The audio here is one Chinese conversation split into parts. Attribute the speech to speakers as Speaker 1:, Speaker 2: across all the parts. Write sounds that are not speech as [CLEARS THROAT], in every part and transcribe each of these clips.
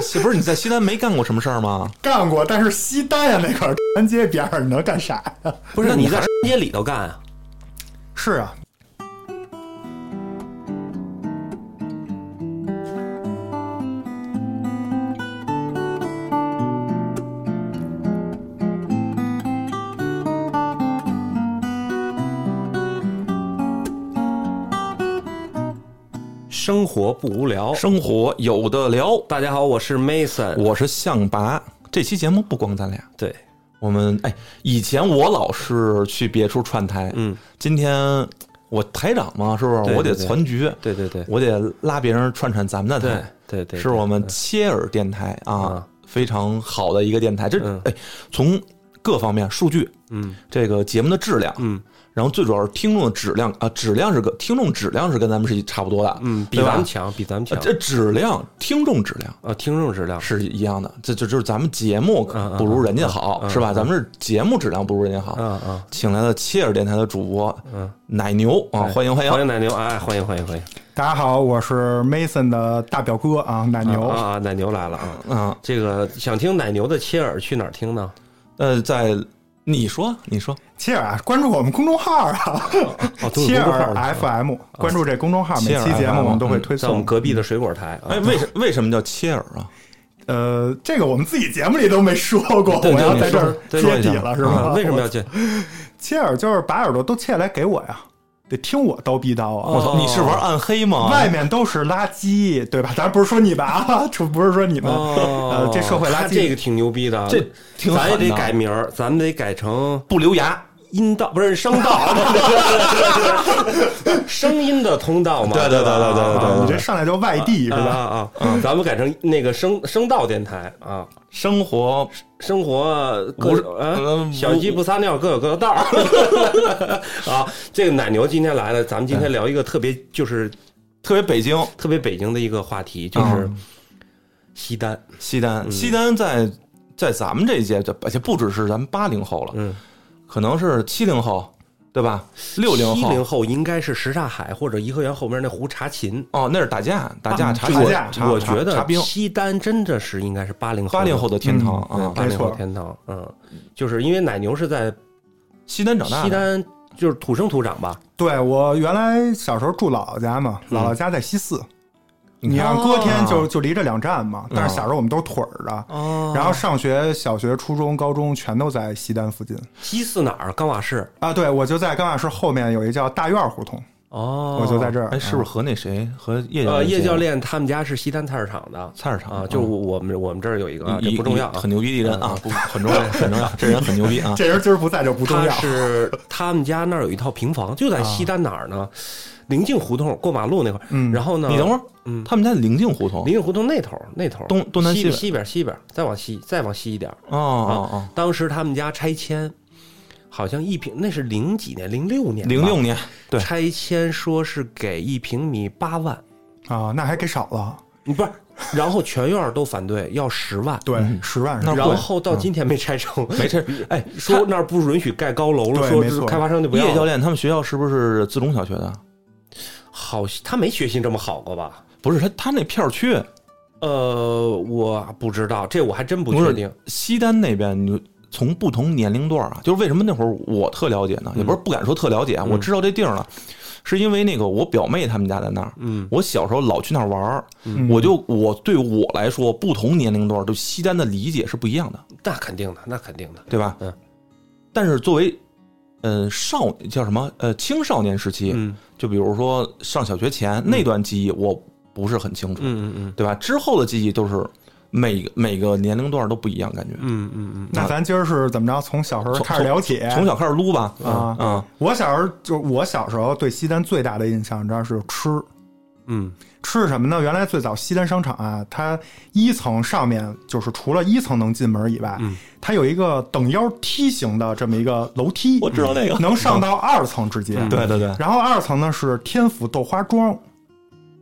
Speaker 1: 西 [LAUGHS] 不是你在西单没干过什么事儿吗？
Speaker 2: 干过，但是西单呀那块儿南街边儿，你能干啥呀？
Speaker 3: 不是，那你在街里头干啊？
Speaker 2: 是啊，
Speaker 3: 生活不无聊。
Speaker 1: 哦生活有的聊。
Speaker 3: 大家好，我是 Mason。
Speaker 1: 我是象拔，这期节目不光咱俩，
Speaker 3: 对，
Speaker 1: 我们哎，以前我老是去别处串台，
Speaker 3: 嗯，
Speaker 1: 今天我台长嘛，是不是？
Speaker 3: 对对
Speaker 1: 我得
Speaker 3: 对
Speaker 1: 攒局，
Speaker 3: 对对对，
Speaker 1: 我得拉别人串串咱们的
Speaker 3: 对
Speaker 1: 台，
Speaker 3: 对对，
Speaker 1: 是我们切尔电台啊
Speaker 3: 啊，
Speaker 1: 非常好的一个电台。这哎，从各方面数据，
Speaker 3: 嗯
Speaker 1: 这个节目的质量，
Speaker 3: 嗯
Speaker 1: 然后最主要是听众的质量啊，质量是跟听众质量是跟咱们是一差不多的，
Speaker 3: 嗯，比
Speaker 1: 对吧
Speaker 3: 咱们强，比咱们
Speaker 1: 呃
Speaker 3: 强。
Speaker 1: 这质量听众质量。
Speaker 3: 啊，听众质量
Speaker 1: 是一样的，这这就是咱们节目
Speaker 3: 嗯嗯
Speaker 1: 不如人家好，是吧？咱们是节目质量不如人家好，
Speaker 3: 嗯嗯
Speaker 1: 请来了切尔电台的主播，奶牛啊，欢迎欢
Speaker 3: 欢
Speaker 1: 迎！
Speaker 3: 迎奶牛，哎，欢迎欢迎欢迎，
Speaker 2: [LAUGHS] 大家好，我是 Mason 的大表哥啊，奶牛。
Speaker 3: 啊啊，奶牛来了啊！
Speaker 1: 啊，
Speaker 3: 这个想听奶牛的切耳去哪儿听呢？
Speaker 1: 呃，在你说你说，
Speaker 2: 切尔啊，关注我们公众号啊， [LAUGHS]
Speaker 3: 哦，都有
Speaker 2: 切
Speaker 3: 公众号啊
Speaker 2: 尔
Speaker 3: 了
Speaker 2: FM，关注这公众号，每
Speaker 1: 切尔
Speaker 2: 期节
Speaker 1: FM
Speaker 2: 目我们都会
Speaker 1: 嗯
Speaker 2: 推
Speaker 3: 在我们
Speaker 2: 送。
Speaker 3: 隔壁的水果台啊
Speaker 1: 哎，。为什为什么叫切尔啊？
Speaker 2: 呃，这个我们自己节目里都没说过，
Speaker 3: 对对
Speaker 2: 我要
Speaker 3: 你
Speaker 2: 在这
Speaker 3: 说
Speaker 2: 儿
Speaker 3: 对
Speaker 1: 说
Speaker 2: 揭
Speaker 1: 一
Speaker 2: 底
Speaker 1: 下
Speaker 2: 了是
Speaker 3: 啊
Speaker 2: 吗？
Speaker 3: 为什么
Speaker 2: 我
Speaker 1: [LAUGHS]
Speaker 3: 要进？
Speaker 2: 切尔就是把耳朵都切来给我呀，得听我叨逼叨啊！
Speaker 3: 哦
Speaker 1: 我操，你是玩暗黑吗？
Speaker 2: 外面都是垃圾，对吧？咱不是说你们啊， [LAUGHS] 这不是说你们，
Speaker 3: 哦
Speaker 2: 呃，这社会垃
Speaker 3: 他这
Speaker 2: 圾
Speaker 3: 个挺牛逼的，啊
Speaker 1: 这挺
Speaker 3: 咱也
Speaker 1: 狠
Speaker 3: 得
Speaker 1: 的
Speaker 3: 改名儿，咱们得改成
Speaker 1: 不留牙，
Speaker 3: 阴道，不是声道，声音的通道嘛？
Speaker 1: 对对对对对对对
Speaker 2: 啊，
Speaker 3: 对
Speaker 2: 你这上来就外地是
Speaker 3: 啊
Speaker 2: 吧？
Speaker 3: 啊啊！咱们改成那个声声道电台啊，
Speaker 1: 生活
Speaker 3: 生活各
Speaker 1: 不是
Speaker 3: 啊
Speaker 1: 嗯，
Speaker 3: 小鸡不撒尿各有各的道儿 [LAUGHS] 啊。这个奶牛今天来了，咱们今天聊一个特别就是
Speaker 1: 特别北京
Speaker 3: 特别北京的一个话题，就是西单。
Speaker 1: 西
Speaker 3: 嗯
Speaker 1: 单，西单在在咱们这一届，就而且不只是咱们八零后了，
Speaker 3: 嗯，
Speaker 1: 可能是七零后，对吧？六零
Speaker 3: 七
Speaker 1: 后
Speaker 3: 零后应该是什刹海或者颐和园后面那胡查琴。
Speaker 1: 哦，那是打架，打架
Speaker 2: 啊
Speaker 1: 查
Speaker 2: 打架
Speaker 1: 查
Speaker 3: 我
Speaker 1: 查
Speaker 3: 觉
Speaker 1: 查
Speaker 3: 得
Speaker 1: 冰，
Speaker 3: 西单真的是应该是八零后的，
Speaker 1: 八零后的天堂
Speaker 3: 对
Speaker 1: 啊，
Speaker 3: 嗯八零后
Speaker 2: 没错
Speaker 3: 天堂，嗯，就是因为奶牛是在
Speaker 1: 西单长大的，
Speaker 3: 西单，就是土生土长吧，
Speaker 2: 对我原来小时候住姥姥家嘛，
Speaker 3: 嗯
Speaker 2: 姥姥家在西四，
Speaker 1: 你
Speaker 2: 你
Speaker 1: 看
Speaker 2: 看隔天就就离这两站嘛，但是小时候我们都腿儿的。
Speaker 1: 哦
Speaker 2: 然后上学，小学、初中、高中全都在西单附近
Speaker 3: 西四哪儿？冈瓦市
Speaker 2: 啊。对，我就在甘瓦市后面有一叫大院胡同，
Speaker 3: 哦
Speaker 2: 我就在这儿。
Speaker 1: 哎，是不是和那谁和叶
Speaker 3: 呃，叶教
Speaker 1: 教
Speaker 3: 练他们家是西单菜市场的
Speaker 1: 菜市场嗯
Speaker 3: 啊，就是我我们我们这儿有一个，啊
Speaker 1: 一
Speaker 3: 这不重要
Speaker 1: 一
Speaker 3: 啊
Speaker 1: 很。牛逼的人啊，不很重要，很
Speaker 3: [LAUGHS]
Speaker 1: 重要，这人很牛逼啊。
Speaker 2: 这人今儿不在就不重
Speaker 3: 他
Speaker 2: 要。
Speaker 1: [LAUGHS]
Speaker 3: 是他们家那儿有一套平房，就在
Speaker 1: 啊
Speaker 3: 西单哪儿呢？宁静胡同过马路那块儿。
Speaker 2: 嗯
Speaker 3: 然后呢？
Speaker 1: 你等会儿，
Speaker 3: 嗯
Speaker 1: 他们家临近胡同
Speaker 3: 宁静胡同那头儿那头儿
Speaker 1: 东东南西
Speaker 3: 西
Speaker 1: 北
Speaker 3: 西边西边，再往西再往西一点儿。
Speaker 1: 哦哦
Speaker 3: 当时他们家拆迁，好像一平那是零几年，零六
Speaker 1: 哦，
Speaker 3: 年吧，
Speaker 1: 零六年，对
Speaker 3: 拆迁说是给一平米八万，
Speaker 2: 啊，那还给少了，
Speaker 3: 你不是，然后全院儿都反对，要十万，
Speaker 2: 对，十万是
Speaker 1: 嗯那
Speaker 2: 吧
Speaker 1: 贵
Speaker 3: 然后到今天没拆成，
Speaker 1: 没事。哎，
Speaker 3: 说那儿不允许盖高楼了，
Speaker 2: 对
Speaker 3: 说
Speaker 2: 没
Speaker 3: 是
Speaker 2: 错
Speaker 3: 开发商就不
Speaker 1: 叶
Speaker 3: 要
Speaker 1: 教
Speaker 3: 了。
Speaker 1: 练他们学校是不是自中小学的？
Speaker 3: 好，他没学习这么好过吧？
Speaker 1: 不是，他他那片儿区
Speaker 3: 呃，我不知道，这我还真不
Speaker 1: 不
Speaker 3: 确
Speaker 1: 是
Speaker 3: 定。
Speaker 1: 西单那边，你从不同年龄段啊，就是为什么那会儿我特了解呢？也不
Speaker 3: 嗯
Speaker 1: 是不敢说特了解啊，我知道这地儿了，是因为那个我表妹他们家在那儿。
Speaker 3: 嗯，
Speaker 1: 我小时候老去那儿玩儿，
Speaker 2: 嗯
Speaker 1: 我就我对我来说，不同年龄段对西单的理解是不一样的，
Speaker 3: 那肯定的，那肯定的。
Speaker 1: 对吧？
Speaker 3: 嗯。
Speaker 1: 但是作为，嗯，少叫什么？呃，青少年时期，
Speaker 3: 嗯
Speaker 1: 就比如说上小学前那段记忆，我不是很清楚，
Speaker 3: 嗯嗯
Speaker 1: 对吧？之后的记忆都是每个每个年龄段都不一样，感觉。
Speaker 3: 嗯嗯嗯
Speaker 2: 那咱今儿是怎么着？从小时候
Speaker 1: 从
Speaker 2: 开始聊起。
Speaker 1: 从小开始撸吧，
Speaker 2: 啊
Speaker 1: 嗯，
Speaker 2: 我小时候就我小时候对西单最大的印象，你知道是吃
Speaker 3: 嗯
Speaker 2: 吃什么呢？原来最早西单商场啊，它一层上面就是除了一层能进门以外，
Speaker 3: 嗯
Speaker 2: 它有一个等腰梯形的这么一个楼梯，
Speaker 1: 我知道那个
Speaker 2: 能上到二层直接。
Speaker 1: [LAUGHS]
Speaker 3: 嗯
Speaker 1: 对对对，
Speaker 2: 然后二层呢是天府豆花庄，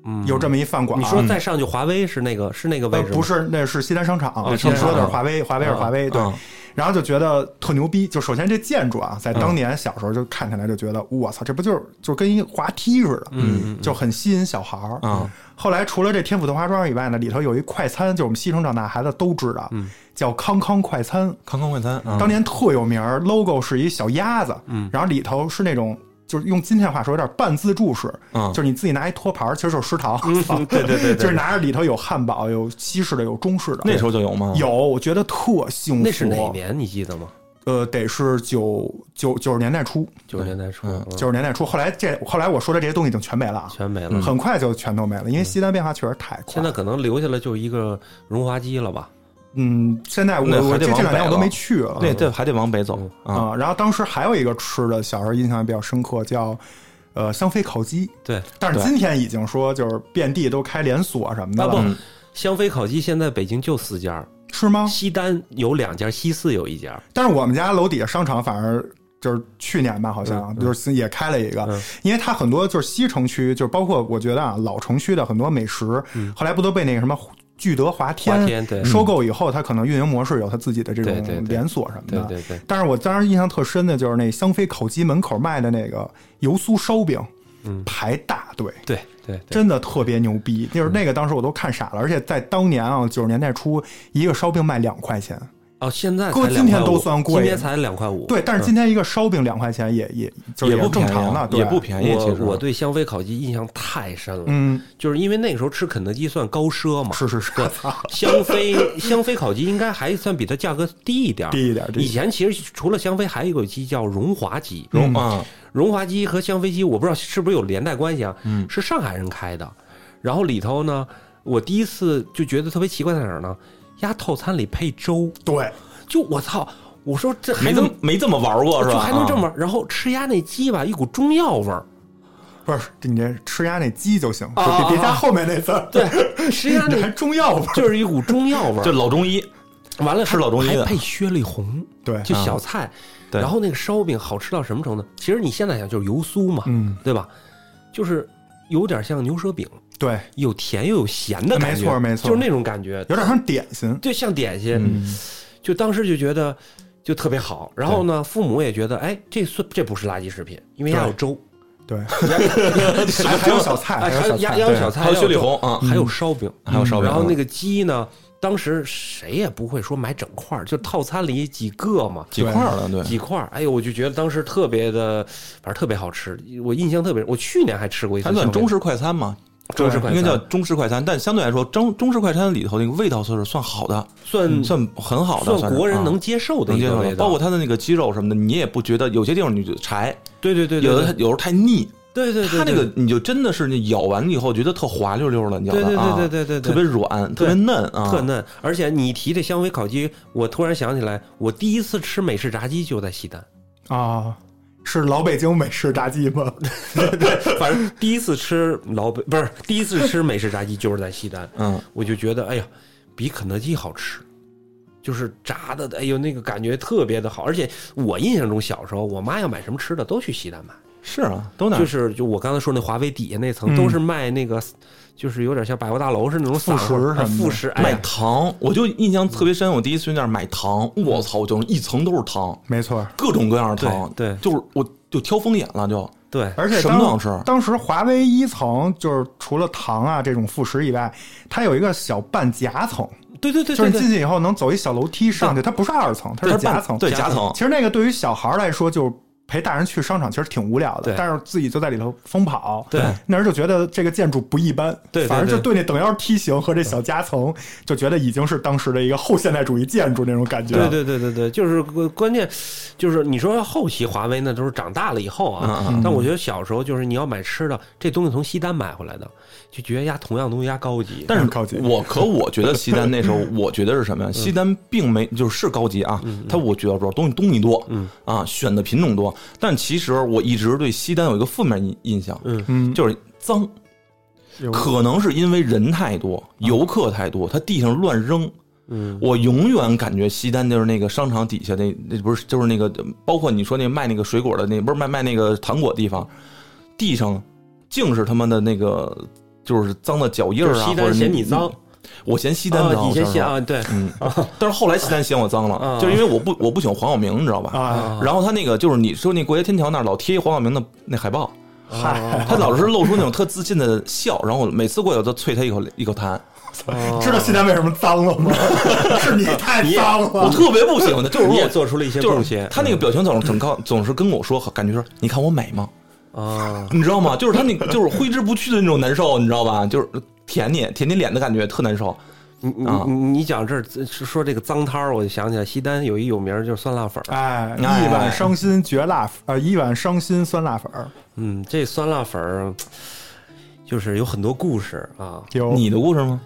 Speaker 3: 嗯，
Speaker 2: 有这么一饭馆。
Speaker 3: 你说再上去华威是那个是那个位
Speaker 2: 啊呃
Speaker 3: 置吗？
Speaker 2: 不是，那是西单商场。
Speaker 3: 哦
Speaker 2: 你
Speaker 3: 西单
Speaker 2: 说
Speaker 3: 商
Speaker 2: 的
Speaker 3: 场哦
Speaker 2: 是华威，华威是华威，对。
Speaker 1: 嗯
Speaker 2: 然后就觉得特牛逼。就首先这建筑啊，在当
Speaker 3: 嗯
Speaker 2: 年小时候就看起来就觉得，我操，这不就是就跟一滑梯似的，嗯，就很吸引小孩儿
Speaker 3: 嗯
Speaker 1: 啊。
Speaker 2: 后来除了这天府豆花庄以外呢，里头有一快餐，就是我们西城长大孩子都知道，
Speaker 3: 嗯
Speaker 2: 叫康康快餐。
Speaker 1: 康康快餐啊，
Speaker 2: 当年特有名儿，logo 是一小鸭子，
Speaker 3: 嗯
Speaker 2: 然后里头是那种。就是用今天话说，有点半自助式，
Speaker 1: 嗯
Speaker 2: 就是你自己拿一托盘儿，其实就是食堂，
Speaker 3: 嗯对对
Speaker 2: [LAUGHS]
Speaker 3: 对对
Speaker 2: 就是拿着里头有汉堡、有西式的、有中式的。
Speaker 1: 那时候就有吗？
Speaker 2: 有，我觉得特幸福。
Speaker 3: 那是哪？年？你记得吗？
Speaker 2: 呃，得是九九九十年代初，
Speaker 3: 九十年代初，嗯
Speaker 2: 九十年代初。后来这后来我说的这些东西已经全没了啊，
Speaker 3: 全没了。
Speaker 2: 很快就全都没了，因为西单变化确实太快。
Speaker 3: 嗯现在可能留下来就是一个荣华机了吧？
Speaker 2: 嗯，现在我
Speaker 1: 那
Speaker 2: 我
Speaker 1: 还得
Speaker 2: 这
Speaker 1: 往
Speaker 2: 这两
Speaker 1: 北
Speaker 2: 年我都
Speaker 1: 了
Speaker 2: 没去了。
Speaker 1: 那这还得往北走啊。
Speaker 3: 嗯
Speaker 2: 啊、然后当时还有一个吃的，小时候印象比较深刻，叫呃香妃烤鸡。
Speaker 3: 对，
Speaker 2: 但是
Speaker 1: 对
Speaker 2: 今天已经说就是遍地都开连锁什么的
Speaker 3: 啊不
Speaker 2: 了，，
Speaker 3: 香妃烤鸡现在北京就四家，
Speaker 2: 是吗？
Speaker 3: 西单有两家，西四有一家。
Speaker 2: 但是我们家楼底下商场反而就是去年吧，好像、就是也开了一个，
Speaker 3: 嗯
Speaker 2: 因为它很多就是西城区，就是包括我觉得啊老城区的很多美食，后来不都被那个什么聚德华天
Speaker 3: 嗯华天对嗯
Speaker 2: 收购以后，它可能运营模式有它自己的这
Speaker 3: 对对
Speaker 2: 种
Speaker 3: 对
Speaker 2: 连锁什么
Speaker 3: 对
Speaker 2: 的。
Speaker 3: 对对，
Speaker 2: 但是我当时印象特深的就是那香妃烤鸡门口卖的那个油酥烧饼，排大队。
Speaker 3: 对对对，
Speaker 2: 真的特别牛逼，就是那个当时我都看傻了，而且在当年啊，九十年代初，一个烧饼卖两块钱，
Speaker 3: 哦，现在才
Speaker 2: 搁今
Speaker 3: 2.5
Speaker 2: 天都算贵
Speaker 3: 今天才两块五。
Speaker 2: 对，但是今天一个烧饼两块钱也也
Speaker 3: 嗯
Speaker 2: 就是
Speaker 1: 也不
Speaker 2: 正
Speaker 1: 便宜
Speaker 2: 常的
Speaker 1: 啊，，
Speaker 2: 对
Speaker 1: 也不便宜。
Speaker 3: 我
Speaker 1: 其实啊
Speaker 3: 我对香妃烤鸡印象太深了，
Speaker 2: 嗯，
Speaker 3: 就是因为那个时候吃肯德基算高奢嘛，
Speaker 2: 是是 [LAUGHS] 是，
Speaker 3: 对，香妃香妃烤鸡应该还算比它价格低一点儿，
Speaker 2: 低一点低一点
Speaker 3: 以前其实除了香妃，还有一个鸡叫荣华鸡，
Speaker 1: 荣啊，
Speaker 3: 荣华鸡和香妃鸡，我不知道是不是有连带关系啊？嗯，是上海人开的。然后里头呢，我第一次就觉得特别奇怪在哪儿呢？鸭套餐里配粥，
Speaker 2: 对，
Speaker 3: 就我操！我说这还
Speaker 1: 没这么
Speaker 3: 能
Speaker 1: 没这么玩过是
Speaker 3: 就
Speaker 1: 吧？
Speaker 3: 还能这
Speaker 1: 啊
Speaker 3: 么玩儿？然后吃鸭那鸡吧，一股中药味儿。
Speaker 2: 不是你这吃鸭那鸡就行，
Speaker 3: 啊
Speaker 2: 别别加后面那字儿，
Speaker 3: 对， [LAUGHS] 吃
Speaker 1: [LAUGHS]
Speaker 3: 鸭
Speaker 2: [LAUGHS] 这还
Speaker 3: 那
Speaker 2: 中药味儿，
Speaker 3: 就是一股中药味
Speaker 1: 啊就
Speaker 3: 儿。
Speaker 1: 老中医
Speaker 3: 完了还
Speaker 1: 吃老中医
Speaker 3: 还
Speaker 1: 的啊
Speaker 3: 配薛丽红，
Speaker 2: 对
Speaker 3: 就小菜。
Speaker 1: 对
Speaker 3: 然后那个烧饼好吃到什么程度？其实你现在想就是油酥嘛，
Speaker 2: 嗯，
Speaker 3: 对吧？就是有点像牛舌饼，
Speaker 2: 对，
Speaker 3: 有甜又有咸的感觉，
Speaker 2: 没错没错
Speaker 3: 就是那种感觉，
Speaker 2: 有点像点心，
Speaker 3: 就像点心，
Speaker 1: 嗯
Speaker 3: 就当时就觉得就特别好。然后呢，父母也觉得，哎，这算这不是垃圾食品，因为鸭有粥，
Speaker 2: 对，还还有小菜，
Speaker 3: 哎还
Speaker 2: 有小
Speaker 3: 有鸭
Speaker 2: 菜，
Speaker 3: 鸭有
Speaker 2: 对
Speaker 3: 小菜，
Speaker 1: 还有雪里
Speaker 3: 粥
Speaker 1: 红啊
Speaker 3: 还有烧饼，
Speaker 1: 还有烧饼啊
Speaker 3: 然后那个鸡呢，当时谁也不会说买整块儿，就套餐里几个嘛。
Speaker 1: 几块儿了，对，
Speaker 3: 几块儿，哎呦，我就觉得当时特别的，反正特别好吃，我印象特别。我去年还吃过一次
Speaker 1: 它
Speaker 3: 香味，
Speaker 1: 算中式快餐嘛，
Speaker 3: 中式快
Speaker 1: 应该
Speaker 3: 餐，
Speaker 1: 叫中式快餐，但相对来说，中中式快餐里头那个味道算是算好的，
Speaker 3: 算
Speaker 1: 算很好的，
Speaker 3: 嗯算
Speaker 1: 是
Speaker 3: 国人
Speaker 1: 啊
Speaker 3: 能接受的
Speaker 1: 能
Speaker 3: 一
Speaker 1: 接
Speaker 3: 个
Speaker 1: 受
Speaker 3: 味
Speaker 1: 的，
Speaker 3: 道，
Speaker 1: 包括它的那个鸡肉什么的，你也不觉得有些地方你就柴，
Speaker 3: 对对对，对
Speaker 1: 有的它有时候太腻，
Speaker 3: 对对对，
Speaker 1: 它那个你就真的是你咬完以后觉得特滑溜溜的，你咬
Speaker 3: 对对
Speaker 1: 的啊，
Speaker 3: 对对对对对
Speaker 1: 特别软，特别嫩啊，
Speaker 3: 特嫩，而且你提这香妃烤鸡，我突然想起来，我第一次吃美式炸鸡就在西单，
Speaker 2: 啊。是老北京美式炸鸡吗？
Speaker 3: 反正第一次吃老北不是第一次吃美式炸鸡就是在西单，
Speaker 1: 嗯，
Speaker 3: 我就觉得哎呀，比肯德基好吃。就是炸的，哎呦，那个感觉特别的好，而且我印象中小时候，我妈要买什么吃的都去西单买，
Speaker 1: 是啊，都那
Speaker 3: 就
Speaker 1: 样
Speaker 3: 是就我刚才说那华为底下那层都是卖那个，就是有点像百货大楼是那种散
Speaker 2: 副食什
Speaker 3: 货
Speaker 2: 么的
Speaker 3: 啊副食，哎
Speaker 1: 买
Speaker 3: 呀，
Speaker 1: 糖，我就印象特别深，我第一次去那儿买糖，我操，我就是一层都是糖，
Speaker 2: 没错，
Speaker 1: 各种各样的糖，
Speaker 3: 对对
Speaker 1: 就是我就挑疯眼了，就
Speaker 3: 对，
Speaker 2: 而且
Speaker 1: 什
Speaker 2: 当
Speaker 1: 么都好吃
Speaker 2: 当时华为一层就是除了糖啊这种副食以外，它有一个小半夹层，
Speaker 3: 对对对
Speaker 2: 就是
Speaker 3: 对
Speaker 2: 你
Speaker 3: 对
Speaker 2: 进去以后能走一小楼梯上去，它不是二层，它是
Speaker 1: 它是半
Speaker 2: 夹层。
Speaker 1: 对
Speaker 3: 夹
Speaker 1: 夹
Speaker 3: 层
Speaker 1: 层
Speaker 2: 其，实那个对于小孩儿来说，就是陪大人去商场，其实挺无聊
Speaker 3: 对
Speaker 2: 的。但是自己就在里头疯跑，
Speaker 3: 对，
Speaker 2: 那人就觉得这个建筑不一般，
Speaker 3: 对对
Speaker 2: 反正
Speaker 3: 对
Speaker 2: 就对那等腰梯形和这小夹层，就觉得已经是当时的一个后现代主义建筑那种感觉。
Speaker 3: 对对对对对，就是关关键，就是你说后期华为那都是长大了以后啊，
Speaker 1: 嗯
Speaker 3: 但我觉得小时候就是你要买吃的，这东西从西单买回来的，就觉得呀同样东西呀高级，
Speaker 1: 但是
Speaker 2: 高级
Speaker 1: 我可我觉得西单那时候，我觉得是什么呀？西单并没就是是高级啊，它我觉得主要东西东西多，啊，选的品种多。但其实我一直对西单有一个负面印印象，
Speaker 2: 嗯，
Speaker 1: 就是脏，
Speaker 2: 有
Speaker 1: 可能是因为人太多，游客太多，它地上乱扔。
Speaker 3: 嗯，
Speaker 1: 我永远感觉西单就是那个商场底下那那不是就是那个包括你说那卖那个水果的那不是卖卖那个糖果地方，地上净是他妈的那个就是脏的脚印
Speaker 3: 就
Speaker 1: 儿
Speaker 3: 是
Speaker 1: 啊，
Speaker 3: 西
Speaker 1: 或者
Speaker 3: 单嫌
Speaker 1: 那
Speaker 3: 你脏，
Speaker 1: 我嫌西单脏，
Speaker 3: 啊以
Speaker 1: 我
Speaker 3: 前
Speaker 1: 小时
Speaker 3: 西
Speaker 1: 候
Speaker 3: [LAUGHS] 啊，对，
Speaker 1: 嗯，但是后来西单嫌我脏
Speaker 3: 啊
Speaker 1: 了，就是因为我不我不喜欢黄晓明，你知道吧？
Speaker 2: 啊，
Speaker 1: 然后他那个就是你说那过街天桥那儿老贴一黄晓明的那海报，
Speaker 2: 嗨，
Speaker 1: 他老是露出那种特自信的笑，然后我每次过去我都啐他一口一口痰，
Speaker 2: 知道西单为什么脏了吗？是你太脏
Speaker 1: 我
Speaker 2: 了。
Speaker 1: 特别不喜欢他，就是
Speaker 3: 你也
Speaker 1: 我
Speaker 3: 做出了一些嗯
Speaker 1: 就
Speaker 3: 贡
Speaker 1: 是
Speaker 3: 献
Speaker 1: 他那个表情总是总告总是跟我说，感觉说你看我美吗？ [LAUGHS]
Speaker 3: 啊，
Speaker 1: 你知道吗？就是他那个就是挥之不去的那种难受，你知道吧？就是舔你舔你脸的感觉特难受。
Speaker 3: 你你
Speaker 1: 啊
Speaker 3: 你你讲这儿是说这个脏摊儿，我就想起来西单有一有名儿就是酸辣粉儿，
Speaker 2: 哎，
Speaker 1: 哎
Speaker 2: 一碗伤心绝辣，呃，一碗伤心酸辣粉儿。
Speaker 3: 嗯，这酸辣粉儿就是有很多故事啊。
Speaker 2: 有
Speaker 1: 你的故事吗？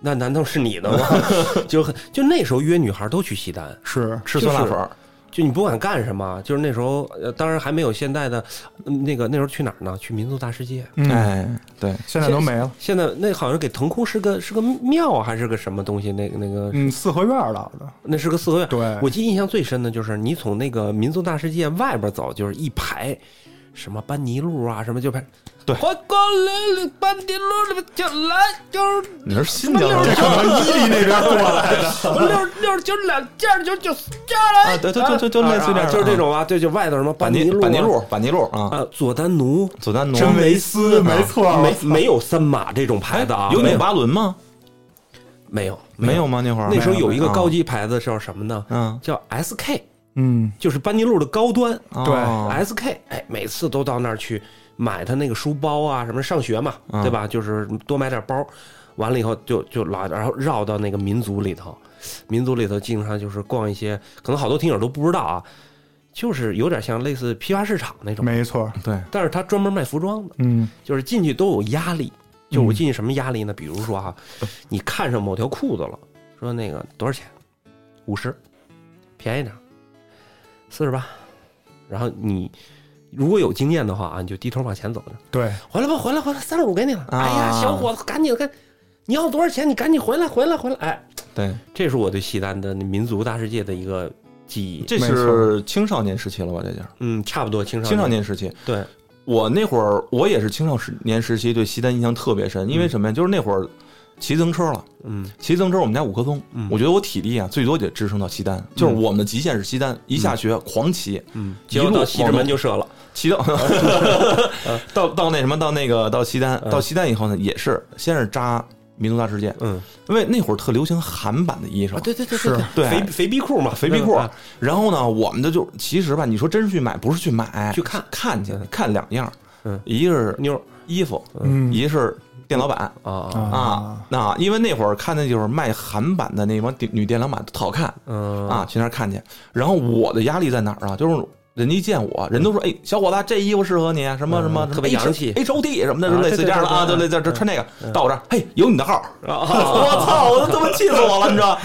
Speaker 3: 那难道是你的吗？ [LAUGHS] 就很就那时候约女孩都去西单，
Speaker 2: 是
Speaker 1: 吃酸辣粉儿，
Speaker 3: 就你不管干什么，就是那时候，呃，当然还没有现在的，嗯那个那时候去哪儿呢？去民族大世界。
Speaker 2: 嗯
Speaker 1: 哎，对，
Speaker 2: 现在都没了。
Speaker 3: 现在那好像给腾空是个是个庙还是个什么东西？那个那个、
Speaker 2: 嗯，四合院儿了的。
Speaker 3: 那是个四合院。
Speaker 2: 对
Speaker 3: 我记得印象最深的就是你从那个民族大世界外边走，就是一排什么班尼路啊，什么就排。
Speaker 1: 对
Speaker 3: 欢光临班尼路里面就来就是
Speaker 1: 你是新疆
Speaker 3: 这
Speaker 1: 人
Speaker 2: 可能伊犁那边过来的。
Speaker 3: 六六十九两件就就下来
Speaker 1: 啊对对就就就类似于这样
Speaker 3: 就是这种啊，对，就外头什么
Speaker 1: 板
Speaker 3: 班尼
Speaker 1: 尼
Speaker 3: 路啊、
Speaker 1: 板尼路板尼路啊，
Speaker 3: 啊，佐丹奴，
Speaker 1: 佐丹奴。
Speaker 2: 真维斯，没错，
Speaker 3: 没没有三马这种牌
Speaker 1: 哎
Speaker 3: 子啊，，
Speaker 1: 啊有
Speaker 3: 没
Speaker 1: 纽巴伦吗？
Speaker 3: 没有
Speaker 1: 没有啊吗？那会儿
Speaker 3: 那时候有一个高
Speaker 1: 级，
Speaker 3: 级牌子叫什么呢？
Speaker 1: 嗯，
Speaker 3: 叫 SK，
Speaker 2: 嗯，
Speaker 3: 就是班尼路的高端。
Speaker 2: 对
Speaker 1: 哦
Speaker 3: SK，哎，每次都到那儿去买他那个书包啊，什么上学嘛，
Speaker 1: 嗯
Speaker 3: 对吧？就是多买点包，完了以后就就老，然后绕到那个民族里头，民族里头经常就是逛一些，可能好多听友都不知道啊，就是有点像类似批发市场那种，
Speaker 2: 没错，
Speaker 1: 对，
Speaker 3: 但是他专门卖服装的，
Speaker 2: 嗯，
Speaker 3: 就是进去都有压力。就我进去什么压力呢？比如说哈、你看上某条裤子了，说那个多少钱？五十，便宜点儿，四十八。然后你如果有经验的话啊，你就低头往前走着，
Speaker 2: 对，
Speaker 3: 回来吧，回来回来，三十五给你了。
Speaker 1: 啊
Speaker 3: 哎呀，小伙子，赶紧赶紧，你要多少钱？你赶紧回来回来回来。哎，
Speaker 1: 对，
Speaker 3: 这是我对西单的民族大世界的一个记忆。
Speaker 1: 这是青少年时期了吧？这就是
Speaker 3: 嗯，差不多青少
Speaker 1: 青少年时期。
Speaker 3: 对，
Speaker 1: 我那会儿我也是青少年时期对西单印象特别深，因为什么呀？就是那会儿骑自行车了，
Speaker 3: 嗯
Speaker 1: 骑自行车我们家五棵松
Speaker 3: 嗯，
Speaker 1: 我觉得我体力啊最多得支撑到西单，就是我们的极限是西单，一下学狂骑，
Speaker 3: 嗯，
Speaker 1: 一
Speaker 3: 结
Speaker 1: 路
Speaker 3: 果到西直
Speaker 1: 往
Speaker 3: 门
Speaker 1: 东
Speaker 3: 就射了。
Speaker 1: 骑到 [LAUGHS] 到到那什么到那个到西单，
Speaker 3: 嗯
Speaker 1: 到西单以后呢，也是先是扎民族大世界，
Speaker 3: 嗯
Speaker 1: 因为那会儿特流行韩版的衣裳
Speaker 3: 啊，，对对对
Speaker 2: 是
Speaker 3: 对
Speaker 1: 对
Speaker 3: 肥肥逼裤嘛，
Speaker 1: 肥皮裤
Speaker 3: 嗯。
Speaker 1: 然后呢，我们的就其实吧，你说真是去买，不是去买，
Speaker 3: 去看
Speaker 1: 看去
Speaker 3: 嗯
Speaker 1: 看两样，
Speaker 3: 嗯
Speaker 1: 一个是
Speaker 3: 妞儿
Speaker 1: 衣服，
Speaker 2: 嗯
Speaker 1: 一个是店老板
Speaker 3: 啊，
Speaker 1: 啊。那因为那会儿看的就是卖韩版的那帮店女店老板特好看
Speaker 3: 嗯
Speaker 1: 啊，去那儿看去。然后我的压力在哪儿啊？就是。人家一见我，人都说：“哎，小伙子，这衣服适合你，啊什么
Speaker 3: 嗯
Speaker 1: 什么，
Speaker 3: 特别洋气
Speaker 1: ，H O D 什么的，
Speaker 3: 啊
Speaker 1: 就类似
Speaker 3: 对对
Speaker 1: 这样的啊，
Speaker 3: 对
Speaker 1: 就
Speaker 3: 对
Speaker 1: 类似这
Speaker 3: 嗯
Speaker 1: 穿这个。到我这儿，嘿，有你的号，
Speaker 3: 啊
Speaker 1: [LAUGHS] 我操！我他妈气死我了，你知道？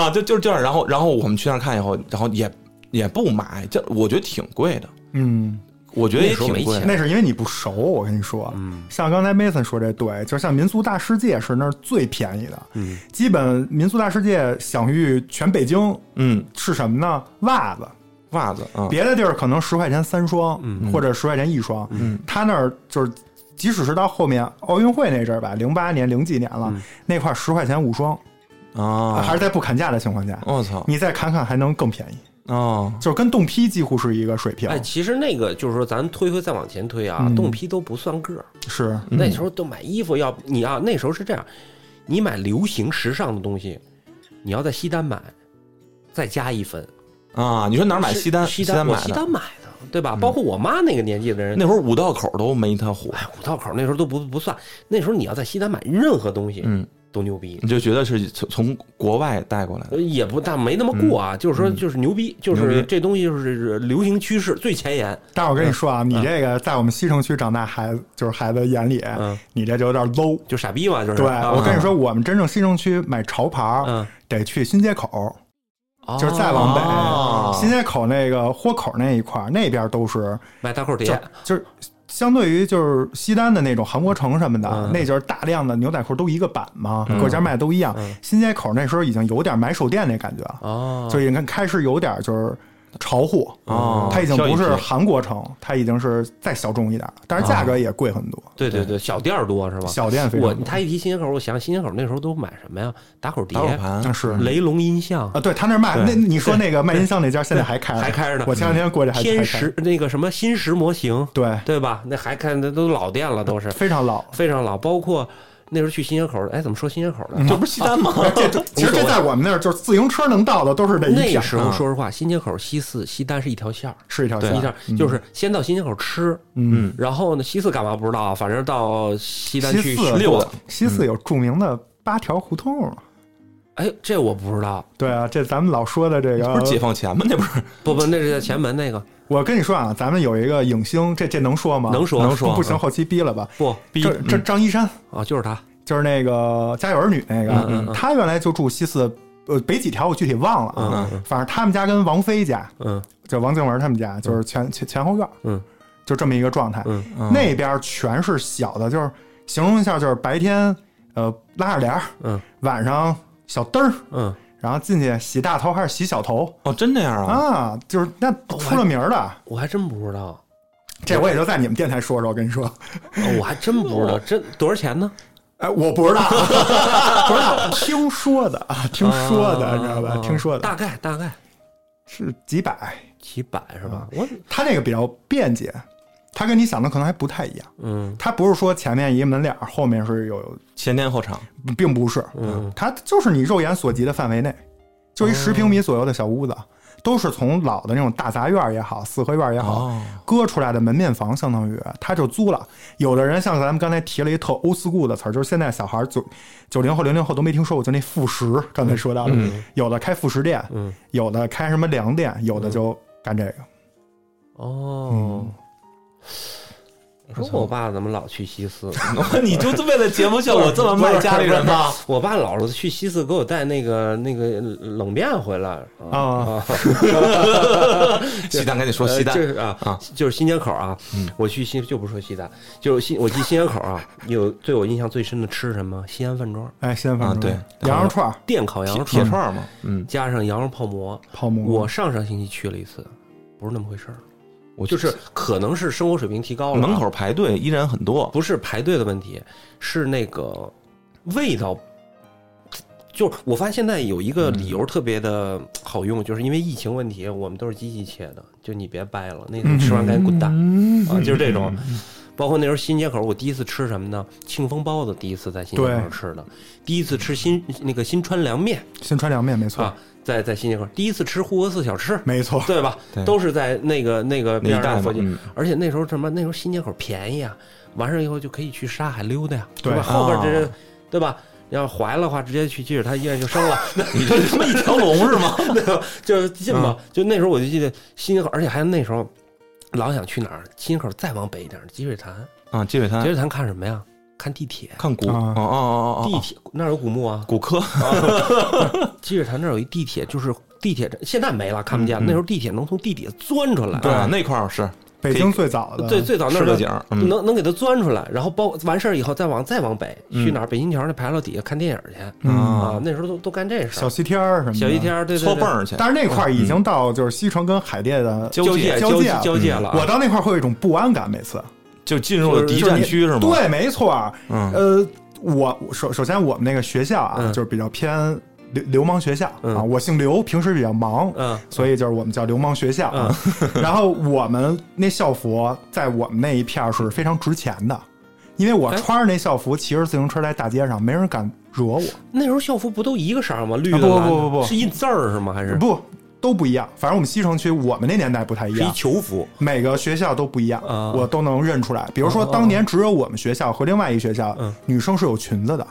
Speaker 1: 啊，就就是这样。然后，然后我们去那儿看以后，然后也也不买，这我觉得挺贵的，
Speaker 2: 嗯，
Speaker 1: 我觉得也挺
Speaker 3: 那时候
Speaker 1: 贵
Speaker 3: 没
Speaker 1: 的。
Speaker 2: 那是因为你不熟，我跟你说，
Speaker 3: 嗯
Speaker 2: 像刚才 Mason 说这对，就像民族大世界是那儿最便宜的，
Speaker 3: 嗯
Speaker 2: 基本民族大世界享誉全北京
Speaker 1: 嗯，
Speaker 2: 是什么呢？袜子，
Speaker 1: 袜子啊，
Speaker 2: 别的地儿可能十块钱三双，
Speaker 3: 嗯
Speaker 2: 或者十块钱一双，
Speaker 1: 嗯
Speaker 2: 他那儿就是。即使是到后面奥运会那阵儿吧，零八年零几年了，
Speaker 3: 嗯
Speaker 2: 那块十块钱五双，还
Speaker 1: 啊，
Speaker 2: 是在不砍价的情况下，
Speaker 3: 哦
Speaker 1: 我操
Speaker 2: 你再砍砍还能更便宜，
Speaker 1: 啊，
Speaker 2: 就是跟冻批几乎是一个水平。
Speaker 3: 哎，其实那个就是说，咱推推再往前推啊，
Speaker 2: 嗯
Speaker 3: 冻批都不算个儿。
Speaker 2: 是，
Speaker 1: 嗯
Speaker 3: 那时候都买衣服要你啊，那时候是这样，你买流行时尚的东西，你要在西单买，再加一分。
Speaker 1: 啊！你说哪儿买
Speaker 3: 是
Speaker 1: 西单？
Speaker 3: 西
Speaker 1: 单
Speaker 3: 我
Speaker 1: 买
Speaker 3: 西
Speaker 1: 的。嗯
Speaker 3: 单买的，对吧？包括我妈那个年纪的人，
Speaker 1: 那会儿五道口都没他火，
Speaker 3: 哎，五道口那时候都不不算。那时候你要在西单买任何东西
Speaker 1: 嗯，
Speaker 3: 都牛逼。
Speaker 1: 你就觉得是从从国外带过来的。
Speaker 3: 呃也不，但没那么过
Speaker 2: 嗯
Speaker 3: 啊，就是说，就是牛逼，就
Speaker 1: 牛
Speaker 3: 是
Speaker 1: 逼
Speaker 3: 这东西就是流行趋势最前沿，
Speaker 2: 但是我跟你说啊，
Speaker 3: 嗯
Speaker 2: 你这个在我们西城区长大孩子，就是孩子眼里，
Speaker 3: 嗯，
Speaker 2: 你这就有点 low。
Speaker 3: 就傻逼嘛，就是。
Speaker 2: 对，
Speaker 3: 啊
Speaker 2: 我跟你说，我们真正西城区买潮牌儿
Speaker 3: 嗯，
Speaker 2: 得去新街口，
Speaker 3: 啊
Speaker 2: 就是再往
Speaker 1: 哦
Speaker 2: 北，新街口那个豁口那一块儿，那边都是
Speaker 3: 买大扣
Speaker 2: 就
Speaker 3: 碟，
Speaker 2: 就是相对于就是西单的那种韩国城什么的
Speaker 3: 嗯，
Speaker 2: 那就是大量的牛仔裤都一个版嘛，
Speaker 1: 嗯
Speaker 2: 各家卖都一样
Speaker 3: 嗯。
Speaker 2: 新街口那时候已经有点买手店那感觉了，
Speaker 3: 哦，
Speaker 2: 就已经开始有点就是巢户
Speaker 1: 哦
Speaker 2: 它已经不
Speaker 1: 挑一
Speaker 2: 是
Speaker 1: 批
Speaker 2: 韩国城，它已经是再小众一点了，但是价格也贵很多。
Speaker 3: 对对对，小店儿多是吧？
Speaker 2: 小店非常
Speaker 3: 哦我
Speaker 2: 多
Speaker 3: 他一提新街口，我想起新街口那时候都买什么呀？打口碟、
Speaker 1: 打火盘
Speaker 2: 那啊是
Speaker 3: 雷龙音像、
Speaker 2: 啊，对他那儿卖那
Speaker 1: 对
Speaker 2: 你说那个卖音箱那家现在还开着
Speaker 3: 还开着呢嗯
Speaker 2: 我前两天过去嗯还
Speaker 3: 天
Speaker 2: 还开着
Speaker 3: 石那个什么新石模型，
Speaker 2: 对，
Speaker 3: 对吧？那还看那都老店了，
Speaker 2: [LAUGHS]
Speaker 3: 都是
Speaker 2: 非常老。
Speaker 3: 非常老。包括那时候去新街口，哎，怎么说新街口
Speaker 1: 这
Speaker 3: 的？
Speaker 1: 不是西单吗？
Speaker 3: 啊
Speaker 2: 嗯这
Speaker 3: [LAUGHS]
Speaker 2: 这其实这在我们那儿就是自行车能到的都是这一啊
Speaker 3: 那
Speaker 2: 片，
Speaker 3: 时候说实话，新街口西四西单是一条线儿，
Speaker 2: 是一条
Speaker 1: 对
Speaker 2: 线
Speaker 3: 一条就是先到新街口吃，
Speaker 2: 嗯，
Speaker 3: 然后呢西四干嘛不知道啊，反正到西单
Speaker 2: 西
Speaker 3: 去
Speaker 2: 四
Speaker 1: 溜达
Speaker 2: 西
Speaker 3: 嗯
Speaker 2: 四有著名的八条胡同。
Speaker 3: 哎，这我不知道，
Speaker 2: 对啊，这咱们老说的这个
Speaker 1: 不是解放前吗？那不是
Speaker 3: 不不，那是在前门那个，
Speaker 2: 我跟你说啊，咱们有一个影星，这这能说吗？
Speaker 3: 能说嗯
Speaker 1: 能说
Speaker 2: 不不行，后期逼了吧。
Speaker 3: 不
Speaker 1: 逼
Speaker 2: 这这张一山
Speaker 3: 啊，就是他，
Speaker 2: 就是那个《家有儿女》那个，
Speaker 3: 嗯嗯嗯
Speaker 2: 他原来就住西四，呃，北几条我具体忘了啊。
Speaker 3: 嗯
Speaker 2: 反正他们家跟王菲家，
Speaker 3: 嗯
Speaker 2: 就王静文他们家，就是前、前前后院，
Speaker 3: 嗯，
Speaker 2: 就这么一个状态。
Speaker 3: 嗯
Speaker 1: 啊
Speaker 2: 那边全是小的，就是形容一下，就是白天呃拉着帘儿，
Speaker 3: 嗯，
Speaker 2: 晚上小灯儿，
Speaker 3: 嗯，
Speaker 2: 然后进去洗大头还是洗小头
Speaker 1: 哦，真这样啊？
Speaker 2: 啊？就是那出了名儿的，
Speaker 3: 我还真不知道，
Speaker 2: 这我也就在你们电台说说。我跟你说，
Speaker 3: 啊我还真不知
Speaker 2: [LAUGHS]
Speaker 3: 道，真多少钱呢？
Speaker 2: 哎，我不知道， [LAUGHS] 不知道，听说的啊，听说的，
Speaker 3: 啊
Speaker 2: 你知道吧
Speaker 3: 啊？
Speaker 2: 听说的
Speaker 3: 大概大概
Speaker 2: 是几百，
Speaker 3: 几百是吧？
Speaker 2: 嗯
Speaker 3: 我
Speaker 2: 他那个比较便捷，他跟你想的可能还不太一样。
Speaker 3: 嗯
Speaker 2: 他不是说前面一个门脸儿，后面是有
Speaker 1: 前店后厂，
Speaker 2: 并不是，
Speaker 3: 嗯
Speaker 2: 它就是你肉眼所及的范围内，就一十平米左右的小屋子，都是从老的那种大杂院儿也好，四合院儿也好，
Speaker 1: 哦
Speaker 2: 割出来的门面房，相当于他就租了。有的人像咱们刚才提了一特 old school 的词儿，就是现在小孩儿九九零后、零零后都没听说过，就那副食，刚才说到的，有的开副食店，
Speaker 3: 嗯
Speaker 2: 有的开什么粮店，有的就干这个。
Speaker 3: 哦。
Speaker 2: 嗯
Speaker 3: 我说我爸怎么老去
Speaker 2: [LAUGHS]
Speaker 3: 西四？
Speaker 1: [LAUGHS] 你就为了节目效果这么卖家里人吗？
Speaker 3: 我爸老是去西四给我带那个那个冷面回来
Speaker 2: 啊，
Speaker 1: 西单赶紧说西单
Speaker 3: 呃就是啊，
Speaker 1: 啊嗯
Speaker 3: 就是新街口啊。我去新就不说西单，就是新我记新街口啊，有对我印象最深的吃什么？西安饭庄
Speaker 2: 哎，先反
Speaker 1: 啊
Speaker 2: 正
Speaker 1: 对
Speaker 2: 羊肉串儿、
Speaker 3: 电烤羊肉
Speaker 1: 铁
Speaker 3: 串，
Speaker 1: 串嘛，嗯，
Speaker 3: 加上羊肉泡馍。
Speaker 2: 泡馍，
Speaker 3: 我上上星期去了一次，不是那么回事儿，
Speaker 1: 我
Speaker 3: 就是可能是生活水平提高了啊，
Speaker 1: 门口排队依然很多，
Speaker 3: 不是排队的问题，是那个味道。就是我发现现在有一个理由特别的好
Speaker 1: 嗯
Speaker 3: 用，就是因为疫情问题，我们都是机器切的，就你别掰了，那个
Speaker 1: 嗯
Speaker 3: 吃完赶紧滚蛋、
Speaker 2: 嗯
Speaker 3: 啊，就是这种。包括那时候新街口，我第一次吃什么呢？庆丰包子，第一次在新街口
Speaker 2: 对
Speaker 3: 吃的，第一次吃新那个新川凉面
Speaker 2: 新川凉面，没错，
Speaker 3: 啊，在在新街口，第一次吃护国寺小吃，
Speaker 2: 没错，
Speaker 3: 对吧？
Speaker 1: 嗯对
Speaker 3: 都是在那个那个
Speaker 1: 那
Speaker 3: 边
Speaker 1: 一带
Speaker 3: 上
Speaker 1: 嘛
Speaker 3: 附，近，
Speaker 1: 嗯
Speaker 3: 而且那时候什么？那时候新街口便宜啊，完事儿以后就可以去沙海溜达呀，
Speaker 2: 对
Speaker 3: 是吧？后边这
Speaker 1: 啊
Speaker 3: 对吧？要怀了的话，直接去积水潭医院
Speaker 1: [LAUGHS]
Speaker 3: 就生了，
Speaker 1: 你这他妈一条龙是吗？
Speaker 3: 对吧？就是近
Speaker 1: 嗯
Speaker 3: 嘛。就那时候我就记得新街口，而且还那时候老想去哪儿？新街口再往北一点，积水潭。
Speaker 1: [LAUGHS] 啊，积水
Speaker 3: 积
Speaker 1: 潭
Speaker 3: 水潭看什么呀？看地铁，
Speaker 1: 看古，
Speaker 2: 啊
Speaker 1: 哦哦哦哦
Speaker 3: 地
Speaker 1: 哦，
Speaker 3: 铁那儿有古墓啊。
Speaker 1: 骨科
Speaker 3: 积水潭那儿有一地铁，就是地铁站，现在没了，看不见了。那时候地铁能从地底下钻出来，嗯
Speaker 1: 啊，那块儿是
Speaker 2: 北京最早的，
Speaker 3: 最最早那
Speaker 1: 是
Speaker 3: 儿
Speaker 1: 个
Speaker 3: 的
Speaker 1: 景儿，嗯，
Speaker 3: 能能给它钻出来，然后包完事儿以后再往再往北去哪儿？北新桥那牌楼底下看电影去
Speaker 2: 嗯
Speaker 3: 啊！那时候都都干这事
Speaker 2: 小
Speaker 3: 儿，
Speaker 2: 西天儿什么的，
Speaker 3: 小一天儿对对
Speaker 1: 搓
Speaker 3: 对
Speaker 1: 蹦儿去，
Speaker 2: 但是那块儿已经到就是西城跟海淀的，
Speaker 1: 交界
Speaker 3: 交
Speaker 2: 交界
Speaker 3: 交界了啊，
Speaker 2: 我到那块儿会有一种不安感，每次
Speaker 1: 就进入了敌
Speaker 2: 就是
Speaker 1: 战
Speaker 2: 你
Speaker 1: 区是吗？
Speaker 2: 对，没错儿。
Speaker 1: 嗯
Speaker 2: 呃，我我首首先我们那个学校啊，
Speaker 3: 嗯
Speaker 2: 就是比较偏流流氓学校
Speaker 3: 嗯
Speaker 2: 啊。我姓刘，平时比较忙，
Speaker 3: 嗯
Speaker 2: 所以就是我们叫流氓学校啊。然后我们那校服在我们那一片儿是非常值钱的，因为我
Speaker 3: 哎
Speaker 2: 穿着那校服骑着自行车在大街上，没人敢惹我。
Speaker 3: 那时候校服不都一个色儿吗？绿
Speaker 2: 啊不
Speaker 3: 的
Speaker 2: 不
Speaker 3: 蓝的
Speaker 2: 不不不
Speaker 3: 是印字儿是吗？还是
Speaker 2: 不，都不一样。反正我们西城区，我们那年代不太一
Speaker 3: 是一
Speaker 2: 样。
Speaker 3: 球服？
Speaker 2: 每个学校都不一样，
Speaker 3: 啊
Speaker 2: 我都能认出来。比如
Speaker 1: 哦
Speaker 2: 说，当年只有我们学校和另外一学校、
Speaker 3: 嗯
Speaker 2: 女生是有裙子的，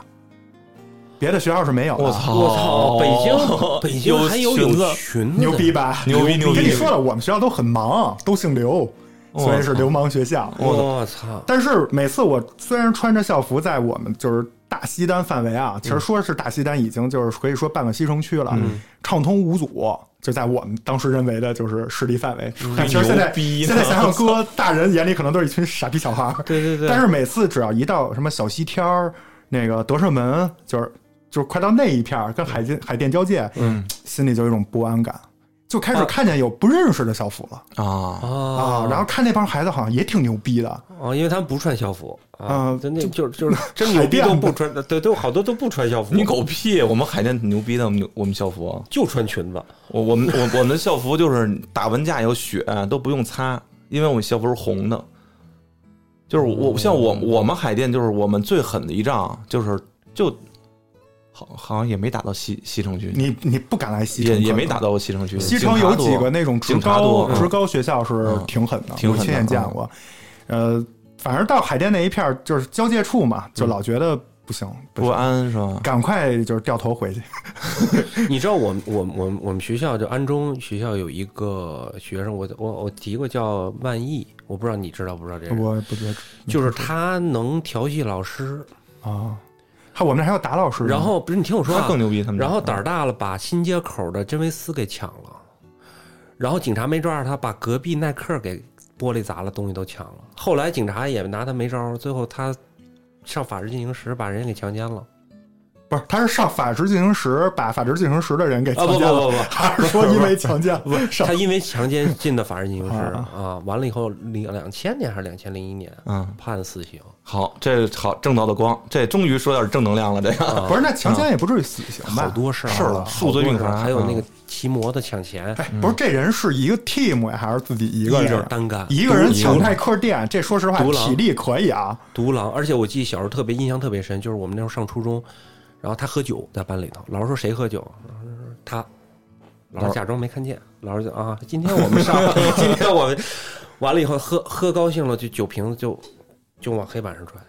Speaker 2: 别的学校是没有的。
Speaker 1: 我操
Speaker 3: 我操！北
Speaker 1: 哦
Speaker 3: 京北京还有
Speaker 1: 有裙子
Speaker 3: 有裙子，
Speaker 2: 牛逼！吧？
Speaker 1: 牛逼牛逼哦
Speaker 2: 跟你说了，我们学校都很忙，都姓刘，
Speaker 1: 我
Speaker 2: 所以是流氓学校。
Speaker 3: 我操！
Speaker 2: 但是每次我虽然穿着校服，在我们就是大西单范围啊，其实说是大西单已经就是可以说半个西城区了，畅通无阻，就在我们当时认为的就是势力范围。但其实现在
Speaker 1: 牛逼呢
Speaker 2: 现在想想，搁大人眼里可能都是一群傻逼小孩儿。
Speaker 3: 对对对
Speaker 2: 但是每次只要一到什么小西天儿、那个德胜门，就是就是快到那一片儿，跟海淀海淀交界，
Speaker 1: 嗯，
Speaker 2: 心里就有一种不安感。就开始看见有不认识的校服了
Speaker 1: 啊，
Speaker 2: 啊
Speaker 3: 啊，
Speaker 2: 然后看那帮孩子好像也挺牛逼的，
Speaker 3: 哦，因为他们不穿校服啊
Speaker 2: 啊，
Speaker 3: 真那就是就是
Speaker 2: [LAUGHS]
Speaker 3: 真牛逼
Speaker 2: 海淀
Speaker 3: 都
Speaker 2: 嘛
Speaker 3: 不穿，对，都好多都不穿校服，
Speaker 1: 你狗屁！我们海淀挺牛逼的，我们我们校服，
Speaker 3: 就穿裙子，
Speaker 1: 我我们我我们的校服就是打完架有血都不用擦，因为我们校服是红的。就是我像我我们海淀就是我们最狠的一仗，就是就好好像也没打到西西城区，
Speaker 2: 你你不敢来西城
Speaker 1: 也
Speaker 2: 可能，
Speaker 1: 也没打到西城区。
Speaker 2: 西
Speaker 1: 警察
Speaker 2: 城有
Speaker 1: 多
Speaker 2: 几个那种职
Speaker 1: 警察
Speaker 2: 高
Speaker 1: 多
Speaker 2: 职高学校是
Speaker 1: 嗯
Speaker 2: 挺狠的，
Speaker 1: 挺
Speaker 2: 我
Speaker 1: 狠的
Speaker 2: 亲眼见过。呃，反正到海淀那一片儿就是交界处嘛，
Speaker 1: 嗯
Speaker 2: 就老觉得不行，不
Speaker 1: 不
Speaker 2: 行
Speaker 1: 安是吧？
Speaker 2: 赶快就是掉头回去。
Speaker 3: 你知道我们我们我们我们学校就安中学校有一个学生，我我我提过叫万毅，我不知道你知道不知道这个，
Speaker 2: 我不觉得
Speaker 3: 就是他能调戏老师，
Speaker 2: 啊，还我们那还有打老师呢，
Speaker 3: 然后不是你听我说
Speaker 1: 他
Speaker 2: [LAUGHS]
Speaker 3: 啊，
Speaker 1: 更牛逼，他们家
Speaker 3: 然后胆儿大了把新街口的真维斯给抢了，然后警察没抓着他，把隔壁耐克给玻璃砸了，东西都抢了。后来警察也拿他没招儿，最后他上法制进行时把人家给强奸了。
Speaker 2: 不是他是上法制进行时把法制进行时的人给 [LAUGHS] 强
Speaker 3: 啊不不
Speaker 2: 奸了，
Speaker 3: 不不，
Speaker 2: [LAUGHS] 还是说因为强奸上
Speaker 3: 他因为强奸进的法制进行时
Speaker 2: 啊
Speaker 3: 啊，完了以后两两千年还是两千零一年
Speaker 1: 嗯，
Speaker 3: 判死刑。
Speaker 1: 好，这好正道的光，这终于说点正能量了。这
Speaker 3: 啊
Speaker 1: 个
Speaker 2: 不是那强奸也不至于死刑吧？
Speaker 3: 好多事儿啊
Speaker 1: 是了
Speaker 3: 好
Speaker 1: 数罪
Speaker 3: 多
Speaker 1: 并
Speaker 3: 事儿
Speaker 1: 罚
Speaker 3: 还有
Speaker 1: 嗯
Speaker 3: 那个骑摩托抢钱，
Speaker 2: 哎，不是这人是一个 team 呀，还是自己一个
Speaker 3: 一
Speaker 2: 人啊
Speaker 3: 人？单干，
Speaker 2: 一个人抢耐克店，这说实话
Speaker 3: 独狼
Speaker 2: 体力可以啊。
Speaker 3: 独狼，而且我记得小时候特别印象特别深，就是我们那时候上初中，然后他喝酒在班里头，老师说谁喝酒，然后说他，老师假装没看见，老师就啊，今天我们上， [LAUGHS] 今天我们完了以后喝喝高兴了，就酒瓶子就就往黑板上踹，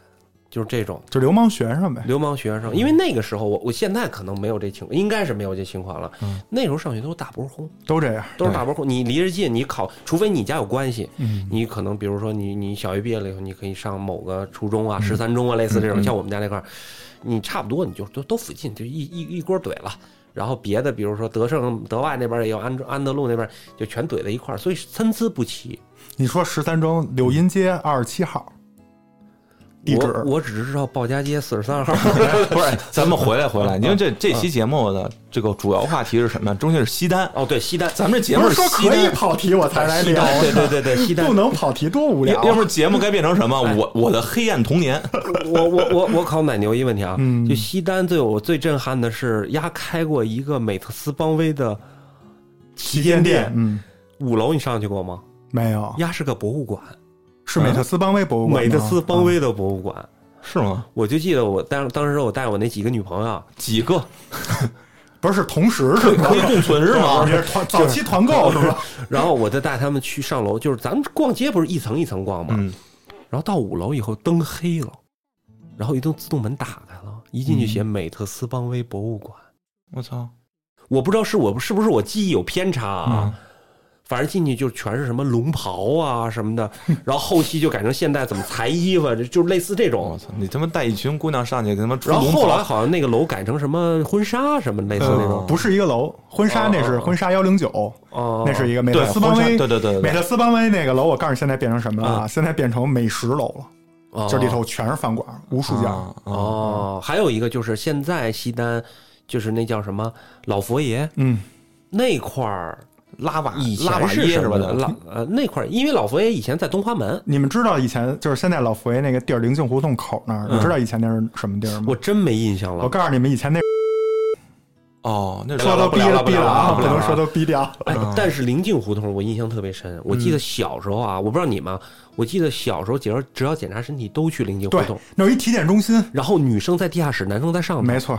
Speaker 3: 就是这种
Speaker 2: 就流氓学生呗，
Speaker 3: 流氓学生，因为那个时候我我现在可能没有这情，应该是没有这情况了，那时候上学都大波轰，
Speaker 2: 都这样。
Speaker 3: 都是大波轰，你离着近，你考，除非你家有关系，
Speaker 2: 嗯，
Speaker 3: 你可能比如说你你小学毕业了以后，你可以上某个初中
Speaker 2: 嗯
Speaker 3: 啊、十三中啊，类似这种，像我们家那块儿，你差不多你就都都附近就一一一锅怼了。然后别的，比如说德胜、德外那边也有，安安德路那边就全怼在一块儿，所以参差不齐。
Speaker 2: 你说十三中柳荫街二十七号地址
Speaker 3: 我，我只知道鲍家街四十三
Speaker 2: [LAUGHS]
Speaker 3: 号，
Speaker 1: 不是， [LAUGHS] 咱们回来回来，因为这这期节目的这个主要话题是什么呀？中心是西单。
Speaker 3: 哦，对，西单，
Speaker 1: 咱们这节
Speaker 2: 不
Speaker 1: 目
Speaker 2: 是说
Speaker 1: 西
Speaker 2: 可以
Speaker 1: 单，
Speaker 2: 跑题我才来聊，啊
Speaker 3: 对对对对，西单
Speaker 2: 不。能跑题多无聊
Speaker 1: 要。要不节目该变成什么？我我的黑暗童年。
Speaker 3: [LAUGHS] 我我我我考奶牛一问题啊，
Speaker 2: 嗯
Speaker 3: 就西单对我最震撼的是，丫开过一个美特斯邦威的旗舰店，
Speaker 2: 嗯，
Speaker 3: 五楼你上去过吗？
Speaker 2: 没有，
Speaker 3: 丫是个博物馆，
Speaker 2: 是美特斯邦威博物馆吗。
Speaker 3: 啊美特斯邦
Speaker 2: 啊，
Speaker 3: 威的博物馆。
Speaker 1: 是吗？
Speaker 3: 我就记得我当当时我带我那几个女朋友，
Speaker 1: 几个
Speaker 2: 嗯不是同时
Speaker 1: 可
Speaker 2: 是 [LAUGHS]
Speaker 1: 以
Speaker 2: 吗
Speaker 3: [LAUGHS]
Speaker 1: 可？以共存是吗
Speaker 2: 你？ [LAUGHS] 是团早期团购是吧？
Speaker 3: 然后我再带她们去上楼，就是咱们逛街不是一层一层逛吗？
Speaker 1: 嗯，
Speaker 3: 然后到五楼以后灯黑了，然后一栋自动门打开了，一
Speaker 2: 嗯
Speaker 3: 进去写美特斯邦威博物馆。
Speaker 1: 我操，
Speaker 3: 我不知道是我是不是我记忆有偏差啊，反正进去就全是什么龙袍啊什么的，然后后期就改成现代怎么裁衣服，就就类似这种
Speaker 1: 我。操，你他妈带一群姑娘上去，给他妈出
Speaker 3: 然后
Speaker 1: 哦龙
Speaker 3: 后来
Speaker 1: 袍。
Speaker 3: 好像那个楼改成什么婚纱什么类似那
Speaker 2: 呃
Speaker 3: 种，
Speaker 2: 不是一个楼，婚纱那是婚纱幺零九，
Speaker 3: 哦，
Speaker 2: 那是一个美
Speaker 1: 对
Speaker 2: 特斯邦
Speaker 1: 婚纱
Speaker 2: 威。
Speaker 1: 对对对对
Speaker 2: 美特斯邦威那个楼，我告诉你现在变成什么了啊？现在变成美食楼了，
Speaker 3: 哦
Speaker 2: 就里头全是饭馆，无数家。
Speaker 1: 啊啊！
Speaker 3: 哦，还有一个就是现在西单就是那叫什么老佛爷
Speaker 2: 嗯，
Speaker 3: 那块儿，
Speaker 1: 拉瓦
Speaker 3: 以前
Speaker 1: 拉瓦
Speaker 3: 是
Speaker 1: 耶
Speaker 3: 什
Speaker 1: 是吧？
Speaker 3: 么的老呃那块儿，因为老佛爷以前在东华门，
Speaker 2: 你们知道以前就是现在老佛爷那个地儿，灵境胡同口那儿，你知道以前那是什么地儿吗？
Speaker 3: 我真没印象
Speaker 2: 我
Speaker 1: 嗯
Speaker 3: 了。
Speaker 2: 告诉你们，以前那
Speaker 1: 哦，那是
Speaker 2: 说都
Speaker 1: 不
Speaker 2: 逼
Speaker 1: 聊了
Speaker 2: 了
Speaker 1: 不
Speaker 2: 逼
Speaker 1: 聊
Speaker 2: 了
Speaker 1: 了
Speaker 2: 啊，
Speaker 1: 不
Speaker 2: 不
Speaker 1: 聊了
Speaker 2: 能说都逼掉。
Speaker 3: 哎，但是临近胡同我印象特别深，我记
Speaker 2: 嗯
Speaker 3: 得小时候啊，我不知道你们啊，我记得小时候只要只要检查身体都去临近胡
Speaker 2: 对
Speaker 3: 同，，
Speaker 2: 那有一体检中心，
Speaker 3: 然后女生在地下室，男生在上面。
Speaker 2: 没错，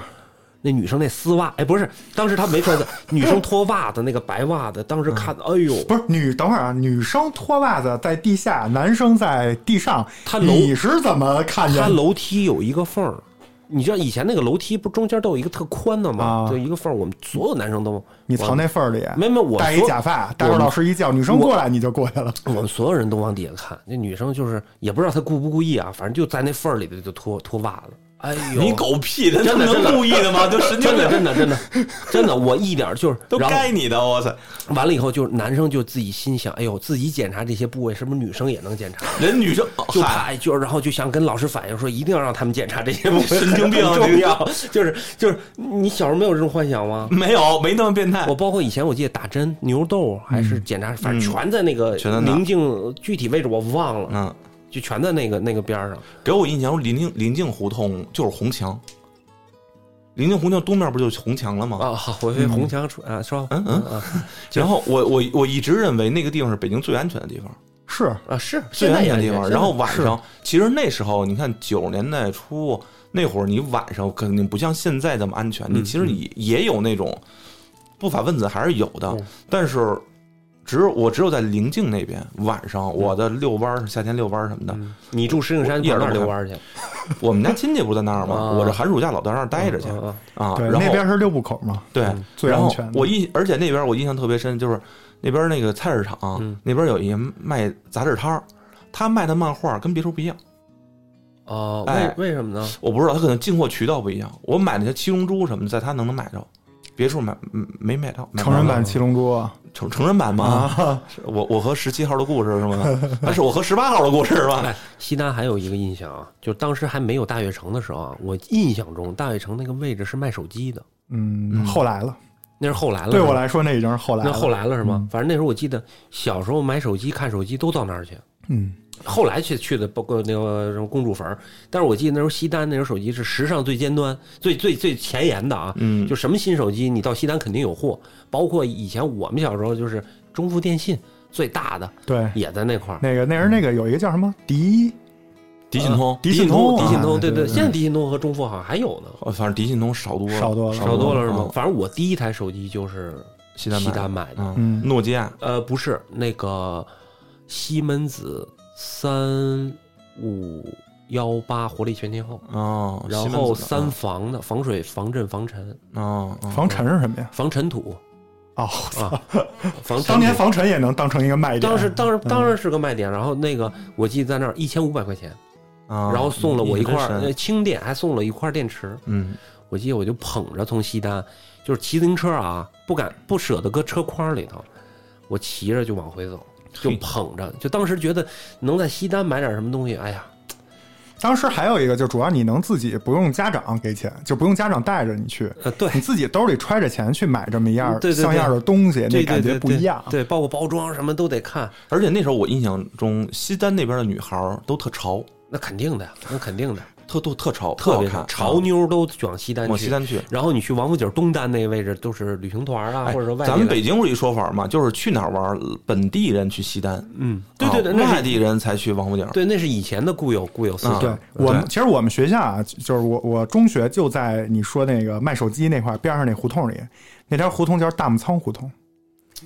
Speaker 3: 那女生那丝袜，哎，不是，当时她
Speaker 2: [LAUGHS]
Speaker 3: 没穿丝，女生脱袜子那个白袜子，当时看，哎呦，
Speaker 2: 不嗯是女，等会儿啊，女生脱袜子在地下，男生在地上，
Speaker 3: 他楼
Speaker 2: 你是怎么看见
Speaker 3: 它？楼梯有一个缝儿，你知道以前那个楼梯不中间都有一个特宽的吗？
Speaker 2: 啊
Speaker 3: 就一个缝儿，我们所有男生都
Speaker 2: 你藏那缝儿里，
Speaker 3: 没没我
Speaker 2: 戴一
Speaker 3: 说
Speaker 2: 假发，待会儿老师一叫女生过来，你就过去了。
Speaker 3: 我们所有人都往底下看，那女生就是也不知道她故不故意啊，反正就在那缝儿里头就脱脱袜子。哎呦，
Speaker 1: 你狗屁的，
Speaker 3: 真的
Speaker 1: 那
Speaker 3: 真的
Speaker 1: 能故意的吗？就神经
Speaker 3: 真
Speaker 1: 病
Speaker 3: 的真的真的真的，我一点儿就是，
Speaker 1: 都
Speaker 3: 然后
Speaker 1: 该你的，我操！
Speaker 3: 完了以后，就是男生就自己心想，哎呦，自己检查这些部位，是不是女生也能检查？
Speaker 1: 人女生
Speaker 3: 就
Speaker 1: 哦
Speaker 3: 怕
Speaker 1: 嗨，
Speaker 3: 哎就是，然后就想跟老师反映说，一定要让他们检查这些部位，
Speaker 1: 神经病啊
Speaker 3: 很
Speaker 1: 这
Speaker 3: 重
Speaker 1: 个
Speaker 3: 要。就是就是，你小时候没有这种幻想吗？
Speaker 1: 没有没那么变态
Speaker 3: 我。包括以前我记得打针牛痘还是检查，反正全在那个
Speaker 1: 嗯全在那
Speaker 3: 临近具体位置我忘了，
Speaker 1: 嗯，
Speaker 3: 就全在那个那个边儿上。
Speaker 1: 给我印象，临近临近胡同就是红墙，临近胡同东面不就是红墙了吗？
Speaker 3: 啊，好，回回红墙出啊，说，
Speaker 1: 嗯嗯
Speaker 3: 嗯啊
Speaker 1: 然后我我我一直认为那个地方是北京最安全的地方，
Speaker 2: 是
Speaker 3: 啊是，
Speaker 1: 最
Speaker 3: 现在
Speaker 1: 安
Speaker 3: 也
Speaker 1: 全的地
Speaker 3: 安
Speaker 1: 方。
Speaker 3: 全
Speaker 1: 然后晚
Speaker 2: 是
Speaker 1: 上，其实那时候你看九十年代初那会儿，你晚上肯定不像现在这么安全，你其实也也有那种不法分子还是有的
Speaker 3: 嗯，
Speaker 1: 但是只有我只有在临近那边晚上，我的遛弯儿夏天遛弯儿什么的，
Speaker 3: 嗯你住石景山
Speaker 1: 一点
Speaker 3: 跑
Speaker 1: 都
Speaker 3: 那儿
Speaker 1: 不
Speaker 3: 遛
Speaker 1: 害
Speaker 3: 弯儿去，
Speaker 1: 我们家亲戚不在那儿吗？
Speaker 3: 啊
Speaker 1: 我这寒暑假老在那儿待着去
Speaker 3: 嗯嗯嗯
Speaker 1: 啊，
Speaker 2: 对，
Speaker 1: 然
Speaker 2: 那
Speaker 1: 后
Speaker 2: 边是六部口嘛，
Speaker 1: 对，
Speaker 3: 嗯
Speaker 2: 最
Speaker 1: 然
Speaker 2: 安
Speaker 1: 后
Speaker 2: 全的。
Speaker 1: 我印，而且那边我印象特别深，就是那边那个菜市场、
Speaker 3: 嗯
Speaker 1: 那边有一卖杂志摊儿，他卖的漫画跟别处不一样，
Speaker 3: 哦，
Speaker 1: 哎
Speaker 3: 为为什么呢？
Speaker 1: 我不知道他可能进货渠道不一样。我买那些七龙珠什么的，在他能能买着，别处买嗯没买到。买不
Speaker 2: 成
Speaker 1: 着
Speaker 2: 人版七啊龙珠啊，
Speaker 1: 成成人版吗？是我我和十七号的故事是吗？ [LAUGHS] 还是我和十八号的故事是吧？
Speaker 2: [LAUGHS]
Speaker 3: 哎，西单还有一个印象啊，就是当时还没有大悦城的时候啊，我印象中大悦城那个位置是卖手机的，
Speaker 2: 嗯，
Speaker 1: 嗯
Speaker 2: 后来了，
Speaker 3: 那是后来了。
Speaker 2: 对我
Speaker 3: 是吧，
Speaker 2: 来说那已经是后来
Speaker 3: 那
Speaker 2: 了。
Speaker 3: 后来了是吗
Speaker 2: 嗯？
Speaker 3: 反正那时候我记得小时候买手机、看手机都到那儿去，
Speaker 2: 嗯，
Speaker 3: 后来去去的包括那个什么公主坟儿，但是我记得那时候西单那时候手机是时尚最尖端、最最最前沿的啊，
Speaker 1: 嗯，
Speaker 3: 就什么新手机你到西单肯定有货，包括以前我们小时候就是中富电信最大的
Speaker 2: 对，
Speaker 3: 也在那块儿。
Speaker 2: 那个那人那
Speaker 3: 嗯
Speaker 2: 个有一个叫什么迪，
Speaker 1: 迪信通，
Speaker 2: 迪
Speaker 3: 信
Speaker 2: 信通
Speaker 3: 迪
Speaker 2: 啊
Speaker 3: 信哦通，对
Speaker 2: 对
Speaker 3: 对，
Speaker 2: 对
Speaker 3: 现在迪信通和中富好像还有呢。
Speaker 1: 哦反正迪信通少多了，
Speaker 2: 少多了
Speaker 3: 少多了是吗
Speaker 1: 嗯？
Speaker 3: 反正我第一台手机就是
Speaker 1: 西单
Speaker 3: 西
Speaker 1: 买的
Speaker 3: 单买的，
Speaker 1: 嗯，
Speaker 2: 嗯，
Speaker 1: 诺基亚
Speaker 3: 呃，不是那个西门子三五幺八活力全天候，
Speaker 1: 哦，
Speaker 3: 然
Speaker 1: 西门
Speaker 3: 后
Speaker 1: 子的
Speaker 3: 三防的防水、防震、防尘、
Speaker 1: 哦，哦
Speaker 2: 防尘是什么呀？
Speaker 3: 防尘土
Speaker 2: 哦，
Speaker 3: 啊，防尘
Speaker 2: 当年
Speaker 3: 土
Speaker 2: 防尘也能当成一个卖点。
Speaker 3: 当时当时当然是个卖点，然后那个我记得在那儿一千五百块钱，
Speaker 1: 啊
Speaker 3: 然后送了我一块
Speaker 1: 你真神
Speaker 3: 呃轻电，还送了一块电池，
Speaker 1: 嗯
Speaker 3: 我记得我就捧着从西单，就是骑自行车啊，不敢不舍得搁车筐里头，我骑着就往回走，就
Speaker 1: 嘿
Speaker 3: 捧着，就当时觉得能在西单买点什么东西，哎呀，
Speaker 2: 当时还有一个，就主要你能自己不用家长给钱，就不用家长带着你去，
Speaker 3: 呃，
Speaker 1: [LAUGHS]
Speaker 3: 对
Speaker 2: 你自己兜里揣着钱去买这么一样
Speaker 3: 嗯对对对
Speaker 2: 像样的东西，
Speaker 3: 对
Speaker 2: 那感觉不一样。
Speaker 3: 对，包括包装什么都得看，
Speaker 1: 而且那时候我印象中，西单那边的女孩儿都特潮，
Speaker 3: 那肯定的，那肯定
Speaker 1: [LAUGHS]
Speaker 3: 的，
Speaker 1: 特都特潮，
Speaker 3: 特别
Speaker 1: 好看，
Speaker 3: 潮
Speaker 1: 啊
Speaker 3: 妞都往西单
Speaker 1: 往西
Speaker 3: 去。
Speaker 1: 单去。
Speaker 3: 然后你去王府井东单那个位置，都是旅行团啊，
Speaker 1: 哎
Speaker 3: 或者说外地
Speaker 1: 咱们
Speaker 3: 的
Speaker 1: 北京不是一说法嘛，就是去哪儿玩儿，本地人去西单，
Speaker 3: 嗯，对对对，
Speaker 1: 啊
Speaker 3: 那是
Speaker 1: 外地人才去王府井。
Speaker 3: 对，那是以前的固有固有思想。
Speaker 1: 啊
Speaker 2: 对
Speaker 1: 对
Speaker 2: 我们，其实我们学校啊，就是我我中学就在你说那个卖手机那块儿边上那胡同里，那条胡同叫大木仓胡同，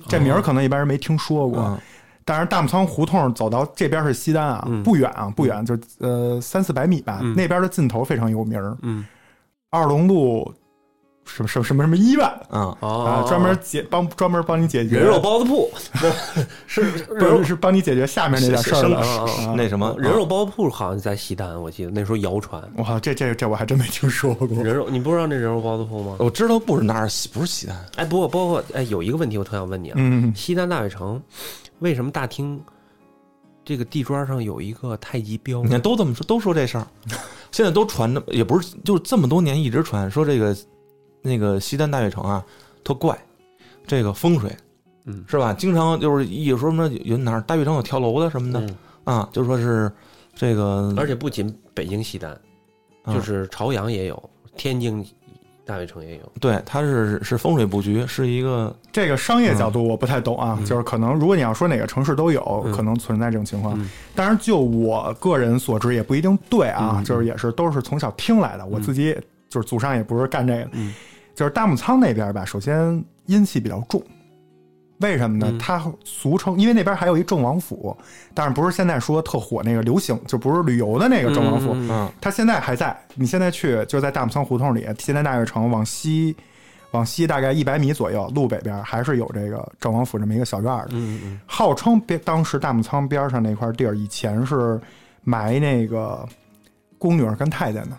Speaker 2: 这
Speaker 3: 哦
Speaker 2: 名儿可能一般人没听说过。
Speaker 1: 嗯
Speaker 2: 但是大木仓胡同走到这边是西单啊，
Speaker 3: 嗯
Speaker 2: 不远啊，不远，就呃三四百米吧。
Speaker 3: 嗯
Speaker 2: 那边的尽头非常有名儿，
Speaker 3: 嗯，
Speaker 2: 二龙路什么什么什么什么医院
Speaker 1: 啊，
Speaker 2: 啊
Speaker 3: 哦，，
Speaker 2: 专门解帮专门帮你解决
Speaker 3: 人肉包子铺是
Speaker 2: 不
Speaker 3: 人
Speaker 2: 是
Speaker 3: 肉
Speaker 2: 是帮你解决下面那点事儿
Speaker 1: 啊
Speaker 2: 了。
Speaker 3: 啊啊
Speaker 1: 那什么
Speaker 3: 人肉包子铺好像在西单，我记得那时候谣传
Speaker 2: 哇，这这这我还真没听说过。
Speaker 3: 人肉，你不知道那人肉包子铺吗
Speaker 1: 啊？我知道不是哪儿，西不是西单，
Speaker 3: 哎，不过包括哎，有一个问题我特想问你啊，
Speaker 2: 嗯，
Speaker 3: 西单大悦城为什么大厅这个地砖上有一个太极标
Speaker 1: 你？看都这么说，都说这事儿，现在都传的，也不是，就是这么多年一直传说这个那个西单大悦城啊特怪，这个风水，
Speaker 3: 嗯
Speaker 1: 是吧？经常就是一说什么有哪儿大悦城有跳楼的什么的
Speaker 3: 嗯，
Speaker 1: 啊，就说是这个，
Speaker 3: 而且不仅北京西单，
Speaker 1: 啊
Speaker 3: 就是朝阳也有，天津大悦城也有。
Speaker 1: 对，它是是风水布局，是一个
Speaker 2: 这个商业角度我不太懂啊，
Speaker 3: 嗯
Speaker 2: 就是可能如果你要说哪个城市都有，
Speaker 3: 嗯
Speaker 2: 可能存在这种情况。
Speaker 3: 嗯
Speaker 2: 当然，就我个人所知也不一定对啊，
Speaker 3: 嗯
Speaker 2: 就是也是都是从小听来的，我自己就是祖上也不是干这个的，
Speaker 3: 嗯
Speaker 2: 就是大木仓那边吧，首先阴气比较重。为什么呢
Speaker 3: 嗯？
Speaker 2: 它俗称，因为那边还有一郑王府，但是不是现在说特火那个流行，就不是旅游的那个郑王府，
Speaker 3: 嗯嗯嗯
Speaker 1: 嗯
Speaker 2: 它现在还在。你现在去就在大木仓胡同里，西单大悦城往西，往西大概一百米左右，路北边还是有这个郑王府这么一个小院儿的。
Speaker 3: 嗯嗯
Speaker 2: 号称边当时大木仓边上那块地儿以前是埋那个宫女儿跟太监的，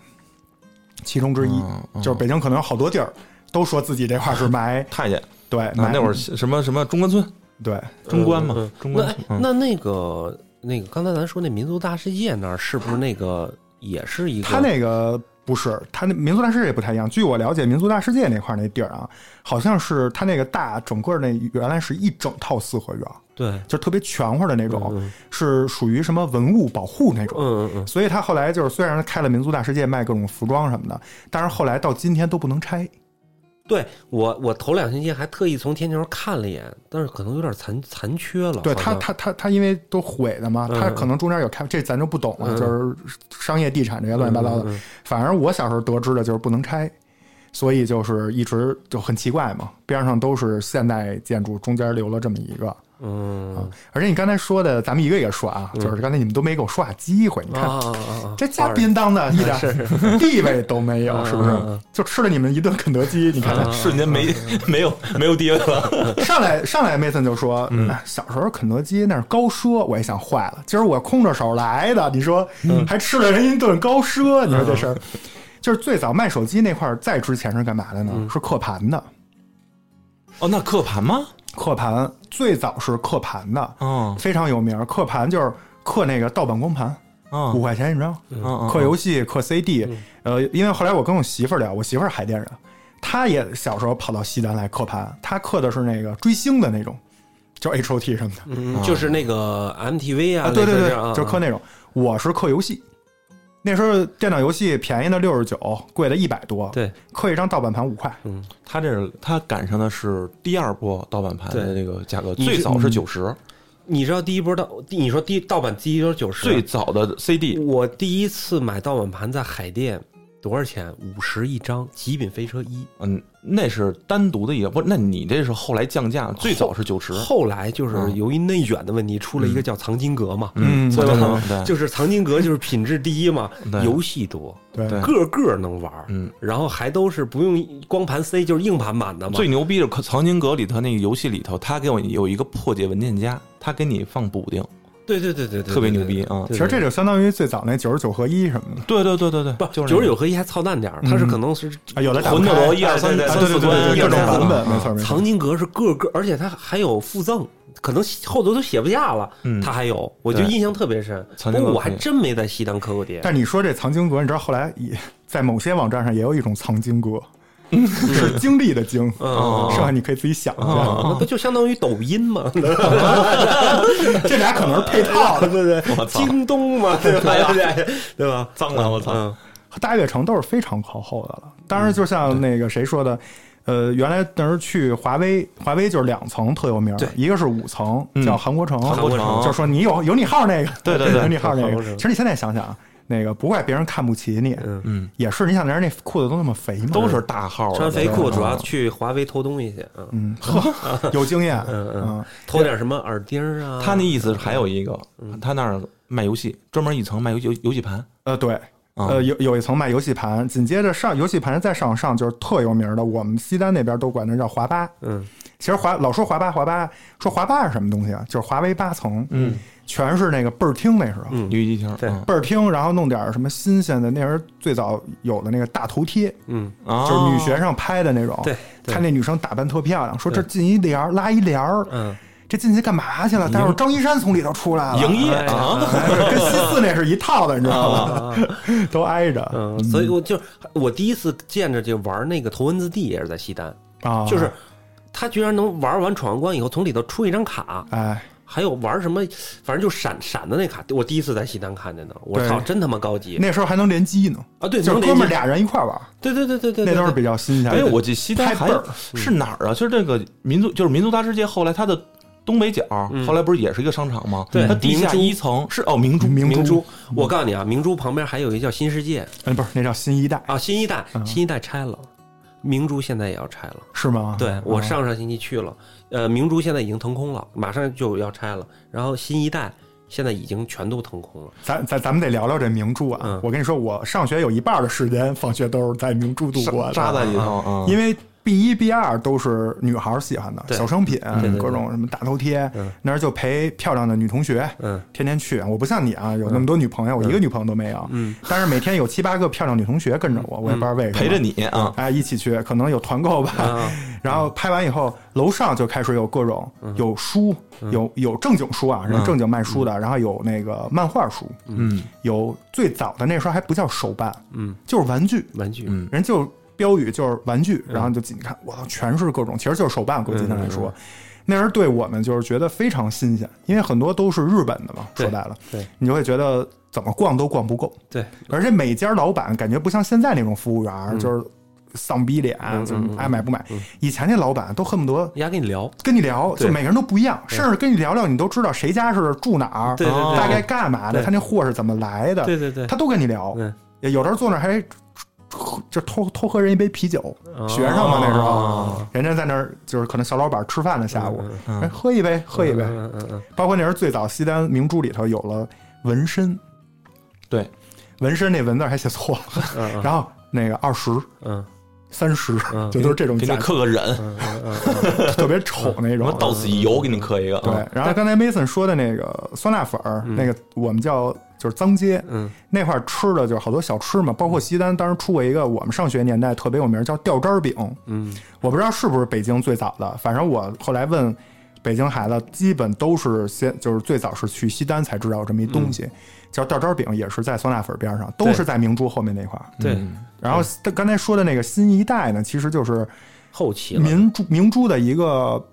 Speaker 2: 其中之一。
Speaker 1: 嗯嗯
Speaker 2: 就是北京可能有好多地儿都说自己这块儿是埋，
Speaker 1: 太监，
Speaker 2: 对，
Speaker 1: 啊
Speaker 2: 埋
Speaker 1: 那会儿什么什么中关村、
Speaker 2: 对，
Speaker 1: 中关嘛，
Speaker 3: 嗯
Speaker 1: 中
Speaker 3: 那
Speaker 1: 关
Speaker 3: 哎
Speaker 1: 村嗯
Speaker 3: 那那个那个，刚才咱说那民族大世界那儿是不是那个也是一个？
Speaker 2: 他那个不是，他那民族大世界也不太一样。据我了解，民族大世界那块儿那地儿啊，好像是他那个大整个那原来是一整套四合院，啊
Speaker 3: 对，
Speaker 2: 就是特别全乎的那种，
Speaker 3: 嗯
Speaker 2: 是属于什么文物保护那种。
Speaker 3: 嗯嗯
Speaker 2: 所以他后来就是，虽然他开了民族大世界卖各种服装什么的，但是后来到今天都不能拆。
Speaker 3: 对我我头两星期还特意从天桥看了一眼，但是可能有点残残缺了。
Speaker 2: 对
Speaker 3: 啊好
Speaker 2: 他，
Speaker 3: 像
Speaker 2: 他他他因为都毁的嘛，
Speaker 3: 嗯
Speaker 2: 他可能中间有开，这咱就不懂了，
Speaker 3: 嗯
Speaker 2: 就是商业地产这些乱七八糟的。
Speaker 3: 嗯嗯嗯
Speaker 2: 反正我小时候得知的就是不能拆，所以就是一直就很奇怪嘛，边上都是现代建筑，中间留了这么一个。啊
Speaker 3: 嗯，
Speaker 2: 而且你刚才说的，咱们一个一个说啊，就是刚才你们都没给我说下机会，你
Speaker 3: 啊
Speaker 2: 看、
Speaker 3: 啊啊啊！
Speaker 2: 这嘉宾当的
Speaker 3: [LAUGHS]
Speaker 2: 一点地位都没有，
Speaker 3: 嗯
Speaker 2: 是不是？
Speaker 3: 嗯嗯
Speaker 2: 就吃了你们一顿肯德基，你看、
Speaker 3: 嗯
Speaker 1: 哎瞬间没没有没有地位了，
Speaker 2: 上来上来，Mason 就说、
Speaker 1: 嗯
Speaker 2: 哎小时候肯德基那是高奢，我也想坏了，今儿我空着手来的，你说、
Speaker 1: 嗯
Speaker 2: 还吃了人一顿高奢，你说这事儿，就是最早卖手机那块儿，再之前是干嘛的呢？
Speaker 1: 嗯
Speaker 2: 是刻盘的，
Speaker 1: 哦，那刻盘吗？
Speaker 2: 刻盘最早是刻盘的，
Speaker 1: 哦，
Speaker 2: 非常有名儿。刻盘就是刻那个盗版光盘，
Speaker 1: 哦
Speaker 2: 五块钱一张，
Speaker 1: 嗯
Speaker 2: 刻游戏、刻 CD。呃，因为后来我跟我媳妇儿聊，我媳妇儿海淀人，她也小时候跑到西单来刻盘，她刻的是那个追星的那种，就是 HOT 什么的。
Speaker 3: 嗯，就是那个 MTV 啊，
Speaker 2: 对对
Speaker 3: 类似这
Speaker 2: 对
Speaker 3: 样啊，
Speaker 2: 就刻那种。我是刻游戏，那时候电脑游戏便宜的六十九，贵的一百多，
Speaker 3: 对，
Speaker 2: 刻一张盗版盘五块。
Speaker 1: 他这是他赶上的是第二波盗版盘的
Speaker 3: 对
Speaker 1: 这个价格，
Speaker 3: 你是
Speaker 1: 最早是九嗯十，
Speaker 3: 你知道第一波盗，你说第一盗版第一波九十，
Speaker 1: 最早的 CD
Speaker 3: 我第一次买盗版盘在海淀多少钱？五十一张，《极品飞车一
Speaker 1: 嗯，那是单独的一个，不是？那你这是后来降价，最早是九十》。，
Speaker 3: 后来就是由于内卷的问题，出了一个叫藏经阁嘛，
Speaker 2: 嗯
Speaker 3: 对吧？
Speaker 1: 对
Speaker 3: 就是藏经阁就是品质第一嘛
Speaker 1: 对，
Speaker 3: 游戏多，
Speaker 2: 对
Speaker 1: 对
Speaker 3: 个个能玩，
Speaker 1: 嗯，
Speaker 3: 然后还都是不用光盘塞，就是硬盘版的嘛。
Speaker 1: 最牛逼的可藏经阁里头那个游戏里头，他给我有一个破解文件夹，他给你放补丁，
Speaker 3: 对对对对对，
Speaker 1: 特别
Speaker 3: 对
Speaker 1: 牛逼。啊！
Speaker 3: 对
Speaker 2: 其实这就相当于最早那九十九合一什么的，
Speaker 1: 对对对对对，
Speaker 3: 不
Speaker 1: 就是
Speaker 3: 九
Speaker 1: 那个
Speaker 3: 十九合一还操蛋点儿，它是可能是
Speaker 2: 啊，有的打不
Speaker 1: 魂斗
Speaker 2: 开
Speaker 1: 罗一二三
Speaker 3: 对对
Speaker 2: 啊
Speaker 1: 三
Speaker 2: 对
Speaker 1: 四
Speaker 2: 对对
Speaker 1: 关，
Speaker 2: 对
Speaker 1: 一
Speaker 2: 对，
Speaker 1: 二
Speaker 2: 各种
Speaker 1: 三四
Speaker 2: 版本，
Speaker 1: 关
Speaker 2: 没
Speaker 1: 啊
Speaker 2: 错没错
Speaker 3: 藏。经阁是个个，而且它还有附赠，可能后头都写不下了，
Speaker 1: 嗯
Speaker 3: 它还有，我就
Speaker 1: 对
Speaker 3: 印象特别深。
Speaker 1: 藏
Speaker 3: 不
Speaker 1: 经阁
Speaker 3: 过我
Speaker 1: 可以
Speaker 3: 还真没在西单磕过碟，
Speaker 2: 但你说这藏经阁，你知道后来也在某些网站上也有一种藏经阁，是经历的经，
Speaker 3: 嗯
Speaker 1: 哦
Speaker 2: 剩下你可以自己想一下。
Speaker 3: 那不就相当于抖
Speaker 1: [LAUGHS]
Speaker 3: 音吗？
Speaker 2: 这俩可能是配套的，对对对。
Speaker 1: 我操，啊
Speaker 3: 京东嘛，对
Speaker 1: [LAUGHS]
Speaker 3: 吧？对对吧？
Speaker 1: 脏了我操！
Speaker 3: 嗯，
Speaker 2: 大悦城都是非常靠后的了。当然，就像那个谁说的，呃，原来那时候去华为，华为就是两层特有名
Speaker 3: 对，
Speaker 2: 一个是五层
Speaker 1: 嗯
Speaker 2: 叫韩国城，
Speaker 1: 韩国城
Speaker 2: 就说你有有你号那个，
Speaker 1: 对对对
Speaker 2: 有你号那
Speaker 3: 韩
Speaker 2: 个
Speaker 3: 国。城
Speaker 2: 其实你现在想想啊，那个不怪别人看不起你，
Speaker 3: 嗯
Speaker 1: 嗯，
Speaker 2: 也是你想人家那裤子都那么肥嘛，
Speaker 1: 都是大号的，啊
Speaker 3: 穿肥裤主要嗯去华为偷东西去，
Speaker 2: 嗯，
Speaker 3: 嗯，
Speaker 2: 呵，有经验，
Speaker 3: 嗯嗯
Speaker 2: 嗯，
Speaker 3: 偷点什么耳钉儿啊？
Speaker 1: 他那意思是还有一个，
Speaker 3: 嗯
Speaker 1: 他那儿卖游戏，专门一层卖游游游戏盘。
Speaker 2: 呃，对，
Speaker 3: 啊
Speaker 2: 呃，有有一层卖游戏盘，紧接着上游戏盘再上上就是特有名的，我们西单那边都管那叫华吧。
Speaker 3: 嗯，
Speaker 2: 其实华老说华吧，华吧说华吧是什么东西啊？就是华为八层，嗯，全是那个倍儿厅那时候，
Speaker 3: 嗯
Speaker 1: 游戏厅，
Speaker 3: 对
Speaker 1: 嗯
Speaker 2: 倍儿厅，然后弄点什么新鲜的，那时候最早有的那个大头贴，
Speaker 3: 嗯，
Speaker 1: 啊，
Speaker 2: 就是女学生拍的那种，
Speaker 3: 对对
Speaker 2: 看那女生打扮特漂亮，说这进一帘儿拉一帘儿，
Speaker 3: 嗯，
Speaker 2: 这进去干嘛去了？待会儿张一山从里头出来了，
Speaker 1: 营业
Speaker 3: 哎呀
Speaker 1: 啊，
Speaker 2: 哎 [LAUGHS] 跟西四那是一套的，你知道
Speaker 3: 啊
Speaker 2: 吗？ [LAUGHS] 都挨着
Speaker 3: 嗯，所以我就我第一次见着就玩那个头文字 D 也是在西单，
Speaker 2: 啊，
Speaker 3: 就是他居然能玩完闯关以后从里头出一张卡，
Speaker 2: 哎，
Speaker 3: 还有玩什么，反正就闪闪的那卡，我第一次在西单看见的，我
Speaker 2: 对
Speaker 3: 操，真他妈高级
Speaker 2: 那时候还能联机呢，
Speaker 3: 啊！对，
Speaker 2: 就是
Speaker 3: 能
Speaker 2: 哥们儿
Speaker 3: 连接，
Speaker 2: 俩人一块儿玩，
Speaker 3: 对对对对对，
Speaker 2: 那
Speaker 3: 对
Speaker 2: 都是比
Speaker 3: 对
Speaker 2: 较新鲜
Speaker 1: 哎，
Speaker 2: 的。
Speaker 1: 我记得西单
Speaker 2: 拍
Speaker 1: 还
Speaker 2: 倍儿
Speaker 3: 嗯
Speaker 1: 是哪儿啊？就是这个民族，就是民族大世界，后来它的东北角，后来不是也是一个商场吗？
Speaker 3: 嗯对
Speaker 1: 它地下
Speaker 3: 明珠
Speaker 1: 一层是哦，明珠，
Speaker 2: 明
Speaker 3: 明
Speaker 1: 珠，
Speaker 3: 珠。我告诉你啊，明珠旁边还有一个叫新世界
Speaker 2: 哎，不是，那叫新一代
Speaker 3: 啊，新一代，
Speaker 2: 嗯
Speaker 3: 新一代拆了，明珠现在也要拆了。
Speaker 2: 是吗？
Speaker 3: 对我
Speaker 2: 啊
Speaker 3: 上上星期去了，呃，明珠现在已经腾空了，马上就要拆了，然后新一代现在已经全都腾空了。
Speaker 2: 咱咱咱们得聊聊这名著啊
Speaker 3: 嗯！
Speaker 2: 我跟你说，我上学有一半儿的时间放学都是在名著度过
Speaker 1: 扎
Speaker 2: 的，
Speaker 1: 在里头啊，
Speaker 2: 因为。 B 一 B 二都是女孩儿喜欢的
Speaker 3: 对
Speaker 2: 小商品
Speaker 3: 对对，
Speaker 2: 各种什么大头贴
Speaker 3: 嗯，
Speaker 2: 那儿就陪漂亮的女同学，
Speaker 3: 嗯
Speaker 2: 天天去。我不像你啊，有那么多女朋友，我一个女朋友都没有。
Speaker 3: 嗯，
Speaker 2: 但是每天有七八个漂亮女同学跟着我，我也不知道为什么
Speaker 1: 陪着。你啊，
Speaker 2: 哎，一起去，可能有团购吧。
Speaker 3: 啊
Speaker 1: 嗯
Speaker 2: 然后拍完以后，楼上就开始有各种有书，有有正经书啊，人
Speaker 1: 嗯
Speaker 2: 正经卖书的，然后有那个漫画书，
Speaker 1: 嗯
Speaker 2: 有最早的那时候还不叫手办，
Speaker 3: 嗯，
Speaker 2: 就是玩具，
Speaker 3: 玩具，
Speaker 1: 嗯
Speaker 2: 人就标语就是玩具，然后就进去看，我操，全是各种，其实就是手办，我今天来说。那人对我们就是觉得非常新鲜，因为很多都是日本的嘛。
Speaker 3: 对
Speaker 2: 说白了，
Speaker 3: 对
Speaker 2: 你就会觉得怎么逛都逛不够，
Speaker 3: 对，
Speaker 2: 而且每家老板感觉不像现在那种服务员，就是丧逼脸，
Speaker 3: 嗯
Speaker 2: 就是
Speaker 3: 嗯嗯
Speaker 2: 爱买不买。以前那老板都恨不得
Speaker 3: 人家跟你聊，
Speaker 2: 跟你聊，就
Speaker 3: 对
Speaker 2: 每个人都不一样，甚至跟你聊聊，你都知道谁家是住哪儿，
Speaker 3: 对对对
Speaker 2: 哦大概干嘛的，
Speaker 3: 对
Speaker 2: 他那货是怎么来的，
Speaker 3: 对对对，
Speaker 2: 他都跟你聊。
Speaker 3: 嗯
Speaker 2: 有的时候坐那儿还就偷偷喝人一杯啤酒，学生嘛那时候
Speaker 3: 哦，
Speaker 2: 人家在那儿就是可能小老板吃饭的下午，哎，
Speaker 1: 嗯
Speaker 2: 喝一杯，喝一杯。
Speaker 3: 嗯嗯嗯
Speaker 2: 包括那时候最早西单明珠里头有了纹身，
Speaker 1: 对，
Speaker 2: 纹身那文字还写错了，
Speaker 3: 嗯
Speaker 2: 然后那个二十、
Speaker 3: 嗯
Speaker 2: 三十，
Speaker 3: 嗯
Speaker 2: 就都是这种
Speaker 1: 给你
Speaker 2: 价格，
Speaker 1: 刻个忍，什
Speaker 3: 嗯嗯
Speaker 2: 特别丑那
Speaker 1: 么
Speaker 2: 种。
Speaker 1: 到此一游，给你刻一个。啊
Speaker 2: 对，然哦后刚才 Mason 说的那个酸辣粉儿，那个我们叫就是脏街
Speaker 3: 嗯
Speaker 2: 那块儿吃的，就是好多小吃嘛，包括西单当时出过一个我们上学年代特别有名儿叫掉渣儿饼，
Speaker 3: 嗯
Speaker 2: 我不知道是不是北京最早的，反正我后来问北京孩子，基本都是先就是最早是去西单才知道有这么一东西，叫吊渣饼，也是在酸辣粉边上，都是在明珠后面那块儿。
Speaker 3: 对，
Speaker 2: 然后刚才说的那个新一代呢，其实就是
Speaker 3: 后期了，
Speaker 2: 明珠明珠的一个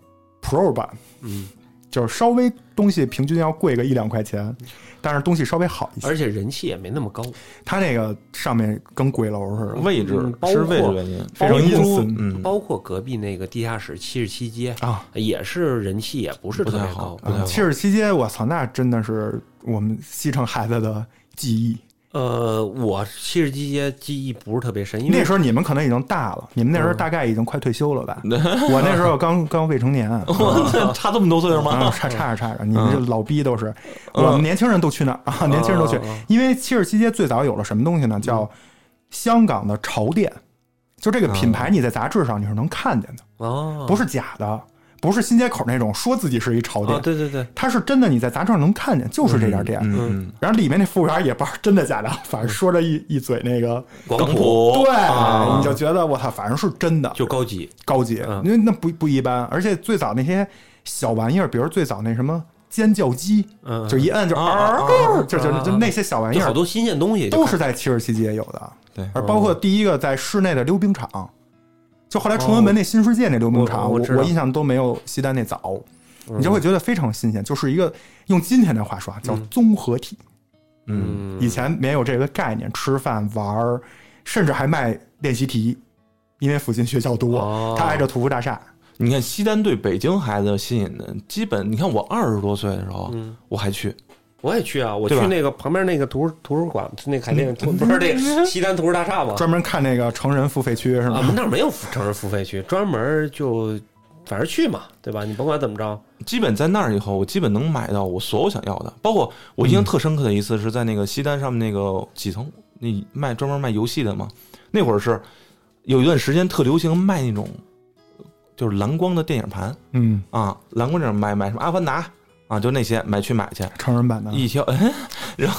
Speaker 2: Pro 版，
Speaker 3: 嗯，
Speaker 2: 就是稍微东西平均要贵个一两块钱，但是东西稍微好一些。
Speaker 3: 而且人气也没那么高，
Speaker 2: 它那个上面跟鬼楼似的，
Speaker 1: 位置
Speaker 3: 嗯包
Speaker 1: 是位置
Speaker 3: 括
Speaker 1: 原因，
Speaker 2: 非常阴森
Speaker 1: 嗯，
Speaker 3: 包括隔壁那个地下室七十七街
Speaker 2: 啊，
Speaker 3: 也是人气也不是特别高
Speaker 1: 不太好，不太好
Speaker 2: 七十七街，我操，那真的是我们西城孩子的记忆。
Speaker 3: 呃，我七十七街记忆不是特别深，因为嗯
Speaker 2: 那时候你们可能已经大了，你们那时候大概已经快退休了
Speaker 3: [LAUGHS]
Speaker 2: 吧？我那时候刚刚未成年，啊，
Speaker 1: 我 [LAUGHS] 差这么多岁数吗？
Speaker 2: 嗯差差着差着，你们这老逼都是，我们年轻人都去那儿啊，年轻人都去
Speaker 3: 嗯嗯嗯嗯，
Speaker 2: 因为七十七街最早有了什么东西呢？叫香港的潮店，就
Speaker 3: 嗯
Speaker 2: 这个品牌，你在杂志上你是能看见的，
Speaker 3: 哦，
Speaker 2: 不是假的，不是新街口那种说自己是一潮
Speaker 3: 啊，
Speaker 2: 店，
Speaker 3: 对对对，
Speaker 2: 它是真的，你在杂志上能看见，就是这家店。
Speaker 1: 嗯，
Speaker 2: 然后里面那服务员也不知道真的假的，反
Speaker 3: 嗯
Speaker 2: 正说着一一嘴那个，
Speaker 3: 广
Speaker 1: 港
Speaker 3: 普
Speaker 1: 普
Speaker 2: 对，
Speaker 1: 啊
Speaker 2: 你就觉得我操，反正是真的，
Speaker 3: 就高级，
Speaker 2: 高级，
Speaker 3: 嗯
Speaker 2: 因为那不不一般。而且最早那些小玩意儿，比如最早那什么尖叫鸡，
Speaker 3: 嗯，
Speaker 2: 就一摁就
Speaker 1: 啊啊啊
Speaker 2: 嗷，就就
Speaker 3: 啊啊
Speaker 2: 就那些小玩意
Speaker 1: 哎
Speaker 3: 就好
Speaker 2: 儿
Speaker 3: 多新鲜东西就
Speaker 2: 都
Speaker 3: 看哦
Speaker 2: 是在七十七街有的。
Speaker 1: 对
Speaker 2: 而包括第一个在室内的溜冰场，就后来崇文门那新世界那溜冰场，
Speaker 3: 哦我我
Speaker 2: 我
Speaker 3: 知道嗯
Speaker 2: 印象都没有西单那早。你就会觉得非常新鲜，就是一个用今天的话说啊，叫综合体。
Speaker 1: 嗯，
Speaker 3: 嗯
Speaker 2: 以前没有这个概念，吃饭玩儿，甚至还卖练习题，因为附近学校多，
Speaker 3: 哦
Speaker 2: 它挨着屠夫大厦。
Speaker 1: 你看西单对北京孩子吸引的，基本你看我二十多岁的时候，我还去，
Speaker 3: 我也去啊，我
Speaker 1: 对吧
Speaker 3: 去那个旁边那个图图书馆，那海淀图不是那个西单图书大厦
Speaker 1: [LAUGHS]
Speaker 3: 吗？
Speaker 2: 专门看那个成人付费区是
Speaker 3: 啊
Speaker 2: 吗？，
Speaker 3: 那儿没有城市付费区，专门就反正去嘛，对吧？你甭管怎么着，
Speaker 1: 基本在那儿以后，我基本能买到我所有想要的，包括我印
Speaker 2: 嗯
Speaker 1: 象特深刻的一次是在那个西单上面那个几层，那卖专门卖游戏的嘛，那会儿是有一段时间特流行卖那种就是蓝光的电影盘
Speaker 2: 嗯，
Speaker 1: 啊，蓝光电影买买什么《阿凡达》啊，就那些买去买去，
Speaker 2: 成人版的。
Speaker 1: 一挑，哎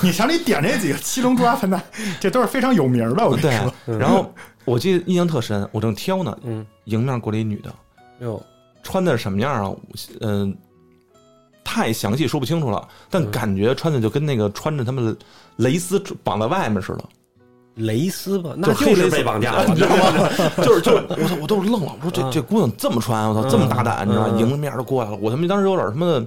Speaker 2: 你瞧你点这几个《七龙珠》《阿凡达》，这都是非常有名的。我 [LAUGHS] 跟你说，
Speaker 1: 对，然后我记得印象特深，我正挑呢，
Speaker 3: 嗯，
Speaker 1: 迎面过来一女的，
Speaker 3: 哟，
Speaker 1: 穿的什么样啊？嗯、太详细说不清楚了，但
Speaker 3: 嗯
Speaker 1: 感觉穿的就跟那个穿着他们蕾丝绑在外面似的，
Speaker 3: 蕾丝吧，那
Speaker 1: 就黑
Speaker 3: 是
Speaker 1: 蕾丝
Speaker 3: 被绑 [LAUGHS] 架了，
Speaker 1: 你知道吗？ [LAUGHS] 就是就是，我操，我都愣了，我说这
Speaker 3: 嗯
Speaker 1: 这姑娘这么穿，我操，这么大胆，你知道吗？
Speaker 3: 嗯嗯
Speaker 1: 迎面就过来了，我他妈当时有点什么的，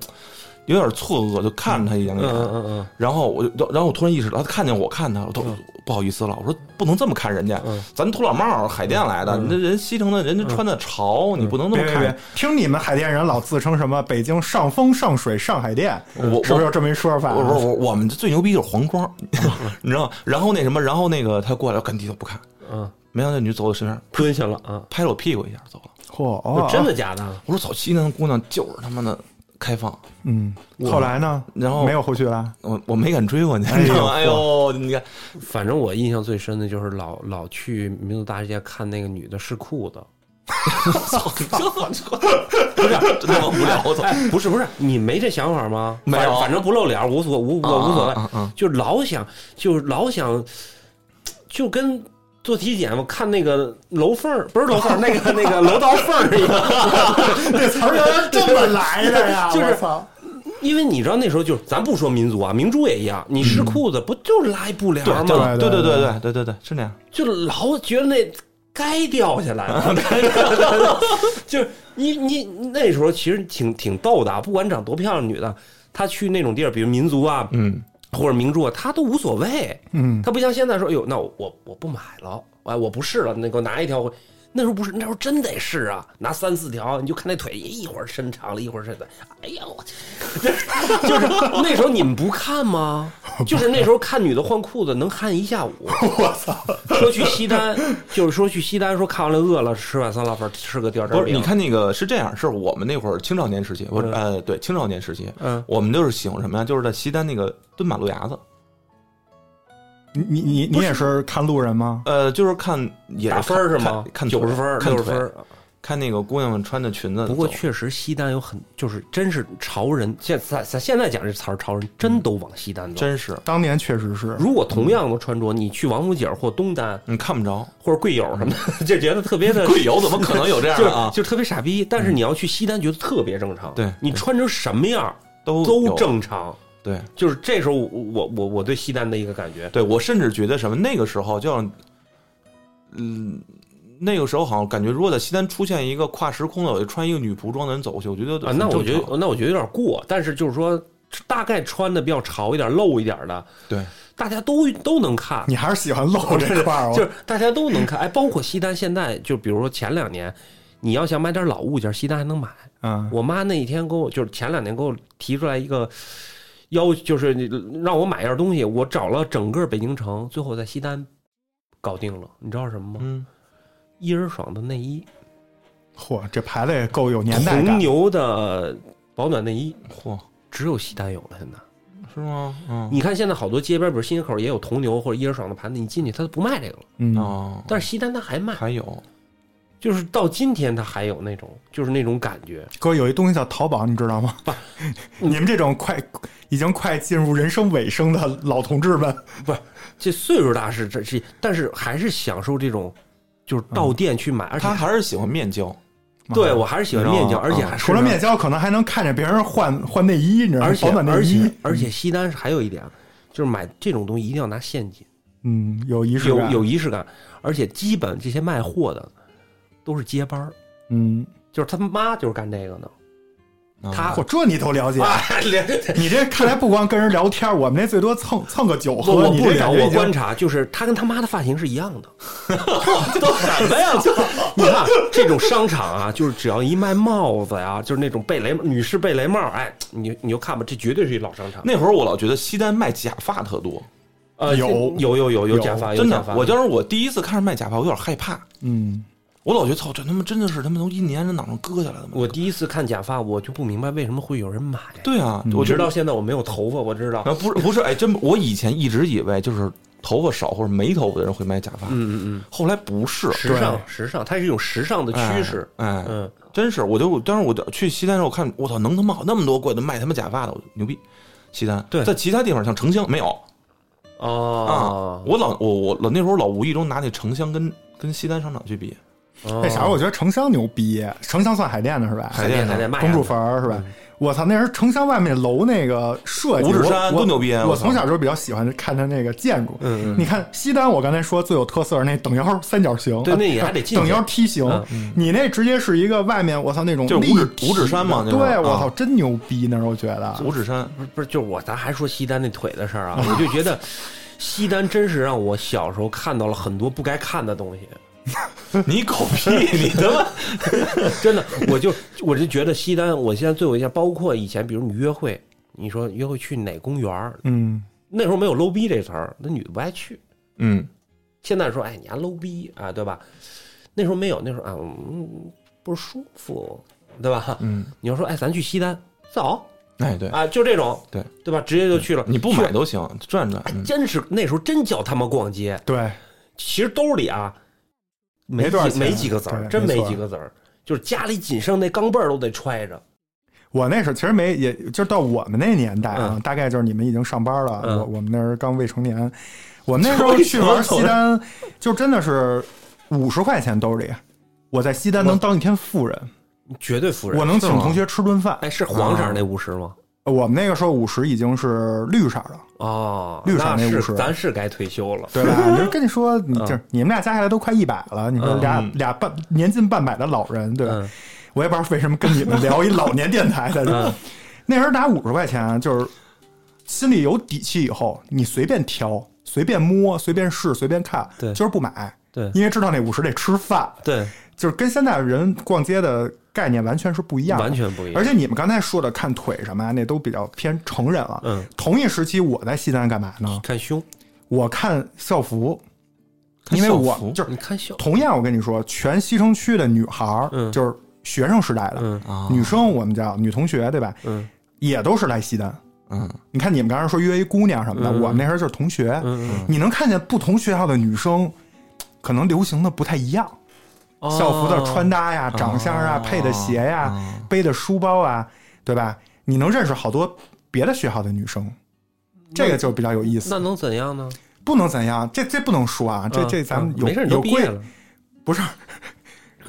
Speaker 1: 有点错愕，就看了她一眼
Speaker 3: 嗯嗯嗯
Speaker 1: 然后我就，然后我突然意识到，他看见我看他，我都
Speaker 3: 嗯
Speaker 1: 不好意思了。我说不能这么看人家
Speaker 3: 嗯，
Speaker 1: 咱土老帽儿海淀来的，
Speaker 3: 嗯
Speaker 1: 你这人西城的人家穿的潮，你不能那
Speaker 2: 别
Speaker 1: 么
Speaker 2: 别
Speaker 1: 看
Speaker 2: 别。，听你们海淀人老自称什么北京上风上水上海淀，
Speaker 1: 我
Speaker 2: 是不是有这么一说法？啊
Speaker 1: 我说我我们最牛逼就是黄庄，
Speaker 3: [LAUGHS]
Speaker 1: 你知道吗？然后那什么，然后那个他过来，我赶紧低头不看，
Speaker 3: 嗯嗯，
Speaker 1: 没想到那女走我身边，
Speaker 3: 蹲下了啊，
Speaker 1: 拍了我屁股一下走了。
Speaker 2: 嚯、
Speaker 3: 我
Speaker 2: 哦，
Speaker 3: 真的假的？
Speaker 1: 我说早期那姑娘就是他妈的开放，
Speaker 2: 嗯。后来呢？
Speaker 1: 然后
Speaker 2: 没有后续了。
Speaker 1: 我我没敢追过去，你知道吗？哎
Speaker 2: 哎
Speaker 1: 呦，你看，
Speaker 3: 反正我印象最深的就是老老去民族大街看那个女的试裤子，
Speaker 1: 操，这不是那么无聊，我操！
Speaker 3: 不是不是，你没这想法吗？
Speaker 1: 没有
Speaker 3: 反反正不露脸，无所无我无所谓，
Speaker 1: 啊啊啊啊
Speaker 3: 就老想就老想，就跟做体检，我看那个楼缝儿不是楼缝儿，那个那个楼道缝儿一样。 [LAUGHS]
Speaker 2: 这词儿原来这么来的呀！ [LAUGHS]
Speaker 3: 就是
Speaker 2: 我操，
Speaker 3: 因为你知道那时候就是，咱不说民族啊，民族也一样，你湿裤子不就拉一布帘儿
Speaker 1: 嗯对
Speaker 3: 吗？
Speaker 1: 对对对对对对对对，是那样。
Speaker 3: 就老觉得那该掉下来了， [LAUGHS] 就是你你你那时候其实挺挺逗的啊，不管长多漂亮女的，她去那种地儿，比如民族啊，
Speaker 1: 嗯，
Speaker 3: 或者名著啊，她都无所谓，
Speaker 2: 嗯，
Speaker 3: 她不像现在说，哎呦，那我我我不买了，哎，我不试了，那给我拿一条回。那时候不是，那时候真得试啊，拿三四条，你就看那腿一会儿伸长了，一会儿伸短。哎呀，我去 [LAUGHS] 就是那时候你们不
Speaker 2: [LAUGHS]
Speaker 3: 看吗？就是那时候看女的换裤子能看一下午。
Speaker 2: 我操，
Speaker 3: 说去西单，就是说去西单，说看完了饿了，吃碗酸辣粉，吃个吊
Speaker 1: 不
Speaker 3: 针
Speaker 1: 是，
Speaker 3: 饼。
Speaker 1: 你看那个是这样，是我们那会儿青少年时期，我呃，对青少年时期，
Speaker 3: 嗯，
Speaker 1: 我们就是喜欢什么呀？就是在西单那个蹲马路牙子，
Speaker 2: 你你你你也是看路人吗？
Speaker 1: 呃，就是看也是
Speaker 3: 打分儿是吗？
Speaker 1: 看看
Speaker 3: 九十
Speaker 1: 腿
Speaker 3: 分儿，
Speaker 1: 看
Speaker 3: 六十
Speaker 1: 腿
Speaker 3: 分儿。
Speaker 1: 看那个姑娘们穿的裙子走。
Speaker 3: 不过确实，西单有很就是真是潮人。现在咱现在讲这词儿，潮人真都往西单走。
Speaker 1: 嗯真是，
Speaker 2: 当年确实是，
Speaker 3: 如果同样的穿着，你去王府井或东单
Speaker 1: 你看不着
Speaker 3: 或者贵友什么的， [LAUGHS] 就觉得特别的
Speaker 1: 贵友，怎么可能有这样
Speaker 3: 就
Speaker 1: 的 [LAUGHS] 啊？
Speaker 3: 就特别傻逼。但是你要去西单，觉得特别正常。
Speaker 1: 对
Speaker 3: 你穿成什么样儿
Speaker 1: 都
Speaker 3: 都
Speaker 1: 有
Speaker 3: 正常。
Speaker 1: 对
Speaker 3: 就是这时候我，我我我对西单的一个感觉，
Speaker 1: 对，我甚至觉得什么那个时候就像，嗯，那个时候好像感觉，如果在西单出现一个跨时空的，有穿一个女仆装的人走过去，我觉得
Speaker 3: 啊，那
Speaker 1: 很
Speaker 3: 我
Speaker 1: 正
Speaker 3: 觉
Speaker 1: 常
Speaker 3: 得那我觉得有点过，但是就是说，大概穿的比较潮一点、露一点的，
Speaker 1: 对，
Speaker 3: 大家都都能看，
Speaker 2: 你还是喜欢露这块儿，哦
Speaker 3: 就
Speaker 2: 我
Speaker 3: 是大家都能看。哎，包括西单现在，就比如说前两年，你要想买点老物件，西单还能买。
Speaker 2: 嗯
Speaker 3: 我妈那一天给我，就是前两年给我提出来一个要，就是让我买一样东西，我找了整个北京城，最后在西单搞定了。你知道是什么吗？
Speaker 1: 嗯，
Speaker 3: 一人爽的内衣，
Speaker 2: 嚯，这牌子也够有年代
Speaker 3: 红
Speaker 2: 感。
Speaker 3: 牛的保暖内衣，
Speaker 1: 嚯，
Speaker 3: 只有西单有了，现在。
Speaker 1: 是吗？嗯，
Speaker 3: 你看现在好多街边，比如新街口也有铜牛或者一人爽的盘子，你进去他都不卖这个了，
Speaker 2: 嗯，
Speaker 1: 哦，
Speaker 3: 但是西单他还卖，
Speaker 1: 还有
Speaker 3: 就是到今天他还有那种就是那种感觉。
Speaker 2: 哥，有一东西叫淘宝，你知道吗？ [LAUGHS] 你们这种快已经快进入人生尾声的老同志们，
Speaker 3: 这岁数大是这是，但是还是享受这种就是到店去买，而且
Speaker 1: 他还是喜欢面交，
Speaker 3: 对我还是喜欢面
Speaker 1: 你
Speaker 3: 交，
Speaker 1: 知道吗
Speaker 3: 而且还
Speaker 2: 嗯
Speaker 3: 是
Speaker 2: 除了面，交，可能还能看见别人换换内衣，你知道吗
Speaker 3: 而？且
Speaker 2: 保暖内
Speaker 3: 而
Speaker 2: 衣
Speaker 3: 且，而且西单还有一点啊，就是买这种东西一定要拿现金，
Speaker 2: 嗯，有仪式
Speaker 3: 有
Speaker 2: 感，
Speaker 3: 有仪式感，而且基本这些卖货的都是接班儿，
Speaker 2: 嗯，
Speaker 3: 就是他妈就是干这个
Speaker 2: [LAUGHS]
Speaker 3: 的，
Speaker 1: 嗯
Speaker 3: 他
Speaker 2: 嚯，这你都了
Speaker 3: 啊
Speaker 2: 解？你这看来不光跟人聊天，我们那最多蹭蹭个酒
Speaker 3: 不，
Speaker 2: 喝。
Speaker 3: 我
Speaker 2: 你
Speaker 3: 不
Speaker 2: 这
Speaker 3: 聊，
Speaker 2: 感觉
Speaker 3: 我
Speaker 2: 已经
Speaker 3: 观察，就是他跟他妈的发型是一
Speaker 2: [LAUGHS]
Speaker 3: 样的，都什么呀？你看这种商场啊，就是只要一卖帽子呀、就是那种贝雷女士贝雷帽，哎，你你就看吧，这绝对是一老商场。
Speaker 1: 那会儿我老觉得西单卖假发特多，
Speaker 3: 呃，
Speaker 2: 有
Speaker 3: 有有有有
Speaker 2: 有
Speaker 3: 假发，有
Speaker 1: 真
Speaker 3: 哎假
Speaker 1: 的
Speaker 3: 发，，
Speaker 1: 我当时我第一次看着卖假发，我有点害怕，
Speaker 2: 嗯，
Speaker 1: 我老觉得操，这他妈真的是他妈从印第安人脑上割下来的吗？
Speaker 3: 我第一次看假发，我就不明白为什么会有人买。
Speaker 1: 对啊，
Speaker 2: 嗯
Speaker 1: 我
Speaker 3: 我
Speaker 1: 觉
Speaker 3: 直
Speaker 1: 得
Speaker 3: 到现在我没有头发，我知道。
Speaker 1: 啊，不是不是，哎，真我以前一直以为就是头发少或者没头发的人会买假发，
Speaker 3: 嗯嗯
Speaker 1: 后来不是
Speaker 3: 嗯，时
Speaker 2: 对
Speaker 3: 尚时尚，它是一种时尚的趋势。
Speaker 1: 哎，哎
Speaker 3: 嗯，
Speaker 1: 真是，我就当时我就去西单的时候，我看我操，能他妈好那么多贵的卖他妈假发的，我牛逼！西单
Speaker 3: 对
Speaker 1: 在其他地方像城乡没有啊
Speaker 3: 哦，，
Speaker 1: 我老我我老那时候老无意中拿那城乡跟跟西单商场去比，
Speaker 3: 那
Speaker 2: 那啥，
Speaker 3: 哦
Speaker 2: 我觉得城乡牛逼，城乡算海淀的是吧？
Speaker 1: 海
Speaker 3: 海淀海淀卖啊
Speaker 2: 公主坟儿是吧？我操，那时候城乡外面楼那个设计，
Speaker 1: 五指
Speaker 2: 我
Speaker 1: 山
Speaker 2: 我
Speaker 1: 多牛逼啊
Speaker 2: 我
Speaker 1: 我操
Speaker 2: 从小就比较喜欢看它那个建筑。
Speaker 3: 嗯
Speaker 2: 你看西单，我刚才说最有特色是那等腰三角形，
Speaker 3: 对
Speaker 2: 呃
Speaker 3: 那也还得
Speaker 2: [LAUGHS]
Speaker 3: 进去
Speaker 2: 等腰梯形。你那直接是一个外面，我操那种
Speaker 1: 就是五指
Speaker 2: 立体的
Speaker 1: 五指山嘛那
Speaker 2: 对，
Speaker 1: 种啊
Speaker 2: 我操，真牛逼！那时候我觉得，
Speaker 1: 五指山
Speaker 3: 不是不是，就是我，咱还说西单那腿的事儿啊，我就觉得西单真是让我小时候看到了很多不该看的东西，
Speaker 1: [LAUGHS] 你狗屁，你他妈
Speaker 3: 真的，我就我就觉得西单，我现在最有印象，包括以前，比如你约会，你说约会去哪公园儿，
Speaker 2: 嗯，
Speaker 3: 那时候没有 low 逼这词儿，那女的不爱去，
Speaker 1: 嗯，
Speaker 3: 现在说哎你还 low 逼啊，对吧？那时候没有，那时候啊嗯不舒服，对吧？
Speaker 1: 嗯，
Speaker 3: 你要说哎咱去西单走
Speaker 1: 哎对，
Speaker 3: 啊，就这种
Speaker 1: 对
Speaker 3: 对吧？直接就去了，
Speaker 1: 你不
Speaker 3: 去
Speaker 1: 买都行，转转，
Speaker 3: 哎
Speaker 1: 嗯
Speaker 3: 真是那时候真叫他妈逛街。
Speaker 2: 对，
Speaker 3: 其实兜里啊没
Speaker 2: 没多少
Speaker 3: 几
Speaker 2: 钱
Speaker 3: 没几个子儿，
Speaker 2: 对
Speaker 3: 真
Speaker 2: 没
Speaker 3: 没
Speaker 2: 错
Speaker 3: 几个子儿，就是家里仅剩那钢镚儿都得揣着。
Speaker 2: 我那时候其实没，也就是到我们那年代啊，
Speaker 3: 嗯
Speaker 2: 大概就是你们已经上班了，
Speaker 3: 嗯
Speaker 2: 我我们那儿刚未成年，我们那
Speaker 3: [LAUGHS]
Speaker 2: 时候去玩西单，就真的是五十块钱兜里，我在西单能当一天富人，
Speaker 3: 绝对服人。
Speaker 2: 我能
Speaker 1: 是
Speaker 2: 请
Speaker 1: 吗
Speaker 2: 同学吃顿饭。
Speaker 3: 哎，是黄色儿那五十吗？
Speaker 2: 我们那个时候五十已经是绿色了，
Speaker 3: 哦，
Speaker 2: 绿色
Speaker 3: 那
Speaker 2: 那
Speaker 3: 是
Speaker 2: 50
Speaker 3: 咱是该退休了。
Speaker 2: 对吧？就是跟你说，你
Speaker 3: 嗯
Speaker 2: 就是你们俩加起来都快一百了，你说
Speaker 3: 嗯
Speaker 2: 俩、俩半年近半百的老人，对吧？
Speaker 3: 嗯
Speaker 2: 我也不知道为什么跟你们聊一老年电台的，
Speaker 3: 嗯
Speaker 2: 那时候打五十块钱，就是心里有底气以后，你随便挑、随便摸、随便试、随便看，
Speaker 3: 对
Speaker 2: 就是不买，
Speaker 3: 对
Speaker 2: 因为知道那五十得吃饭，
Speaker 3: 对，
Speaker 2: 就是跟现在人逛街的概念完全是不一样的，
Speaker 3: 完全不一样。
Speaker 2: 而且你们刚才说的看腿什么啊，那都比较偏成人了。
Speaker 3: 嗯，
Speaker 2: 同一时期我在西单干嘛呢？
Speaker 3: 看胸，
Speaker 2: 我看校服，
Speaker 1: 看
Speaker 2: 因为
Speaker 1: 校
Speaker 2: 我
Speaker 1: 服
Speaker 2: 就是
Speaker 3: 你看胸，
Speaker 2: 同样，我跟你说，全西城区的女孩儿，
Speaker 3: 嗯
Speaker 2: 就是学生时代的、
Speaker 3: 嗯
Speaker 1: 啊，
Speaker 2: 女生，我们叫女同学，对吧？
Speaker 3: 嗯
Speaker 2: 也都是来西单。
Speaker 1: 嗯，
Speaker 2: 你看你们刚才说约一姑娘什么的，
Speaker 3: 嗯
Speaker 2: 我们那时候就是同学，
Speaker 3: 嗯
Speaker 2: 你能看见不同学校的女生，可能流行的不太一样，
Speaker 3: 嗯，
Speaker 2: 校服的穿
Speaker 3: 搭，
Speaker 2: 搭呀、长相啊、
Speaker 1: 哦
Speaker 2: 配的鞋呀、
Speaker 1: 啊
Speaker 2: 背的书包啊，对吧？你能认识好多别的学校的女生，这个就比较有意
Speaker 3: 那
Speaker 2: 思。
Speaker 3: 能怎样呢？
Speaker 2: 不能怎样，这这不能说啊，这
Speaker 3: 嗯
Speaker 2: 这咱们
Speaker 3: 嗯
Speaker 2: 有
Speaker 3: 没事，你
Speaker 2: 有
Speaker 3: 都毕
Speaker 2: 规，
Speaker 3: 业了。
Speaker 2: 不是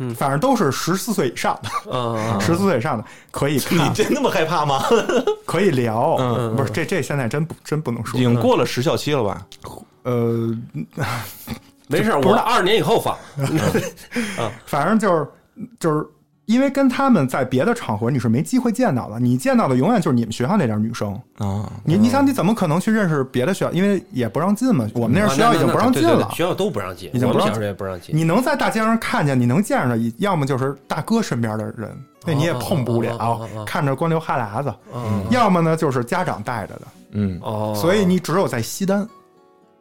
Speaker 3: 嗯，
Speaker 2: 反正都是十四岁以上的，
Speaker 3: 嗯
Speaker 2: 十四岁以上的可以看，
Speaker 1: 真那么害怕吗？
Speaker 2: 可以聊。
Speaker 1: 嗯
Speaker 2: 不是，这这现在真不真不能
Speaker 1: 已
Speaker 2: 说。
Speaker 1: 经过了时效期了吧？
Speaker 2: 呃，
Speaker 3: 没事，
Speaker 2: 不知
Speaker 3: 我
Speaker 2: 道
Speaker 3: 二十年以后放。
Speaker 2: 反正就是就是因为跟他们在别的场合你是没机会见到的，你见到的永远就是你们学校那点儿女生。
Speaker 1: 啊，
Speaker 2: 你
Speaker 3: 嗯
Speaker 2: 你想你怎么可能去认识别的学校？因为也不让进嘛，我们那时候
Speaker 3: 啊
Speaker 2: 学校已经不让进
Speaker 3: 对对
Speaker 2: 了
Speaker 3: 对。学校都不让进，
Speaker 2: 已经
Speaker 3: 我
Speaker 2: 不让
Speaker 3: 们小时候也不让进。
Speaker 2: 你能在大街上看见，你能见着，要么就是大哥身边的人，那你也碰不
Speaker 3: 哦哦哦
Speaker 2: 了
Speaker 3: 哦哦，
Speaker 2: 看着光流哈喇子；
Speaker 3: 嗯
Speaker 2: 要么呢就是家长带着的，
Speaker 1: 嗯，
Speaker 3: 哦，
Speaker 2: 所以你只有在西单，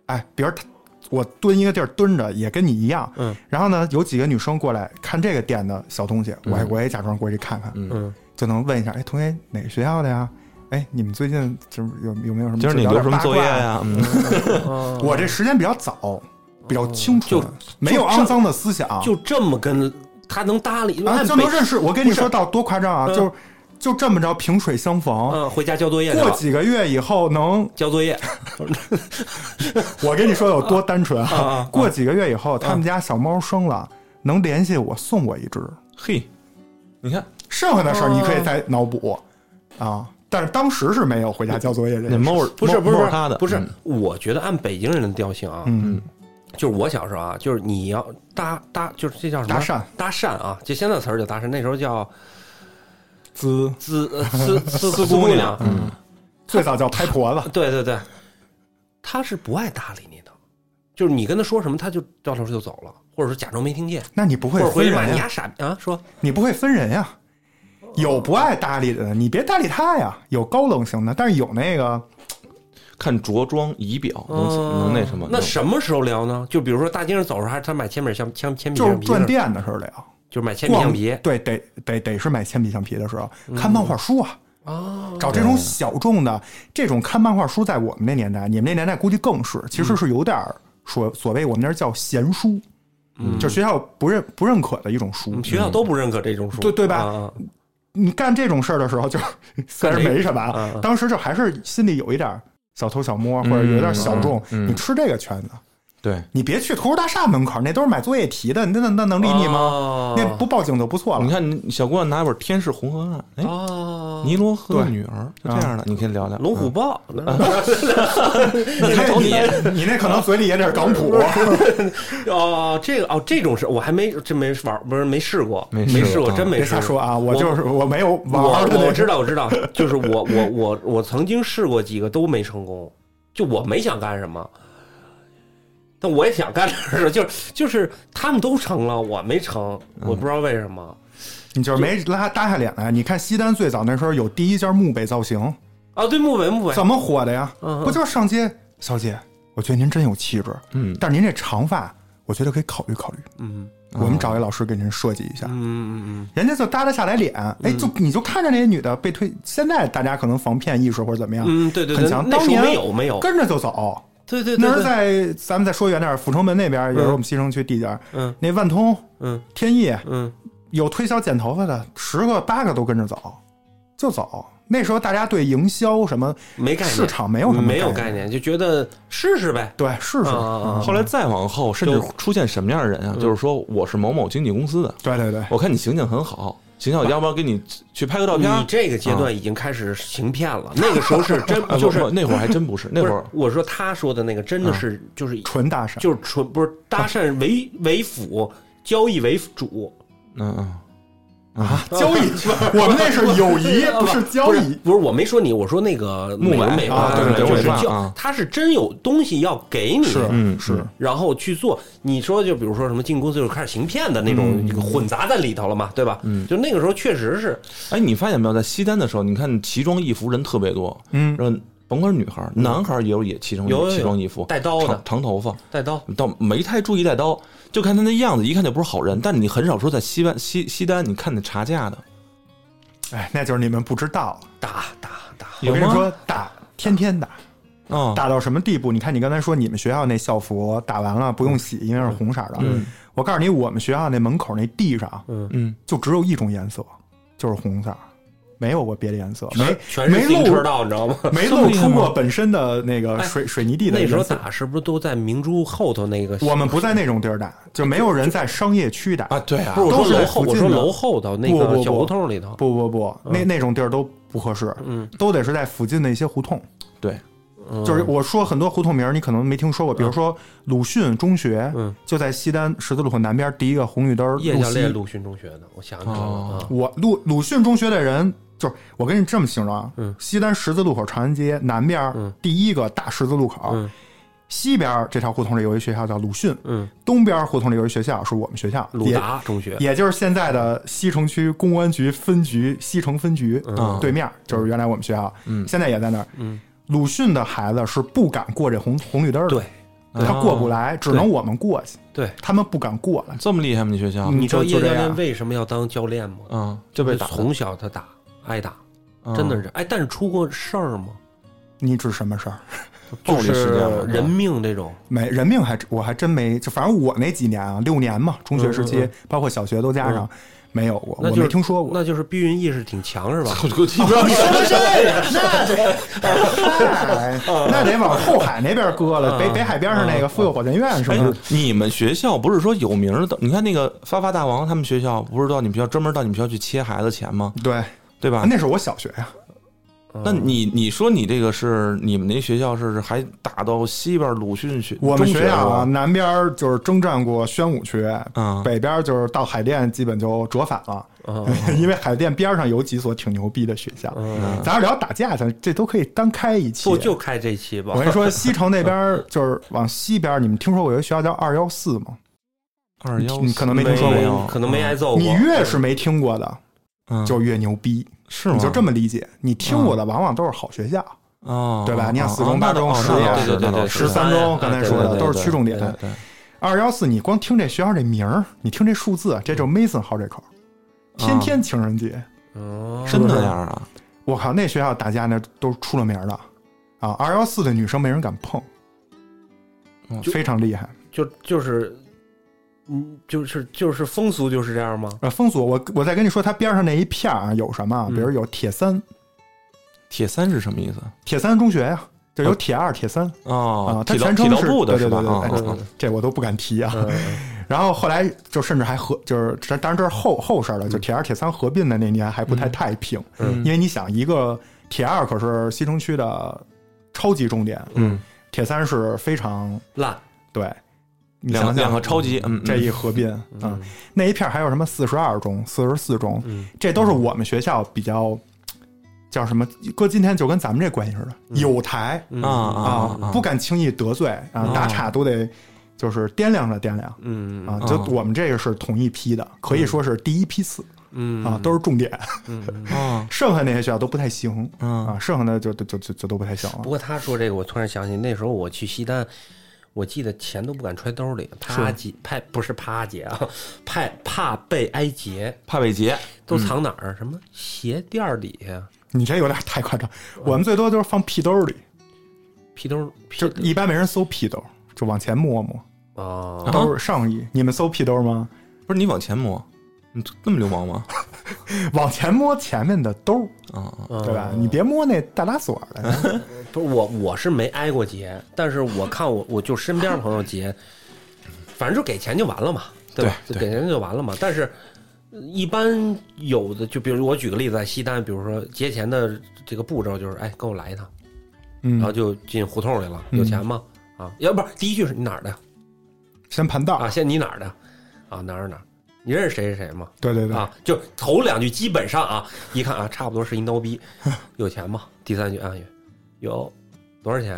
Speaker 2: 哎，比如他我蹲一个地儿蹲着，也跟你一样，
Speaker 3: 嗯
Speaker 2: 然后呢有几个女生过来看这个店的小东西，我也我也假装过去看看，
Speaker 3: 嗯
Speaker 2: 就能问一下，哎，同学哪个学校的呀？哎，你们最近就是有有没有什么
Speaker 1: 今儿你
Speaker 2: 聊
Speaker 1: 留
Speaker 2: 点
Speaker 1: 什么作业
Speaker 2: 八卦呀？
Speaker 3: 啊
Speaker 1: 呀？嗯，
Speaker 3: 哦
Speaker 2: 我这时间比较早，比较清楚
Speaker 3: 就
Speaker 2: 的，没有
Speaker 3: 就这
Speaker 2: 肮脏的思想，
Speaker 3: 就这么跟他能搭理，
Speaker 2: 啊，
Speaker 3: 按
Speaker 2: 就
Speaker 3: 北
Speaker 2: 能认识。我跟你说到多夸张啊，
Speaker 3: 嗯
Speaker 2: 就就这么着萍水相逢。
Speaker 3: 嗯，回家交作业去
Speaker 2: 过
Speaker 3: 了，
Speaker 2: 几个月以后能，
Speaker 3: 交
Speaker 2: [LAUGHS]
Speaker 3: 作业。
Speaker 2: 我跟你说有多单纯
Speaker 3: 啊啊啊
Speaker 2: 啊！过几个月以后，他们家小猫生了，能联系我送我一只。
Speaker 1: 嘿，你看
Speaker 2: 剩下的事儿
Speaker 3: 哦
Speaker 2: 你可以再脑补啊，但是当时是没有回家交作业这
Speaker 1: 那
Speaker 2: 件事。
Speaker 1: 猫儿
Speaker 3: 不是
Speaker 1: 猫
Speaker 3: 不是
Speaker 1: 猫儿他的
Speaker 3: 不是
Speaker 1: 嗯，
Speaker 3: 我觉得按北京人的调性啊，
Speaker 2: 嗯，
Speaker 3: 就是我小时候啊，就是你要搭搭，就是这叫什么
Speaker 2: 搭讪
Speaker 3: 搭讪啊，就现在词儿叫搭讪，那时候叫
Speaker 2: 滋
Speaker 3: 滋
Speaker 2: [LAUGHS]
Speaker 3: 呃滋滋
Speaker 1: 滋
Speaker 3: 姑
Speaker 1: 姑
Speaker 3: 娘
Speaker 1: 娘，嗯
Speaker 2: 最早叫拍婆
Speaker 3: [LAUGHS]
Speaker 2: 子，
Speaker 3: 对对对，他是不爱搭理你的，就是你跟他说什么，他就掉头就走了，或者说假装没听见，
Speaker 2: 那你不
Speaker 3: 或
Speaker 2: 会
Speaker 3: 者
Speaker 2: 分
Speaker 3: 回去骂
Speaker 2: 人
Speaker 3: 你
Speaker 2: 呀？
Speaker 3: 丫傻逼啊，说
Speaker 2: 你不会分人呀？有不爱搭理的，你别搭理他呀。有高冷型的，但是有那个
Speaker 1: 看着装仪表能
Speaker 3: 嗯
Speaker 1: 能那什么？
Speaker 3: 那
Speaker 1: 能
Speaker 3: 什么时候聊呢？就比如说大街上走的时候，还是他买铅笔橡铅铅笔
Speaker 2: 就是
Speaker 3: 橡皮的时
Speaker 2: 转
Speaker 3: 候，
Speaker 2: 店的时候聊。
Speaker 3: 就是买铅笔橡
Speaker 2: 逛
Speaker 3: 皮嗯
Speaker 2: 对，得得得是买铅笔橡皮的时候看漫画书啊，
Speaker 3: 哦，
Speaker 2: 找这种小众的这种看漫画书，在我们那年代，你们那年代估计更是，其
Speaker 3: 嗯
Speaker 2: 实是有点儿所所谓我们那儿叫闲书，
Speaker 3: 嗯
Speaker 2: 就学校不认不认可的一种书
Speaker 3: 我们。嗯学校
Speaker 1: 嗯
Speaker 3: 都不认可这种书，
Speaker 2: 对对吧
Speaker 3: 啊
Speaker 2: 你干这种事儿的时候，就是
Speaker 3: [LAUGHS]
Speaker 2: 虽然没什么啊
Speaker 3: 嗯，嗯
Speaker 2: 当时就还是心里有一点儿小偷小摸，或者有一点儿小众，
Speaker 1: 嗯嗯嗯
Speaker 2: 你吃这个圈子。
Speaker 1: 对，
Speaker 2: 你别去图书大厦门口，那都是买作业题的，那那那能理你吗？
Speaker 3: 哦
Speaker 2: 那不报警就不错了
Speaker 1: 你。看你小姑娘拿一本《天是红河岸》，哎，
Speaker 3: 哦，啊
Speaker 1: 尼罗河的
Speaker 2: 对
Speaker 1: 女儿，就这样的，你嗯可以聊聊
Speaker 3: 龙虎豹，
Speaker 1: 嗯
Speaker 2: 你那哎你那你那可能嘴里也得是港
Speaker 3: [LAUGHS]
Speaker 2: 普。
Speaker 3: [LAUGHS] 哦，这个哦，这种事我还没真没玩，不是没试过，
Speaker 1: 没试过
Speaker 3: 没试过，
Speaker 1: 啊
Speaker 3: 真没
Speaker 2: 别
Speaker 3: 试
Speaker 2: 瞎
Speaker 3: 过。
Speaker 2: 说啊！我
Speaker 3: 我
Speaker 2: 就是我没有
Speaker 3: 我
Speaker 2: 玩儿的
Speaker 3: 我
Speaker 2: 那
Speaker 3: 知
Speaker 2: 种。
Speaker 3: 道我知道，
Speaker 2: [LAUGHS]
Speaker 3: 就是我我我我曾经试过几个都没成功，就我没想干什么，但我也想干点事，就是就是他们都成了，我没成，
Speaker 2: 嗯
Speaker 3: 我不知道为什么
Speaker 2: 你就是没拉搭下脸来。你看西单最早那时候有第一件墓碑造型，
Speaker 3: 啊。对，木北木北，
Speaker 2: 怎么火的呀？
Speaker 3: 嗯嗯
Speaker 2: 不就是上街，小姐，我觉得您真有气质，
Speaker 1: 嗯
Speaker 2: 但是您这长发，我觉得可以考虑考虑。
Speaker 3: 嗯
Speaker 2: 我们找一老师给您设计一下。
Speaker 3: 嗯嗯
Speaker 2: 人家就搭得下来脸，哎，就你就看着那些女的被推，现在大家可能防骗意识或者怎么样，
Speaker 3: 嗯嗯，对对
Speaker 2: 很
Speaker 3: 对，
Speaker 2: 强。
Speaker 3: 那
Speaker 2: 当
Speaker 3: 时
Speaker 2: 年
Speaker 3: 候没有没有，
Speaker 2: 跟着就走，
Speaker 3: 对对对
Speaker 2: 那是
Speaker 3: 对，
Speaker 2: 在咱们再说远点儿，阜成门那边儿也是
Speaker 3: 嗯
Speaker 2: 我们西城区地界儿，
Speaker 3: 嗯
Speaker 2: 那万通、
Speaker 3: 嗯
Speaker 2: 天意
Speaker 3: 嗯，
Speaker 2: 有推销剪头发的，十个八个都跟着走，就走。那时候大家对营销什么
Speaker 3: 没概念，
Speaker 2: 市场没有什么
Speaker 3: 没有
Speaker 2: 概
Speaker 3: 概念，就觉得试试呗。
Speaker 2: 对，试试。
Speaker 3: 啊啊啊
Speaker 2: 嗯
Speaker 1: 后来再往后，甚至
Speaker 3: 就嗯
Speaker 1: 出现什么样的人啊？就是说我是某某经纪公司的，
Speaker 2: 对对对，
Speaker 1: 我看你形象很好，形象我要不要给你去拍个照片？
Speaker 3: 你这个阶
Speaker 2: 啊
Speaker 3: 段已经开始行骗了，那个时候是
Speaker 2: [LAUGHS]
Speaker 3: 真
Speaker 1: 啊，
Speaker 3: 就
Speaker 1: 不
Speaker 3: 是
Speaker 1: 不，那会儿还真不
Speaker 3: [LAUGHS]
Speaker 1: 是，那
Speaker 3: 不
Speaker 1: 会
Speaker 3: 是
Speaker 1: 儿
Speaker 3: 我说他说的那个真的是
Speaker 2: 啊
Speaker 3: 就是
Speaker 2: 纯搭讪。
Speaker 3: 就是纯不是搭讪为为辅，交易为主，
Speaker 1: 嗯嗯啊，
Speaker 2: 交
Speaker 3: [LAUGHS]
Speaker 2: 易，我们那是友谊，不是交易。
Speaker 3: 不是我没说你，我说那个
Speaker 1: 木
Speaker 3: 美
Speaker 1: 板
Speaker 3: 美
Speaker 2: 啊对对对
Speaker 3: 就是
Speaker 1: 木板
Speaker 3: 交
Speaker 1: 啊，
Speaker 3: 他是真有东西要给你，
Speaker 2: 是
Speaker 1: 嗯
Speaker 2: 是，
Speaker 3: 然后去做。你说就比如说什么进公司就开始行骗的那
Speaker 2: 嗯
Speaker 3: 种混杂在里头了嘛，对吧？嗯，就那个时候确实是
Speaker 1: 哎，你发现没有，在西单的时候，你看奇装异服人特别多，
Speaker 2: 嗯
Speaker 1: 然后甭管是女孩儿，男孩儿也有也奇装
Speaker 3: 有有有
Speaker 1: 奇装异服，
Speaker 3: 带刀的
Speaker 1: 长长头发，
Speaker 3: 带刀，
Speaker 1: 倒没太注意带刀，就看他那样子，一看就不是好人。但你很少说在西单西西单，你看那查价的，
Speaker 2: 哎，那就是你们不知道。
Speaker 3: 打打打，
Speaker 2: 我
Speaker 1: 有
Speaker 2: 跟你
Speaker 1: 吗
Speaker 2: 说，打天天打，
Speaker 3: 嗯
Speaker 1: 啊，
Speaker 2: 打到什么地步？你看，你刚才说你们学校那校服打完了不用洗，因为是红色的。
Speaker 1: 嗯
Speaker 2: 我告诉你，我们学校那门口那地上
Speaker 1: 嗯，
Speaker 2: 就只有一种颜色，就是红色，没有过别的颜色，没
Speaker 3: 全是
Speaker 2: 没
Speaker 3: 自行车
Speaker 2: 露
Speaker 3: 道，你知道吗？ [LAUGHS]
Speaker 2: 没
Speaker 1: 这么
Speaker 2: 露
Speaker 1: 厉害
Speaker 2: 出
Speaker 1: 吗
Speaker 2: 过本身的那个
Speaker 3: 哎
Speaker 2: 水水泥地的 [LAUGHS]
Speaker 3: 那时候
Speaker 2: 颜色。
Speaker 3: 打是不是都在明珠后头那个？
Speaker 2: 我们不在那种地儿打，就没有人在商业区打。
Speaker 1: 啊，对啊，
Speaker 3: 不是我
Speaker 2: 都是
Speaker 3: 说楼
Speaker 2: 在
Speaker 3: 后，
Speaker 2: 附
Speaker 3: 我
Speaker 2: 近
Speaker 3: 说
Speaker 2: 的
Speaker 3: 楼后头那
Speaker 2: 不不
Speaker 3: 个
Speaker 2: 不
Speaker 3: 小胡同里头。
Speaker 2: 不不不，那那种地儿都不合适，
Speaker 3: 嗯，
Speaker 2: 都得是在附近的一些胡同。
Speaker 1: 对，
Speaker 2: 就是我说很多胡同名儿，你可能没听说过，比如说鲁迅中学，
Speaker 3: 嗯，
Speaker 2: 就在西单十字路口南边第一个红绿灯儿
Speaker 3: 叶
Speaker 2: 路
Speaker 3: 教练
Speaker 2: 西。
Speaker 3: 鲁迅中学的，我想起来了
Speaker 1: 哦
Speaker 3: 啊。
Speaker 2: 我鲁鲁迅中学的人，就是我跟你这么形容啊，
Speaker 3: 嗯
Speaker 2: 西单十字路口长安街南边儿
Speaker 3: 嗯
Speaker 2: 第一个大十字路口，
Speaker 3: 嗯
Speaker 2: 西边儿这条胡同里有一学校叫鲁迅，
Speaker 3: 嗯，
Speaker 2: 东边儿胡同里有一学校是我们学校，
Speaker 3: 鲁
Speaker 2: 也
Speaker 3: 达中学，
Speaker 2: 也就是现在的西城区公安局分局西城分局、
Speaker 1: 嗯
Speaker 2: 对面，就是原来我们学校，
Speaker 1: 嗯
Speaker 2: 现在也在那儿。
Speaker 3: 嗯
Speaker 2: 鲁迅的孩子是不敢过这红红绿灯的，
Speaker 3: 对哦
Speaker 2: 他过不来，只能我们过去，
Speaker 3: 对。
Speaker 2: 他们不敢过来。
Speaker 1: 这么厉害吗？你学校
Speaker 2: 嗯
Speaker 3: 哦你知道
Speaker 2: 就就
Speaker 3: 叶
Speaker 2: 这
Speaker 3: 教练
Speaker 2: 样
Speaker 3: 为什么要当教练吗？
Speaker 1: 啊，就被打的，
Speaker 3: 从小他打挨打，
Speaker 1: 啊
Speaker 3: 真的是这样哎，但是出过事儿吗？
Speaker 2: 你指什么事儿？
Speaker 1: 暴
Speaker 3: 就
Speaker 1: 力事
Speaker 3: 是
Speaker 1: 件了
Speaker 3: 人命这种，
Speaker 2: 没人命还我还真没，就反正我那几年啊，六年嘛，中学时期、
Speaker 3: 嗯嗯嗯
Speaker 2: 包括小学都加上，没有过，
Speaker 3: 那
Speaker 2: 我
Speaker 3: 就是
Speaker 2: 没听说过。
Speaker 3: 那就是避孕意识挺强是吧？
Speaker 1: 啊 [LAUGHS] 我就听说
Speaker 2: 哎
Speaker 3: [LAUGHS] 嗯
Speaker 2: 那得往后海那边搁了，北北海边上那个妇幼保健院什
Speaker 1: 哎
Speaker 2: [LAUGHS] 么的，，
Speaker 1: 你们学校不是说有名儿的？你看那个发发大王，他们学校不是到你们学校专门到你们学校去切孩子钱吗？
Speaker 2: 对，
Speaker 1: 对吧？
Speaker 2: 那是我小学呀、
Speaker 1: 那
Speaker 3: 嗯
Speaker 1: 你你说你这个是你们那学校是还打到西边鲁迅学
Speaker 2: 我们
Speaker 1: 中
Speaker 2: 学校啊，
Speaker 1: 了
Speaker 2: 南边儿就是征战过宣武区，
Speaker 1: 啊
Speaker 2: 北边儿就是到海淀，基本就折返了。 [LAUGHS] 因为海淀边上有几所挺牛逼的学
Speaker 1: 啊
Speaker 2: 校，
Speaker 3: 嗯
Speaker 2: 咱要聊打架去，这都可以单开一期。
Speaker 3: 不就开这期吧
Speaker 2: [LAUGHS] 我？跟你说，西城那边儿就是往西边儿，你们听说过有一学校叫二幺四吗？
Speaker 1: 二幺，
Speaker 2: 你可能没听说过
Speaker 1: 没有
Speaker 3: 可能没挨
Speaker 1: 哦
Speaker 3: 揍过。嗯
Speaker 2: 你越是没听过的，
Speaker 1: 嗯
Speaker 2: 就越牛逼，
Speaker 1: 是吗？
Speaker 2: 你就这么理解。你听过的往往都是好学校，
Speaker 1: 啊，
Speaker 2: 对吧你看
Speaker 1: 啊
Speaker 2: 四中
Speaker 1: 啊
Speaker 2: 八中
Speaker 1: 那倒
Speaker 2: 十
Speaker 1: 那倒
Speaker 2: 中
Speaker 1: 是
Speaker 3: 对对
Speaker 1: 那
Speaker 3: 对
Speaker 1: 倒
Speaker 3: 对
Speaker 1: 是
Speaker 2: 十三中
Speaker 3: 哎
Speaker 2: 刚才
Speaker 3: 对
Speaker 2: 说
Speaker 1: 对
Speaker 2: 的
Speaker 1: 对
Speaker 2: 都是
Speaker 1: 对
Speaker 2: 区重点。
Speaker 1: 对对
Speaker 2: 二幺四，你光听这学校这名儿，你听这数字，这就是
Speaker 3: 嗯
Speaker 2: Mason 号这口，
Speaker 3: 啊
Speaker 2: 天天情人节。
Speaker 3: 哦
Speaker 1: 真的那样啊？
Speaker 2: 我靠，那学校打架那都出了名儿的啊！二幺四的女生没人敢碰，
Speaker 1: 嗯
Speaker 2: 非常厉害。
Speaker 3: 就就是，嗯，就是就是风俗就是这样吗？
Speaker 2: 呃，风俗，我我再跟你说，它边上那一片儿啊有什么啊？
Speaker 3: 嗯
Speaker 2: 比如有铁三，
Speaker 1: 铁三是什么意思？
Speaker 2: 铁三中学呀、就
Speaker 3: 嗯
Speaker 2: 有铁二、铁三
Speaker 1: 哦
Speaker 2: 啊，，
Speaker 1: 铁
Speaker 2: 它
Speaker 1: 道
Speaker 2: 全
Speaker 1: 铁
Speaker 2: 称
Speaker 1: 道
Speaker 2: 是
Speaker 1: 部的
Speaker 2: 对
Speaker 1: 是
Speaker 2: 对
Speaker 1: 吧？
Speaker 2: 对对，
Speaker 1: 啊
Speaker 2: 哎
Speaker 1: 啊
Speaker 3: 嗯
Speaker 1: 啊
Speaker 2: 这我都不敢提啊。
Speaker 3: 嗯
Speaker 2: 然后后来就甚至还合，就是这当然这是后后事儿了，就铁二、铁三合并的那年还不太太平，
Speaker 3: 嗯
Speaker 2: 因为你想，一个铁二可是西城区的超级重点，
Speaker 3: 嗯，
Speaker 2: 铁三是非常
Speaker 3: 烂，
Speaker 2: 对，你
Speaker 1: 两个
Speaker 2: 想想
Speaker 1: 两个超级，嗯，嗯
Speaker 2: 这一合并啊、
Speaker 3: 嗯
Speaker 2: 那一片儿还有什么四十二中、四十四中，
Speaker 3: 嗯
Speaker 2: 这都是我们学校比较叫什么？搁今天就跟咱们这关系似的，有台
Speaker 3: 嗯
Speaker 1: 啊啊
Speaker 2: 啊，不敢轻易得罪啊，打岔都得就是掂量着掂量
Speaker 3: 嗯
Speaker 2: 啊
Speaker 1: 嗯。
Speaker 2: 就我们这个是同一批的，可以说是第一批次
Speaker 3: 嗯
Speaker 2: 啊，都是重点，
Speaker 3: 嗯嗯
Speaker 1: 啊，
Speaker 2: 剩下那些学校都不太行
Speaker 1: 嗯
Speaker 2: 啊，剩下的就就就就就都不太行了
Speaker 3: 不。过他说这个，我突然想起那时候我去西单，我记得钱都不敢揣兜里，怕劫，怕不是怕劫啊，怕怕被挨劫，
Speaker 1: 帕贝杰
Speaker 2: 嗯
Speaker 3: 都藏哪儿？什么鞋垫儿底下、
Speaker 2: 你这有点太夸张，我们最多就是放屁兜里，
Speaker 3: 屁兜屁
Speaker 2: 就一般没人搜屁兜，就往前摸摸，
Speaker 3: 啊，
Speaker 2: 都是上衣。你们搜屁兜吗？
Speaker 1: 不是你往前摸，你那么流氓吗？
Speaker 2: 往前摸前面的兜，
Speaker 1: 啊，啊
Speaker 2: 对吧？
Speaker 3: 嗯
Speaker 2: 你别摸那大拉锁的，
Speaker 3: [LAUGHS] 不是我，我是没挨过劫，但是我看我我就身边朋友劫， [LAUGHS] 反正就给钱就完了嘛，吧？
Speaker 1: 对
Speaker 3: 就
Speaker 1: 对
Speaker 3: 给钱就完了嘛。但是，呃一般有的就比如我举个例子，在西单，比如说劫钱的这个步骤就是，哎，跟我来一趟，然后
Speaker 2: 嗯，
Speaker 3: 就进胡同里了，
Speaker 2: 嗯
Speaker 3: 有钱吗？啊，要不是第一句是你哪儿的呀
Speaker 2: 先盘道，
Speaker 3: 啊？先你哪儿的呀啊？哪儿哪儿？你认识谁谁谁吗？
Speaker 2: 对对对，
Speaker 3: 啊，就头两句基本上啊，一看啊，差不多是一孬逼，有钱吗？第三句啊，有，有多少钱？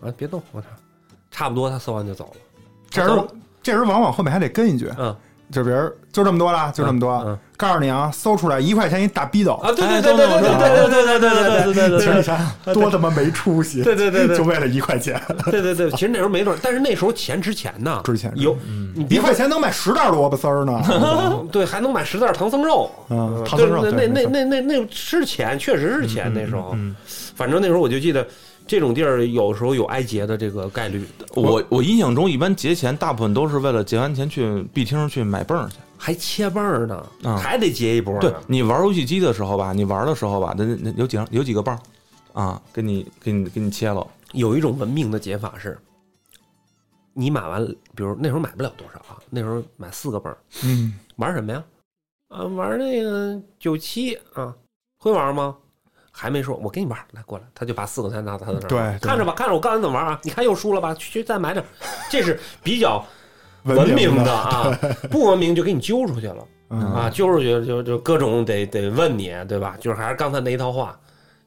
Speaker 3: 啊，别动，我操，差不多他搜完就走了。
Speaker 2: 这人这人往往后面还得跟一句，
Speaker 3: 嗯，
Speaker 2: 就别人就这么多了，就这么多。
Speaker 3: 嗯
Speaker 2: 告诉你啊，搜出来一块钱一大逼斗，
Speaker 3: 啊，对
Speaker 1: 哎
Speaker 3: 对对对对对对对对对对对对对
Speaker 2: [LAUGHS] 其实你
Speaker 3: 对
Speaker 2: 想想多他妈没出息，
Speaker 3: 对对对对
Speaker 2: 就为了一块钱，
Speaker 3: 对对对，其实那时候没准，但是那时候钱值钱呢，
Speaker 2: 值钱
Speaker 3: 有
Speaker 1: 嗯
Speaker 3: 你
Speaker 2: 一
Speaker 3: 别
Speaker 2: 块钱能买十袋萝卜丝儿呢。
Speaker 3: [LAUGHS] 对，还能买十袋唐僧肉。 [LAUGHS]
Speaker 2: 嗯，唐
Speaker 3: 对
Speaker 2: 僧肉，
Speaker 3: 那
Speaker 2: 对
Speaker 3: 那
Speaker 2: 没错
Speaker 3: 那那那是钱，确实是钱。那时候，
Speaker 1: 嗯
Speaker 3: 反正那时候我就记得，这种地儿有时候有挨劫的这个概率，
Speaker 1: 我我印象中一般节前大部分都是为了节完钱去币厅去买泵去。
Speaker 3: 还切棒儿呢，
Speaker 2: 啊
Speaker 1: 嗯
Speaker 3: 还得劫一波呢。
Speaker 1: 对你玩游戏机的时候吧，你玩的时候吧，那那有几张有几个棒啊，给你给你给你切了。
Speaker 3: 有一种文明的解法是，你买完，比如那时候买不了多少啊，那时候买四个泵儿，
Speaker 2: 嗯，
Speaker 3: 玩什么呀？啊，玩那个九七啊，会玩吗？还没说，我跟你玩，来过来，他就把四个钱拿到他的这儿，
Speaker 2: 对对
Speaker 3: 看着吧，看着我告诉你怎么玩啊，你看又输了吧，去去再买点儿，这是比较文
Speaker 2: 文明 [LAUGHS]
Speaker 3: 的啊，不文明就给你揪出去了。
Speaker 2: 嗯，
Speaker 3: 啊，就是就就就各种得得问你，对吧？就是还是刚才那一套话，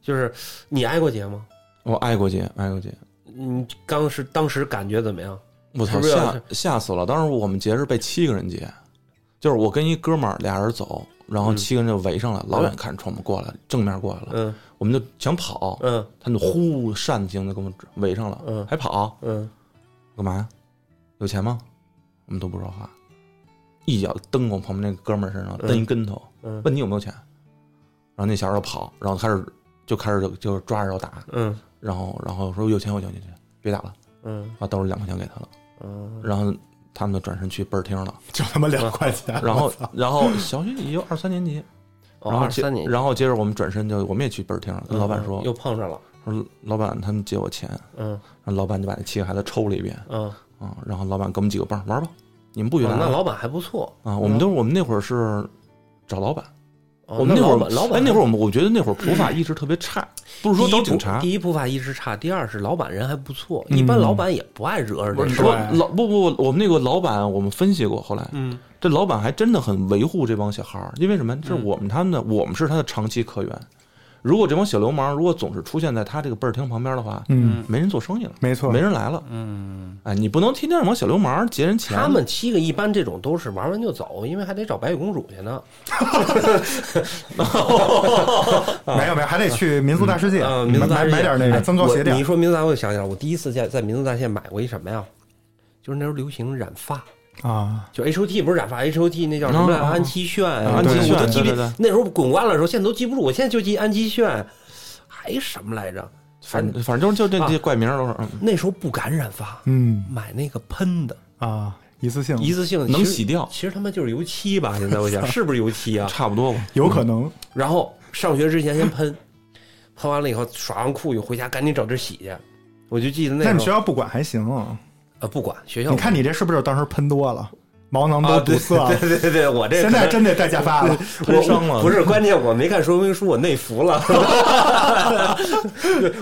Speaker 3: 就是你挨过劫吗？
Speaker 1: 我挨过劫，挨过劫，
Speaker 3: 你刚是当时感觉怎么样？
Speaker 1: 我操，
Speaker 3: 是不是
Speaker 1: 吓吓死了！当时我们劫是被七个人劫，就是我跟一哥们儿俩人走，然后
Speaker 3: 嗯
Speaker 1: 七个人就围上来，老远看冲我们过来，正面过来了，
Speaker 3: 嗯
Speaker 1: 我们就想跑，
Speaker 3: 嗯
Speaker 1: 他们就呼扇子型的给我们围上了
Speaker 3: 嗯，
Speaker 1: 还跑
Speaker 3: 嗯，
Speaker 1: 干嘛呀？有钱吗？我们都不说话，一脚蹬我旁边那哥们儿身上，
Speaker 3: 嗯
Speaker 1: 蹬一跟头，
Speaker 3: 嗯
Speaker 1: 问你有没有钱，然后那小孩儿就跑，然后开始就开始就就抓着要打，
Speaker 3: 嗯
Speaker 1: 然后然后说有钱有钱有钱，别打了，
Speaker 3: 嗯
Speaker 1: 把兜里两块钱给他了，
Speaker 3: 嗯
Speaker 1: 然后他们就转身去倍儿厅了，
Speaker 2: 就他妈两块钱，
Speaker 1: 然后
Speaker 2: 哎我操
Speaker 1: 然后小学也就二三年级，
Speaker 3: 哦
Speaker 1: 然后
Speaker 3: 二
Speaker 1: 接
Speaker 3: 三年级，
Speaker 1: 然后接着我们转身就我们也去倍儿厅了，跟老板说
Speaker 3: 嗯又碰上了，
Speaker 1: 说老板他们借我钱，然
Speaker 3: 嗯
Speaker 1: 后老板就把那七个孩子抽了一遍
Speaker 3: 嗯，哦
Speaker 1: 啊，然后老板给我们几个棒玩吧，你们不许来
Speaker 3: 那
Speaker 1: 了
Speaker 3: 老板还不错，
Speaker 1: 啊，我们都是我们那会儿是找老板。
Speaker 3: 哦
Speaker 1: 我们那会
Speaker 3: 老
Speaker 1: 儿
Speaker 3: 板老
Speaker 1: 哎，
Speaker 3: 板
Speaker 1: 那会儿我们我觉得那会儿普法意识特别差，不是说
Speaker 3: 第一
Speaker 1: 找
Speaker 3: 不
Speaker 1: 警察
Speaker 3: 第，一不法意识差，第二是老板人还不错，一
Speaker 2: 嗯
Speaker 3: 般老板也不爱惹人
Speaker 1: 不是
Speaker 3: 家，
Speaker 2: 对
Speaker 1: 说老不不，我们那个老板我们分析过，后来
Speaker 3: 嗯
Speaker 1: 这老板还真的很维护这帮小孩儿，因为什么？
Speaker 3: 嗯
Speaker 1: 这是我们他们的，我们是他的长期客源。如果这帮小流氓如果总是出现在他这个倍儿厅旁边的话，
Speaker 2: 嗯，
Speaker 1: 没人做生意了，
Speaker 2: 没错，
Speaker 1: 没人来了。
Speaker 3: 嗯，
Speaker 1: 哎，你不能天天让帮小流氓劫人钱。
Speaker 3: 他们七个一般这种都是玩完就走，因为还得找白雪公主去
Speaker 1: [LAUGHS]
Speaker 3: 呢，
Speaker 2: 没有没有，还得去民族大世界
Speaker 3: 嗯，民
Speaker 2: 买
Speaker 3: 族大
Speaker 2: 买
Speaker 3: 世界
Speaker 2: 买点那个增高鞋
Speaker 3: 我你一
Speaker 2: 垫，
Speaker 3: 说民族大，我就想起来，我第一次在在民族大县买过一什么呀？就是那时候流行染发，
Speaker 2: 啊，
Speaker 3: 就 H O T 不是染发，H O T 那叫什么来
Speaker 1: 嗯嗯嗯
Speaker 3: 安七炫呀？
Speaker 1: 安
Speaker 2: 七炫
Speaker 3: 我都记不
Speaker 1: 对对对
Speaker 3: 那时候滚瓜烂的时候，现在都记不住，我现在就记安七炫，还什么来着？
Speaker 1: 反反正就这
Speaker 3: 啊
Speaker 1: 这些怪名儿都是嗯
Speaker 3: 那时候不敢染发，
Speaker 2: 嗯
Speaker 3: 买那个喷的，
Speaker 2: 啊，一次性
Speaker 3: 一次性的
Speaker 1: 能
Speaker 3: 其实
Speaker 1: 洗掉
Speaker 3: 其实他妈就是油漆吧？现在
Speaker 1: [LAUGHS]
Speaker 3: 我想是不是油漆啊？
Speaker 1: 差不多吧。
Speaker 2: 有可能，
Speaker 3: 然后上学之前先喷， [LAUGHS] 喷完了以后耍完裤以后回家赶紧找地儿洗去。我就记得那
Speaker 2: 那你
Speaker 3: 时
Speaker 2: 们
Speaker 3: 候
Speaker 2: 学校不管还行，
Speaker 3: 呃不管学校
Speaker 2: 你看
Speaker 3: 不
Speaker 2: 你这是不是当时喷多了，毛囊都
Speaker 3: 啊，
Speaker 2: 堵
Speaker 3: 对
Speaker 2: 塞了，
Speaker 3: 对对对对，我这
Speaker 2: [LAUGHS] 现
Speaker 3: 可
Speaker 2: 在
Speaker 3: 能
Speaker 2: 真得戴假发了，
Speaker 1: 喷伤了
Speaker 3: 我不是关键，我没看说明书，我内服了。 [LAUGHS]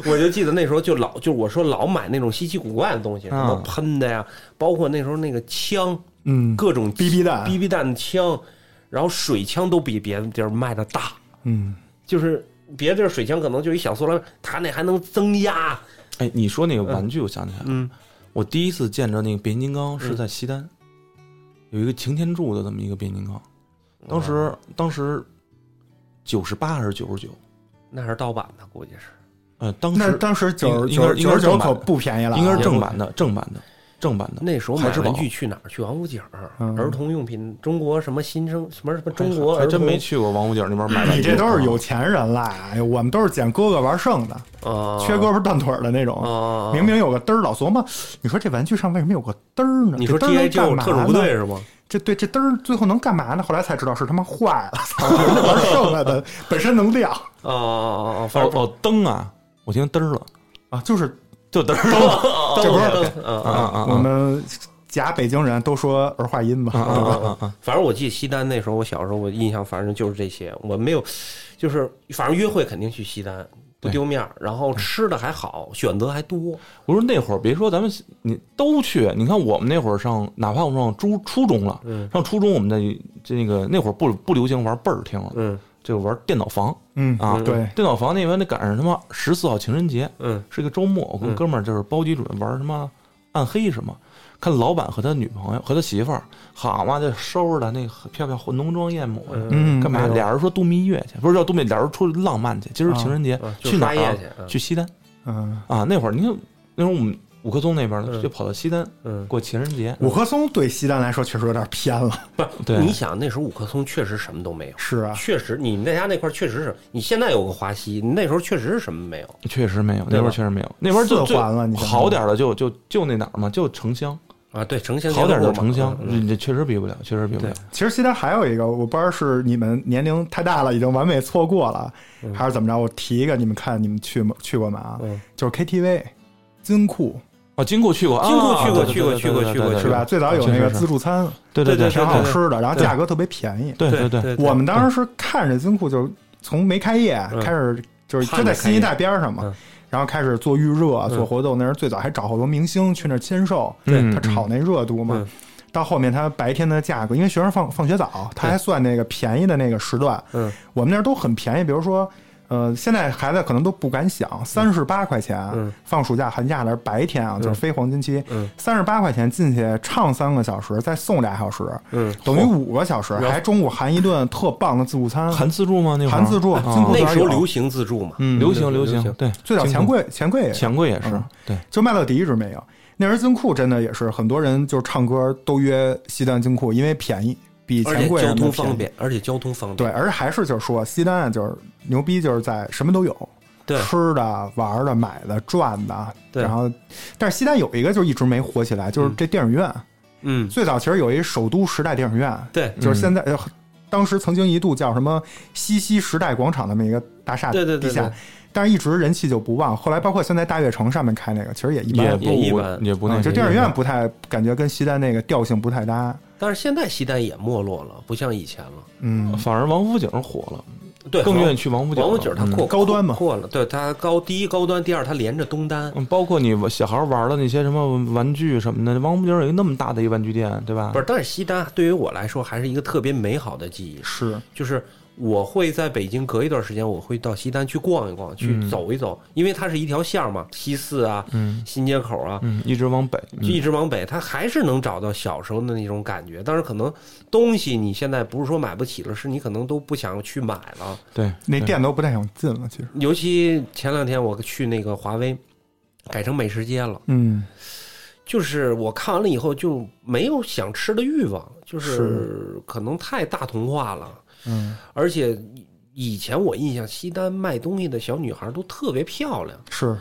Speaker 3: 我就记得那时候就老就我说老买那种稀奇古怪的东西，什么
Speaker 1: 嗯
Speaker 3: 喷的呀，包括那时候那个枪，
Speaker 2: [LAUGHS] 嗯，
Speaker 3: 各种
Speaker 2: BB 弹
Speaker 3: BB 弹的枪，然后水枪都比别的地儿卖的大，
Speaker 2: 嗯，
Speaker 3: 就是别的地儿水枪可能就一小塑料，他那还能增压。
Speaker 1: 哎，你说那个玩具，我想起来了。
Speaker 3: 嗯
Speaker 1: 我第一次见着那个变形金刚是在西单，有一个擎天柱的这么一个变形金刚，
Speaker 3: 嗯
Speaker 1: 当时当时九十八还是九十九？
Speaker 3: 那是盗版的，估计是。
Speaker 1: 呃，当
Speaker 2: 那
Speaker 1: 时
Speaker 2: 当时九
Speaker 1: 应
Speaker 2: 九
Speaker 1: 应该
Speaker 2: 九十
Speaker 1: 是
Speaker 2: 九
Speaker 1: 正版
Speaker 2: 可
Speaker 1: 的
Speaker 2: 不便宜了啊，
Speaker 1: 应该是正版的，正版的。正版的，
Speaker 3: 那时候
Speaker 1: 孩
Speaker 3: 买
Speaker 1: 之宝
Speaker 3: 文具去哪儿？去王府井儿、
Speaker 2: 嗯哎
Speaker 3: 儿童用品，中国什么新生什么什么中国
Speaker 1: 还
Speaker 3: 儿
Speaker 1: 真
Speaker 3: 童
Speaker 1: 没去过王府井那边买玩具。
Speaker 2: 你这都
Speaker 1: 啊
Speaker 2: 是有钱人啦！哎呦，我们都是捡哥哥玩剩的，
Speaker 3: 啊，
Speaker 2: 缺胳膊断腿儿的那种。
Speaker 1: 哦
Speaker 3: 啊，
Speaker 2: 明明有个嘚儿，老琢磨，你说这玩具上为什么有个嘚儿呢？
Speaker 3: 你说
Speaker 2: 这嘚
Speaker 3: G
Speaker 2: 儿
Speaker 3: I
Speaker 2: 能干
Speaker 3: Joe
Speaker 2: 嘛
Speaker 3: 特种部
Speaker 2: 呢
Speaker 3: 队是吗？
Speaker 2: 这对这嘚儿最后能干嘛呢？后来才知道是他妈坏了，操！玩剩
Speaker 1: [LAUGHS]
Speaker 2: 了 [LAUGHS] 的本身能亮
Speaker 3: 啊啊啊啊！反
Speaker 1: 哦
Speaker 3: 正
Speaker 1: 哦灯啊，我听嘚儿了，
Speaker 2: 啊，就是
Speaker 1: 就嘚儿了
Speaker 2: 这不是
Speaker 3: 是啊
Speaker 1: 啊
Speaker 3: 啊！
Speaker 1: 啊
Speaker 2: 我们假北京人都说儿化音嘛，
Speaker 1: 啊啊啊啊！
Speaker 3: 反正我记得西单那时候，我小时候我印象反正就是这些，我没有，就是反正约会肯定去西单，不丢面儿，然
Speaker 2: 嗯
Speaker 3: 后吃的还好，选择还多。
Speaker 1: 我说那会儿别说咱们你都去，你看我们那会儿上，哪怕我们上初初中了，
Speaker 3: 嗯
Speaker 1: 上初中我们那这那个那会儿不不流行玩倍儿听了，
Speaker 3: 嗯
Speaker 1: 就玩电脑房
Speaker 2: 嗯
Speaker 1: 啊。
Speaker 3: 嗯
Speaker 2: 对，
Speaker 1: 电脑房那边那赶上他妈十四号情人节，
Speaker 3: 嗯
Speaker 1: 是一个周末，我跟
Speaker 3: 嗯
Speaker 1: 哥们儿就是包机准备玩什么暗黑什么，看老板和他女朋友和他媳妇儿，好嘛，就收拾的那个漂漂浓妆艳抹的，
Speaker 2: 嗯，
Speaker 3: 嗯，
Speaker 1: 干嘛？
Speaker 2: 哎呦
Speaker 1: 俩人说度蜜月去，不是叫度蜜，俩人出去浪漫去。今儿情人节
Speaker 3: 啊就
Speaker 1: 去哪
Speaker 3: 刷
Speaker 1: 儿
Speaker 3: 夜
Speaker 1: 啊？
Speaker 3: 去啊
Speaker 1: 去西单
Speaker 2: 嗯，
Speaker 1: 啊！那会儿你看，那时候我们五棵松那边
Speaker 3: 嗯
Speaker 1: 呢，就跑到西单
Speaker 3: 嗯，
Speaker 1: 过情人节。
Speaker 2: 五棵松对西单来说确实有点偏了，
Speaker 3: 不是，
Speaker 1: 对
Speaker 3: 你想那时候五棵松确实什么都没有，
Speaker 2: 是啊，
Speaker 3: 确实你们在家那块儿确实是你现在有个华西，你那时候确实是什么没有。
Speaker 1: 确实没有，
Speaker 3: 对
Speaker 1: 那会
Speaker 3: 吧
Speaker 1: 儿确实没有，那会儿就
Speaker 2: 四环了你
Speaker 1: 最
Speaker 2: 想
Speaker 1: 好点儿的就就就那哪儿嘛，就城乡，
Speaker 3: 啊，对，城乡
Speaker 1: 好点儿的城乡
Speaker 3: 乡，，
Speaker 1: 你这确实比不了，确实比不了。
Speaker 2: 其实西单还有一个，我不知道是你们年龄太大了，已经完美错过了，
Speaker 1: 嗯
Speaker 2: 还是怎么着？我提一个，你们看你们去吗？去过没啊？
Speaker 3: 嗯
Speaker 2: 就是 KTV，金库
Speaker 1: 哦，金库去过，
Speaker 3: 金库
Speaker 1: 啊
Speaker 3: 去过
Speaker 1: 对
Speaker 3: 去过
Speaker 1: 对对
Speaker 3: 去过
Speaker 1: 对
Speaker 3: 去过
Speaker 1: 对对
Speaker 2: 是吧？
Speaker 1: 对
Speaker 2: 最早有那
Speaker 1: 是
Speaker 3: 啊
Speaker 2: 个
Speaker 1: 是是
Speaker 2: 自助餐，
Speaker 1: 对
Speaker 3: 对
Speaker 1: 对
Speaker 3: 对
Speaker 2: 挺好
Speaker 3: 对
Speaker 2: 吃的，然后
Speaker 1: 对
Speaker 2: 价格特别便宜。
Speaker 1: 对对
Speaker 3: 对
Speaker 1: 对，
Speaker 2: 我们当时是看着金库，就是从没开业
Speaker 3: 嗯
Speaker 2: 开始，就是
Speaker 3: 盼着
Speaker 2: 就在新一代边上
Speaker 3: 嗯
Speaker 2: 嘛，然后开始做预热、啊
Speaker 3: 嗯
Speaker 2: 做活动。那时候最早还找好多明星去那儿签售，
Speaker 1: 对
Speaker 2: 他炒那热度嘛
Speaker 3: 嗯。
Speaker 2: 到后面他白天的价格，因为学生放放学早，他还算那个便宜的那个时段。
Speaker 3: 嗯
Speaker 2: 我们那儿都很便宜，比如说。呃，现在孩子可能都不敢想，三十八块钱、
Speaker 3: 嗯
Speaker 2: 放暑假寒假的白天啊，就是非黄金期
Speaker 3: 嗯，
Speaker 2: 三十八块钱进去唱三个小时，再送俩小时，
Speaker 3: 嗯，
Speaker 2: 等于五个小时，
Speaker 3: 然后
Speaker 2: 还中午含一顿特棒的自助餐，
Speaker 1: 含自助吗？那会儿
Speaker 2: 含自助
Speaker 1: 啊
Speaker 2: 金库
Speaker 3: 那时候流行自助嘛，
Speaker 2: 嗯
Speaker 1: 流行流
Speaker 3: 流
Speaker 1: 行
Speaker 3: 行，
Speaker 1: 对，
Speaker 2: 最早
Speaker 1: 金库
Speaker 2: 钱柜钱柜也
Speaker 1: 钱柜也是
Speaker 2: 嗯，
Speaker 1: 对，
Speaker 2: 就麦乐迪一直没有。那时候金库真的也是很多人就是唱歌都约西单金库，因为便宜，比
Speaker 3: 而
Speaker 2: 钱
Speaker 3: 且
Speaker 2: 柜
Speaker 1: 啊
Speaker 3: 交
Speaker 2: 什么的
Speaker 3: 通方
Speaker 2: 便宜。
Speaker 3: 便，而且交通方
Speaker 2: 对，
Speaker 3: 便，
Speaker 2: 而且还是就是说西单啊，就是牛逼，就是在什么都有，
Speaker 3: 对
Speaker 2: 吃的、玩的、买的、赚的。
Speaker 3: 对
Speaker 2: 然后，但是西单有一个就一直没火起来，就是这电影院。
Speaker 3: 嗯，
Speaker 2: 最早其实有一首都时代电影院，
Speaker 3: 对
Speaker 2: 就是现
Speaker 3: 嗯
Speaker 2: 在、呃当时曾经一度叫什么西溪时代广场那么一个大厦
Speaker 3: 对对
Speaker 2: 地
Speaker 3: 对
Speaker 2: 下，
Speaker 3: 对
Speaker 2: 但是一直人气就不旺。后来包括现在大悦城上面开那个，其实也一般。
Speaker 1: 也
Speaker 3: 也一般
Speaker 1: 不也不那
Speaker 2: 嗯
Speaker 1: 个，
Speaker 2: 就电影院不太感觉跟西单那个调性不太搭，
Speaker 3: 但是现在西单也没落了，不像以前了。
Speaker 2: 嗯，
Speaker 1: 反而王府井火了，
Speaker 3: 对，
Speaker 1: 更
Speaker 3: 王
Speaker 1: 愿意去王府井了。
Speaker 3: 王府井它
Speaker 1: 嗯
Speaker 3: 扩
Speaker 2: 高端嘛
Speaker 3: 扩了。对，它高第一高端，第二它连着东单，
Speaker 1: 嗯，包括你小孩玩的那些什么玩具什么的，王府井有一个那么大的一玩具店，对吧？
Speaker 3: 不是。但是西单对于我来说还是一个特别美好的记忆，
Speaker 2: 是
Speaker 3: 就是我会在北京隔一段时间，我会到西单去逛一逛，去
Speaker 1: 嗯
Speaker 3: 走一走，因为它是一条线儿嘛，西四啊，
Speaker 1: 嗯
Speaker 3: 新街口啊，
Speaker 1: 嗯，一直往北，嗯
Speaker 3: 就一直往北，它还是能找到小时候的那种感觉。但是可能东西你现在不是说买不起了，是你可能都不想去买了。
Speaker 1: 对
Speaker 2: 那
Speaker 1: 对
Speaker 2: 店都不太想进了，其实，
Speaker 3: 尤其前两天我去那个华威，改成美食街了，
Speaker 2: 嗯，
Speaker 3: 就是我看完了以后就没有想吃的欲望，就是可能太大同化了。
Speaker 2: 嗯，
Speaker 3: 而且以前我印象西单卖东西的小女孩都特别漂亮，
Speaker 2: 是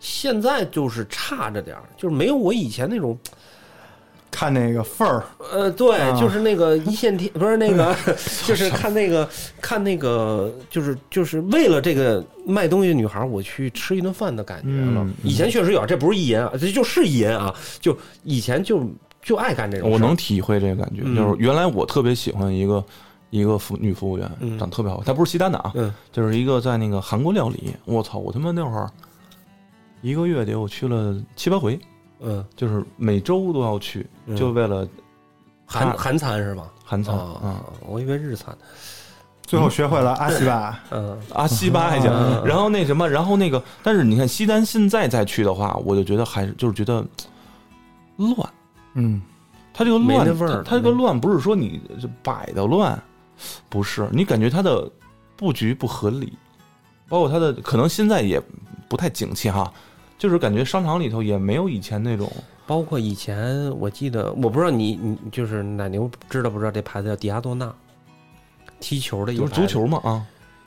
Speaker 3: 现在就是差着点儿，就是没有我以前那种
Speaker 2: 看那个份儿，
Speaker 3: 呃，对，
Speaker 2: 啊
Speaker 3: 就是那个一线天，不是
Speaker 1: [LAUGHS]
Speaker 3: 那个，就是看那个看那个，就是就是为了这个卖东西的女孩，我去吃一顿饭的感觉了。
Speaker 1: 嗯嗯
Speaker 3: 以前确实有，这不是意淫啊，这就是意淫啊，就以前就就爱干这种事儿。
Speaker 1: 我能体会这个感觉，
Speaker 3: 嗯
Speaker 1: 就是原来我特别喜欢一个一个服女服务员
Speaker 3: 嗯，
Speaker 1: 长得特别好，她不是西单的啊，
Speaker 3: 嗯
Speaker 1: 就是一个在那个韩国料理，我操，我他妈那会儿一个月得我去了七八回，
Speaker 3: 嗯，
Speaker 1: 就是每周都要去，
Speaker 3: 嗯
Speaker 1: 就为了
Speaker 3: 韩
Speaker 1: 看
Speaker 3: 韩餐是吧？
Speaker 1: 韩餐
Speaker 3: 啊、
Speaker 1: 啊。
Speaker 3: 我以为日餐。
Speaker 2: 最后学会了阿西吧，
Speaker 3: 嗯
Speaker 1: 啊，西巴还行
Speaker 3: 啊，
Speaker 1: 然后那什么，然后那个，但是你看西单现在再去的话，我就觉得还是就是觉得乱，
Speaker 2: 嗯，
Speaker 1: 它这个
Speaker 3: 没
Speaker 1: 乱
Speaker 3: 那味儿了
Speaker 1: 它这个乱不是说你摆的乱，不是你感觉它的布局不合理，包括它的可能现在也不太景气哈，就是感觉商场里头也没有以前那种
Speaker 3: 包括以前我记得，我不知道你你就是奶牛知道不知道这牌子叫迪亚多纳，踢球的一
Speaker 1: 就
Speaker 3: 个
Speaker 1: 是足球嘛啊，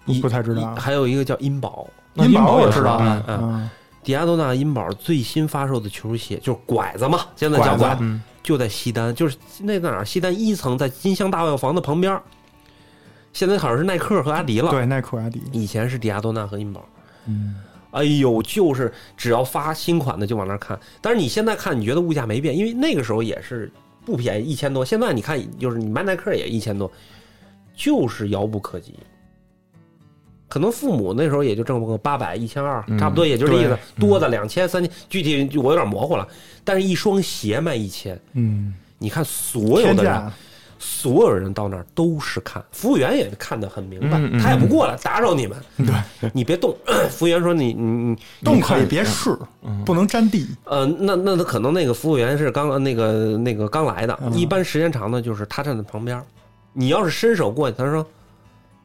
Speaker 3: 牌子，
Speaker 2: 不太知道
Speaker 3: 一还有一个叫茵宝，
Speaker 1: 那
Speaker 2: 银宝
Speaker 1: 宝
Speaker 2: 我
Speaker 1: 也
Speaker 2: 知道，
Speaker 1: 啊，
Speaker 2: 嗯，
Speaker 3: 迪亚多纳茵宝最新发售的球鞋就是拐子嘛，现在
Speaker 2: 拐
Speaker 3: 叫
Speaker 2: 子
Speaker 3: 拐，
Speaker 1: 嗯，
Speaker 3: 就在西单，就是那在哪儿？西单一层，在金香大药房的旁边儿。现在好像是耐克和阿迪了，
Speaker 2: 对，耐克、阿迪，
Speaker 3: 以前是迪亚多纳和茵宝。
Speaker 2: 嗯，
Speaker 3: 哎呦，就是只要发新款的就往那儿看。但是你现在看，你觉得物价没变，因为那个时候也是不便宜，一千多。现在你看，就是你买耐克也一千多，就是遥不可及。可能父母那时候也就挣个八百、一千二，
Speaker 1: 嗯
Speaker 3: 差不多也就这意思，
Speaker 2: 对
Speaker 3: 多的两千、三千，具体就我有点模糊了。但是一双鞋卖一千，
Speaker 2: 嗯，
Speaker 3: 你看所有
Speaker 2: 天
Speaker 3: 的人
Speaker 2: 价，
Speaker 3: 所有人到那儿都是看，服务员也看得很明白，
Speaker 1: 嗯嗯
Speaker 3: 他也不过来打扰你们， [LAUGHS] 对，你别动。 [COUGHS] 服务员说你你嗯你
Speaker 2: 动可以别试，
Speaker 1: 嗯
Speaker 2: 不能沾地，
Speaker 3: 呃，那那他可能那个服务员是刚那个那个刚来的，
Speaker 2: 嗯
Speaker 3: 一般时间长的就是他站在旁边儿，你要是伸手过去，他说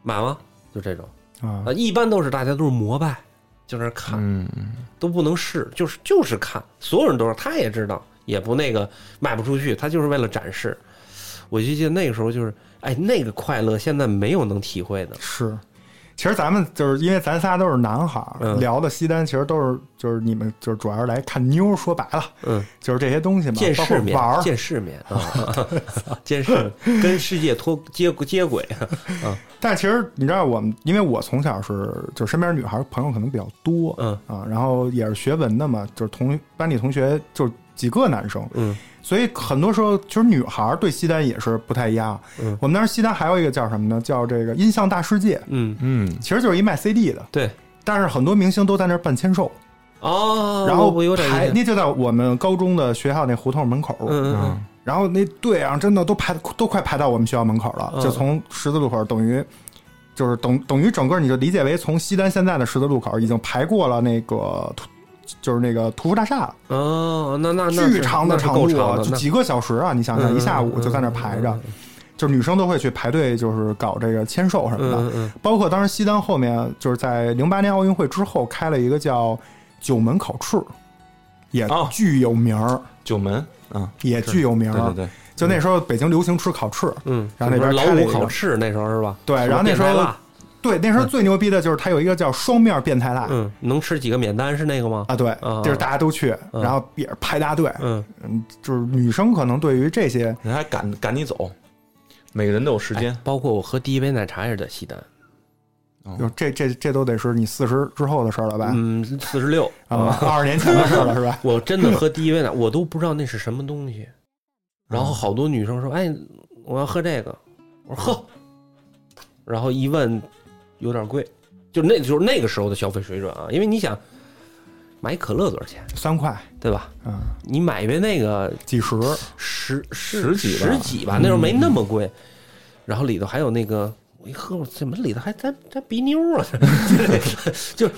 Speaker 3: 买吗？就这种，
Speaker 2: 啊
Speaker 3: 呃，，一般都是大家都是膜拜，就那儿看，
Speaker 1: 嗯，
Speaker 3: 都不能试，就是就是看，所有人都是，他也知道，也不那个卖不出去，他就是为了展示。我就记得那个时候就是，哎，那个快乐现在没有能体会的，
Speaker 2: 是。其实咱们就是因为咱仨都是男孩儿，
Speaker 3: 嗯
Speaker 2: 聊的西单其实都是就是你们就是主要是来看妞儿，说白了
Speaker 3: 嗯，
Speaker 2: 就是这些东西嘛，
Speaker 3: 见
Speaker 2: 包括
Speaker 3: 世面
Speaker 2: 玩，儿。
Speaker 3: 见
Speaker 2: [LAUGHS]
Speaker 3: 世面啊，见世跟世界脱接接轨，
Speaker 2: 但其实你知道我们，因为我从小是就身边女孩儿朋友可能比较多，
Speaker 3: 嗯
Speaker 2: 啊，然后也是学文的嘛，就是同班里同学就几个男生，
Speaker 3: 嗯
Speaker 2: 所以很多时候，其实女孩儿对西单也是不太一样。
Speaker 3: 嗯
Speaker 2: 我们当时西单还有一个叫什么呢？叫这个音像大世界，
Speaker 3: 嗯，
Speaker 1: 嗯，
Speaker 2: 其实就是一卖 CD 的，
Speaker 3: 对，
Speaker 2: 但是很多明星都在那儿办签售，
Speaker 3: 哦，
Speaker 2: 然
Speaker 3: 我
Speaker 2: 后
Speaker 3: 我有点
Speaker 2: 排
Speaker 3: 印象
Speaker 2: 那就在我们高中的学校那胡同门口，
Speaker 3: 嗯嗯
Speaker 2: 然后那队啊，真的都排都快排到我们学校门口了，
Speaker 3: 嗯
Speaker 2: 就从十字路口等于。就是等等于整个你就理解为从西单现在的十字路口已经排过了那个图，就是那个屠夫大厦了，
Speaker 3: 嗯，哦，那那那
Speaker 2: 巨长的
Speaker 3: 那是
Speaker 2: 长
Speaker 3: 够
Speaker 2: 路
Speaker 3: 长
Speaker 2: 啊，
Speaker 3: 的，
Speaker 2: 就
Speaker 3: 那
Speaker 2: 几个小时啊！你想想，
Speaker 3: 嗯
Speaker 2: 一下午就在那儿排着，就是女生都会去排队，就是搞这个签售什么的。
Speaker 3: 嗯嗯
Speaker 2: 包括当时西单后面，就是在零八年奥运会之后开了一个叫九门烤翅，也
Speaker 1: 哦
Speaker 2: 巨有名儿，
Speaker 1: 九门啊，
Speaker 2: 也巨有名
Speaker 1: 对
Speaker 2: 儿
Speaker 1: 对。对，
Speaker 2: 就那时候北京流行吃烤翅，
Speaker 3: 嗯，
Speaker 2: 然后那边
Speaker 3: 老
Speaker 2: 开了一
Speaker 3: 虎
Speaker 2: 个
Speaker 3: 烤翅那时候是吧？
Speaker 2: 对然后那时候
Speaker 3: 什么变态辣
Speaker 2: 对，那时候最牛逼的就是它有一个叫双面变态辣
Speaker 3: 嗯，能吃几个免单是那个吗？
Speaker 2: 啊，对
Speaker 3: 啊，
Speaker 2: 就是大家都去，
Speaker 3: 嗯
Speaker 2: 然后也是排大队，
Speaker 3: 嗯，
Speaker 2: 嗯，就是女生可能对于这些
Speaker 1: 人还赶赶你走，每个人都有时间
Speaker 3: 哎，包括我喝第一杯奶茶也是在西单，
Speaker 2: 有这这这都得是你四十之后的事儿了吧？
Speaker 3: 嗯，四十六，
Speaker 2: 啊，二十年前的事儿了是
Speaker 3: [LAUGHS]
Speaker 2: 吧？
Speaker 3: 我真的喝第一杯奶，我都不知道那是什么东西。然后好多女生说：“哎，我要喝这个。”我说：“喝。”然后一问，有点贵，就那就是那个时候的消费水准啊。因为你想买可乐多少钱，
Speaker 2: 三块，
Speaker 3: 对吧？
Speaker 2: 嗯，
Speaker 3: 你买一杯那个
Speaker 2: 几十，
Speaker 3: 十
Speaker 1: 十几吧
Speaker 3: 十几吧，那时嗯候没那么贵。然后里头还有那个，我一喝，我怎么里头还沾沾鼻妞 [LAUGHS] 啊？